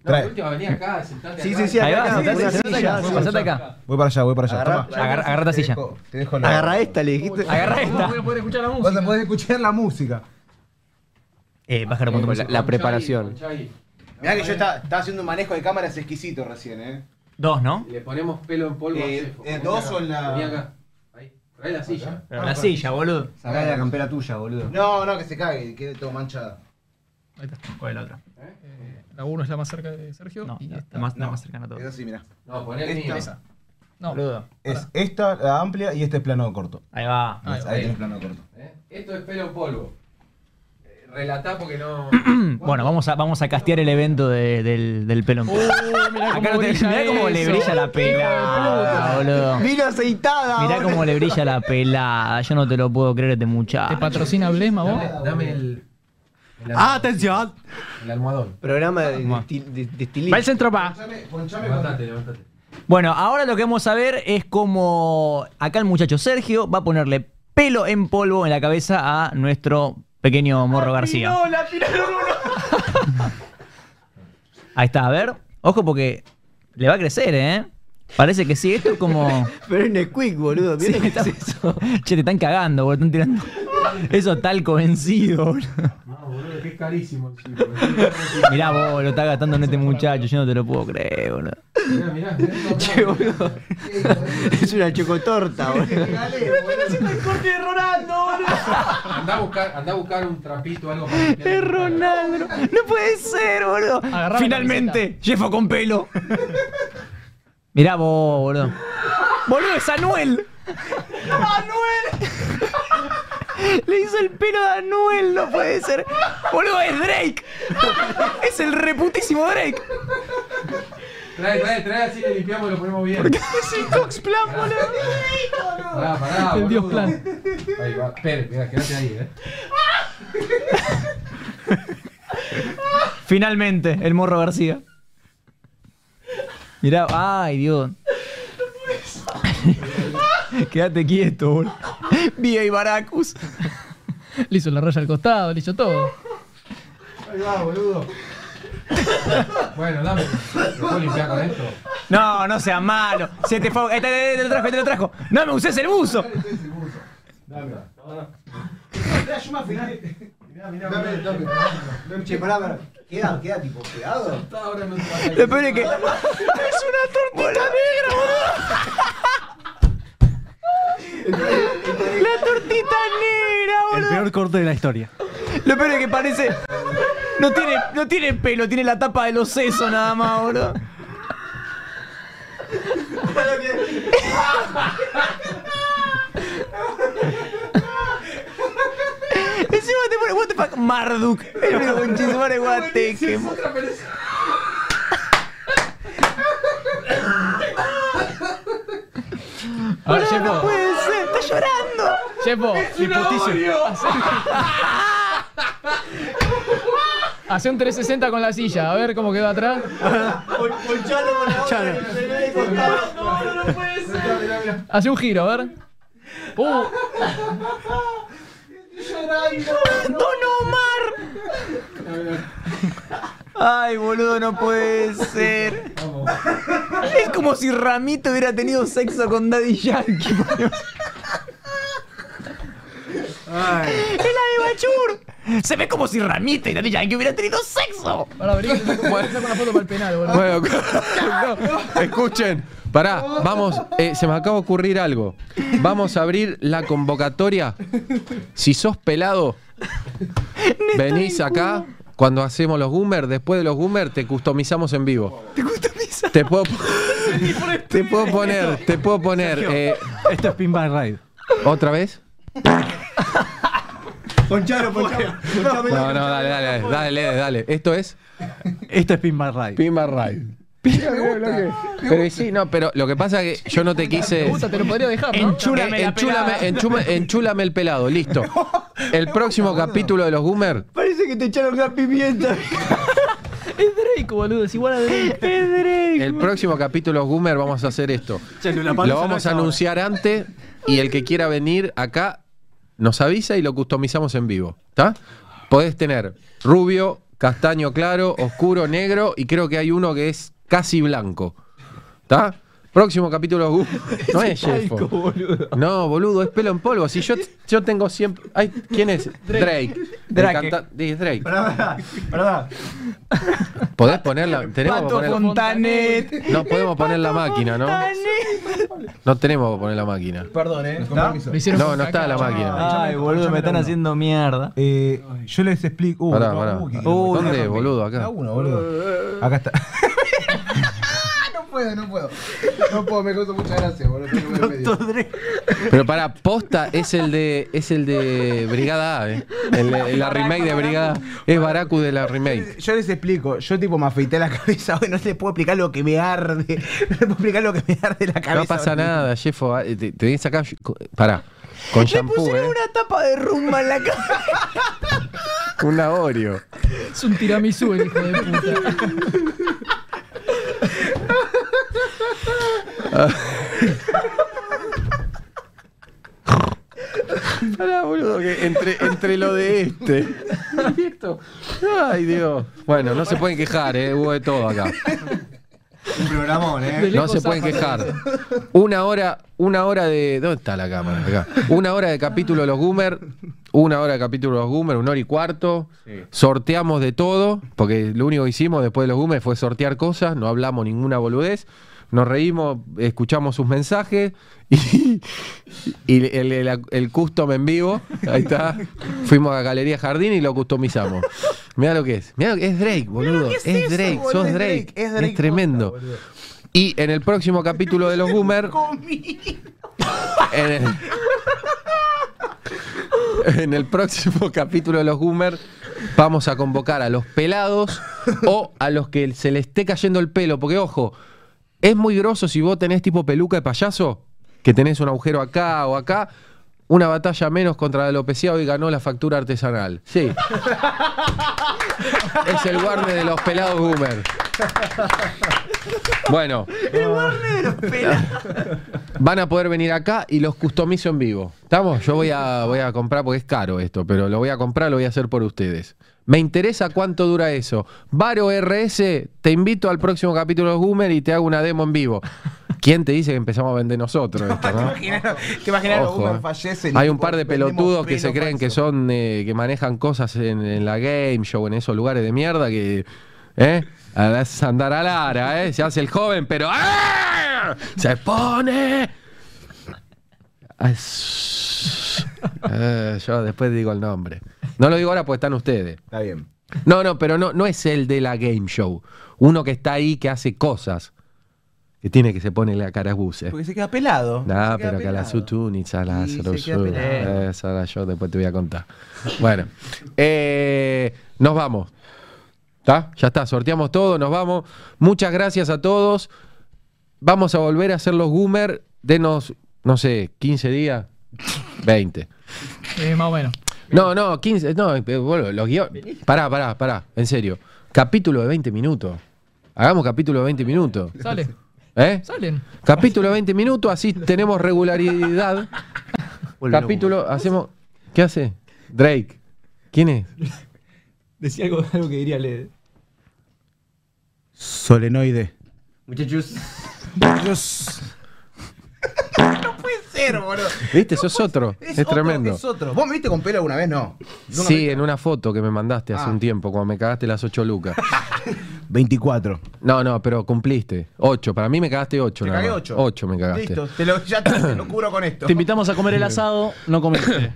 S8: Trae.
S1: la última venía acá, sentate
S8: Sí,
S1: acá.
S8: sí, sí,
S4: Ahí
S8: acá,
S4: va,
S8: acá,
S4: sentate,
S8: una
S4: sentate
S8: silla,
S4: acá,
S8: sí,
S4: sentate
S8: sí.
S4: acá.
S8: Voy para allá, voy para allá.
S4: Agarra-
S8: Toma.
S4: agarra- agarrate
S8: Te
S4: silla.
S8: dejo- Te dejo la-
S5: Agarra esta, le dijiste.
S4: Agarra esta.
S6: Voy a poder escuchar la música.
S13: Vas a poder escuchar la música.
S4: Eh, pájaro punto
S5: La-
S4: música.
S5: la preparación.
S13: Mirá que yo estaba, estaba haciendo un manejo de cámaras exquisito recién, ¿eh?
S4: Dos, ¿no?
S1: Le ponemos pelo en polvo.
S13: Eh, eh, dos o en la-
S1: Vení acá. Ahí. Trae la silla.
S8: Eh,
S4: La silla, boludo.
S13: Sacá la campera
S5: tuya, boludo.
S13: No, no, que se cague, que quede todo manchada.
S9: Ahí está.
S4: ¿Cuál es la otra?
S9: Eh, la 1 es la más cerca de Sergio.
S4: No,
S9: y
S4: la,
S9: esta-
S4: la más, la más cercana a todo.
S13: Esa sí, mirá.
S1: No,
S13: poné el mío.
S9: Esa. No,
S4: Boludo.
S13: Es esta la amplia y este es plano corto.
S4: Ahí
S9: Ahí
S4: va.
S13: Ahí,
S9: va.
S13: tenés plano corto.
S1: Eh, Esto es pelo en polvo. Eh, Relatá porque no.
S4: Mm, Bueno, vamos a, vamos a castear el evento de- del, del pelo en polvo. Acá no te- Uh, mirá cómo le brilla la pelada, boludo.
S5: Vino aceitada.
S4: Mirá cómo le brilla la pelada. Yo no te lo puedo creer, este
S9: ¿Te
S4: muchacho.
S9: patrocina Blesma vos?
S1: Dame el,
S4: Ah,
S5: ¡Atención!
S1: el almohadón.
S5: Programa de destil- de- destilista.
S4: Va el centro, pa.
S13: Ponchame
S1: Levantate, levantate.
S4: Bueno, ahora lo que vamos a ver es cómo acá el muchacho Sergio va a ponerle pelo en polvo en la cabeza a nuestro pequeño Morro García.
S6: la tiraron
S4: Ahí está, a ver. Ojo porque le va a crecer, ¿eh? Parece que sí, esto es como...
S5: Pero es Nesquik, boludo.
S4: <laughs> Sí,
S5: Mira que
S4: está-
S5: es eso.
S4: Che, te están cagando, boludo. Están tirando. Eso talco vencido, boludo.
S1: No, boludo, que es carísimo el
S4: Mirá, vos, lo está gastando en este muchacho. Yo no te lo puedo creer, boludo.
S1: Mirá, mirá, mirá.
S5: Che, boludo. Es una chocotorta, boludo.
S1: Andá a buscar, andá a buscar un trapito algo para limpiar
S4: Es
S1: tu cara.
S4: Ronaldo. No puede ser, boludo.
S9: Agarrá la
S4: Finalmente, Jeffo con pelo. <laughs> Mirá vos, boludo. Boludo, es Anuel. ¡Anuel! Le hizo el pelo a Anuel, no puede ser. Boludo, es Drake. Es el reputísimo Drake.
S1: Trae, trae, trae así le limpiamos y lo ponemos bien.
S4: Es el Cox Plan, boludo.
S1: Pará, pará,
S9: El Dios
S1: boludo.
S9: plan.
S1: Ahí va. Espera, mirá, quédate ahí, eh.
S4: Finalmente, el morro García. Mirá, ay Dios. <laughs> Quédate quieto, boludo. <laughs> Vía y Baracus.
S9: Le hizo la raya al costado, le hizo todo.
S1: Ahí va, boludo. Bueno, dame. ¿Lo puedo limpiar con esto?
S4: No, no seas malo. Se te fue. Ahí está, ahí está, Te lo trajo, te lo trajo. No me uses el buzo.
S1: Dame.
S13: Mirá, yo me afiné. Dame, dame, dame. Che, pará, pará. Queda, queda tipo pegado.
S1: Ahora no
S4: Lo peor es que. Es una tortuga negra, boludo. La tortita negra,
S15: El
S4: boludo.
S15: peor corte de la historia.
S4: Lo peor es que parece. No tiene, no tiene pelo, tiene la tapa de los sesos nada más, boludo. Encima te pone, what the fuck, Marduk. El único conchetumare guateque.
S9: A ver,
S4: Boludo, no
S9: Jeffo,
S5: pues.
S4: puede ser, está llorando.
S9: Jeffo, hace un 360 con la silla, a ver cómo quedó atrás.
S5: Ponchalo con la otra. que se le ve de costado.
S9: Hace un giro, a ver. Uh,
S4: ¡Don Omar! Ay, boludo, no puede ser. Es como si Ramito hubiera tenido sexo con Daddy Yankee. boludo. ¡Es la de Bachur! Se ve como si Ramito y Daddy Yankee hubieran tenido sexo.
S9: para abrir, saco saco una foto para el penal, boludo. <laughs>
S1: Bueno, <laughs> no, escuchen. Pará, vamos, eh, se me acaba de ocurrir algo. Vamos a abrir la convocatoria. Si sos pelado, Venís acá cuando hacemos los Goomer. Después de los Goomer te customizamos en vivo. Te customizamos. Te <laughs> puedo, te puedo poner, te puedo poner. eh,
S15: Esto es Pinball Ride.
S1: ¿Otra vez?
S13: Ponchalo, ponchalo. ponchalo,
S1: No, no, dale, dale, dale, dale, dale, dale. ¿Esto es?
S15: Esto es Pinball Ride.
S1: Pinball Ride. Pero sí, no, pero lo que pasa es que yo no te quise.
S9: Me gusta, te lo podría dejar, ¿no?
S1: Enchúlame,
S9: Eh,
S1: enchúlame, enchúlame, enchúlame el
S9: <laughs>
S1: pelado, listo. El próximo capítulo de los Goomer.
S5: Parece que te echaron gas pimienta.
S9: Es Drake, boludo, es igual a Drake. Es Drake.
S1: El próximo capítulo de los Goomer vamos a hacer esto.
S15: Chelula,
S1: Lo vamos a anunciar antes y el que quiera venir acá nos avisa y lo customizamos en vivo. ¿Está? Podés tener rubio, castaño claro, oscuro, negro y creo que hay uno que es casi blanco. ¿Está? Próximo capítulo de los Goomer. No es Jeffo. No, boludo, es pelo en polvo. Si yo, yo tengo siempre. Ay, ¿Quién es? Drake. El
S5: Drake.
S1: canta- Es Drake.
S13: Pará, pará.
S1: Podés ponerla. Tenemos que
S5: Pato
S1: poner-
S5: Fontanet.
S1: No podemos poner la máquina, ¿no? No tenemos que poner la máquina.
S8: Perdón, eh. Con permiso.
S4: Me hicieron
S1: No,
S4: con
S1: no está
S4: caca.
S1: la máquina.
S4: Ay, boludo, me están haciendo mierda.
S8: Eh, yo les explico. Uh,
S1: Pará,
S8: no,
S1: pará.
S8: uh, que-
S1: Uh,
S8: que-
S1: ¿Dónde,
S8: que-
S1: boludo?
S8: Da
S1: Acá.
S8: uno, boludo. Acá está.
S13: No puedo, no puedo. No puedo, me costó muchas gracias, boludo. tengo que pedir.
S1: Pero para posta es el de es el de Brigada A, eh. El de- la remake de Brigada A. Es Baracu de la remake.
S8: Yo les explico, yo tipo me afeité la <laughs> cabeza hoy, no les puedo explicar lo que me arde. <laughs> No les puedo explicar lo que me arde la cabeza.
S1: No pasa
S8: hoy.
S1: nada, Jeffo. ah, Te, te vienes acá. co- Pará. Con shampoo, eh.
S4: una tapa de rumba en la cara.
S1: Una Oreo.
S9: Es un tiramisú el hijo de puta.
S1: Pará, boludo, que entre, entre lo de <laughs> este. y esto. Ay, Dios. Bueno, no se pueden quejar, eh. Hubo de todo acá.
S13: Un programón, eh.
S1: No se pueden quejar. Una hora, una hora de. ¿Dónde está la cámara? Acá. Una hora de capítulo de los Goomer. Una hora de capítulo de los Goomer, una hora y cuarto. Sorteamos de todo, porque lo único que hicimos después de los Goomer fue sortear cosas, no hablamos ninguna boludez. Nos reímos, escuchamos sus mensajes y, y el, el- el custom en vivo, ahí está. Fuimos a Galería Jardín y lo customizamos. Mirá lo que es. Mirá lo que es Drake, boludo. Es, Drake,
S8: boludo,
S1: sos
S8: es
S1: Drake.
S8: Drake, es
S1: Es,
S8: Drake
S1: tremendo. Y en el próximo capítulo de los Boomer. en, el, en el próximo capítulo de los Boomer vamos a convocar a los pelados o a los que se les esté cayendo el pelo. Porque, ojo, es muy grosso si vos tenés tipo peluca de payaso, que tenés un agujero acá o acá. Una batalla menos contra la alopecia hoy ganó la factura artesanal. Sí. es el guarde de los pelados Boomer. Bueno. Van a poder venir acá y los customizo en vivo. ¿Estamos? Yo voy a, voy a comprar, porque es caro esto, pero lo voy a comprar, lo voy a hacer por ustedes. Me interesa cuánto dura eso. Varo RS, te invito al próximo capítulo de Goomer y te hago una demo en vivo. ¿Quién te dice que empezamos a vender nosotros esto, no?
S8: Te imaginas los
S1: Ojo,
S8: Uber
S1: eh.
S8: fallecen. y
S1: Hay un
S8: tipo,
S1: par de
S8: vendemos
S1: pelotudos que
S8: pelo
S1: se creen que
S8: falso.
S1: son eh, que manejan cosas en, en la game show, en esos lugares de mierda que eh, a veces andar a Lara, eh, se hace el joven, pero ¡ah! se pone. As- <laughs> Eh, yo después digo el nombre. No lo digo ahora porque están ustedes.
S8: Está bien.
S1: No, no, pero no, no es el de la game show. Uno que está ahí que hace cosas. Que tiene que se pone la cara buce.
S8: Porque se queda pelado.
S1: No,
S8: Se queda
S1: pero que a la
S8: pelado.
S1: Sutunitsa, la
S8: Y se queda
S1: Sarosura.
S8: pelado.
S1: Esa era yo, después te voy a contar. Bueno, eh, nos vamos. ¿Está? Ya está, sorteamos todo, nos vamos. Muchas gracias a todos. Vamos a volver a hacer los Goomer. Denos, no sé, 15 días, 20.
S9: Eh, más o menos.
S1: No, no, 15, no, eh, boludo, los guiones. Pará, pará, pará, en serio. Capítulo de 20 minutos. Hagamos capítulo de 20 minutos.
S9: Sale.
S1: ¿Eh?
S9: Salen.
S1: Capítulo 20 minutos, así tenemos regularidad. Capítulo, hacemos. ¿Qué hace? Drake. ¿Quién es?
S5: Decía algo, algo que diría Led.
S8: Solenoide.
S5: Muchachos.
S8: Dios. no puede ser, boludo.
S1: ¿Viste? Sos otro. Es,
S8: otro,
S1: tremendo.
S8: <laughs> Es otro. ¿Vos me viste con pelo alguna vez? No. Nunca
S1: Sí, en una foto que me mandaste hace
S8: Ah.
S1: un tiempo, cuando me cagaste las 8 lucas.
S8: me- 24.
S1: No, no, pero cumpliste. 8. Para mí me cagaste 8.
S8: Te cagué ocho.
S1: 8 me cagaste.
S8: Listo. Te lo, ya te, te lo cubro con esto.
S6: Te invitamos a comer el asado, no comiste.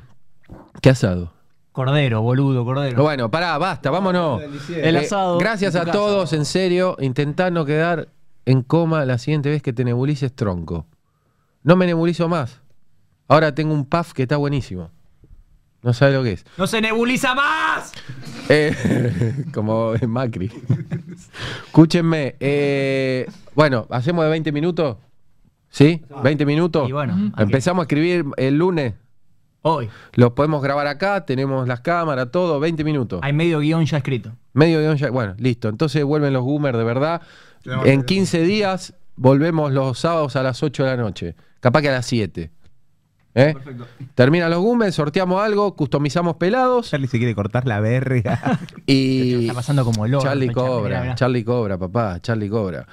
S1: ¿Qué asado?
S4: Cordero, boludo, cordero.
S1: Bueno, pará, basta, vámonos. Eh,
S4: El asado
S1: gracias
S4: en
S1: a
S4: tu casa.
S1: todos, en serio. Intentá no quedar en coma la siguiente vez que te nebulices tronco. No me nebulizo más. Ahora tengo un puff que está buenísimo. No sabe lo que es.
S4: ¡No se nebuliza más!
S1: Eh, <laughs> como Macri. Escúchenme. eh, bueno, hacemos de 20 minutos. ¿Sí? 20 minutos. Empezamos a escribir el lunes.
S4: Hoy.
S1: Los podemos grabar acá, tenemos las cámaras, todo, 20 minutos.
S4: Hay medio guión ya escrito.
S1: Medio guión ya. Bueno, listo. Entonces vuelven los Goomers de verdad. En 15 días volvemos los sábados a las 8 de la noche. Capaz que a las 7. ¿Eh? Termina los Goomers, sorteamos algo, customizamos pelados.
S12: Charlie se quiere cortar la verga.
S1: Y
S4: Está pasando como loco.
S1: Charlie Cobra, Charlie Cobra, papá, Charlie Cobra.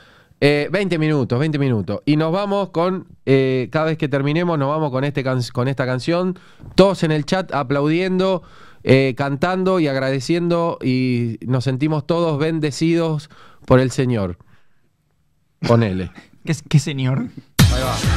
S1: Eh, 20 minutos, 20 minutos. Y nos vamos con, eh, cada vez que terminemos, nos vamos con, este can- con esta canción. Todos en el chat aplaudiendo, eh, cantando y agradeciendo y nos sentimos todos bendecidos por el Señor. Ponele.
S4: ¿Qué, qué señor?
S1: Ahí va.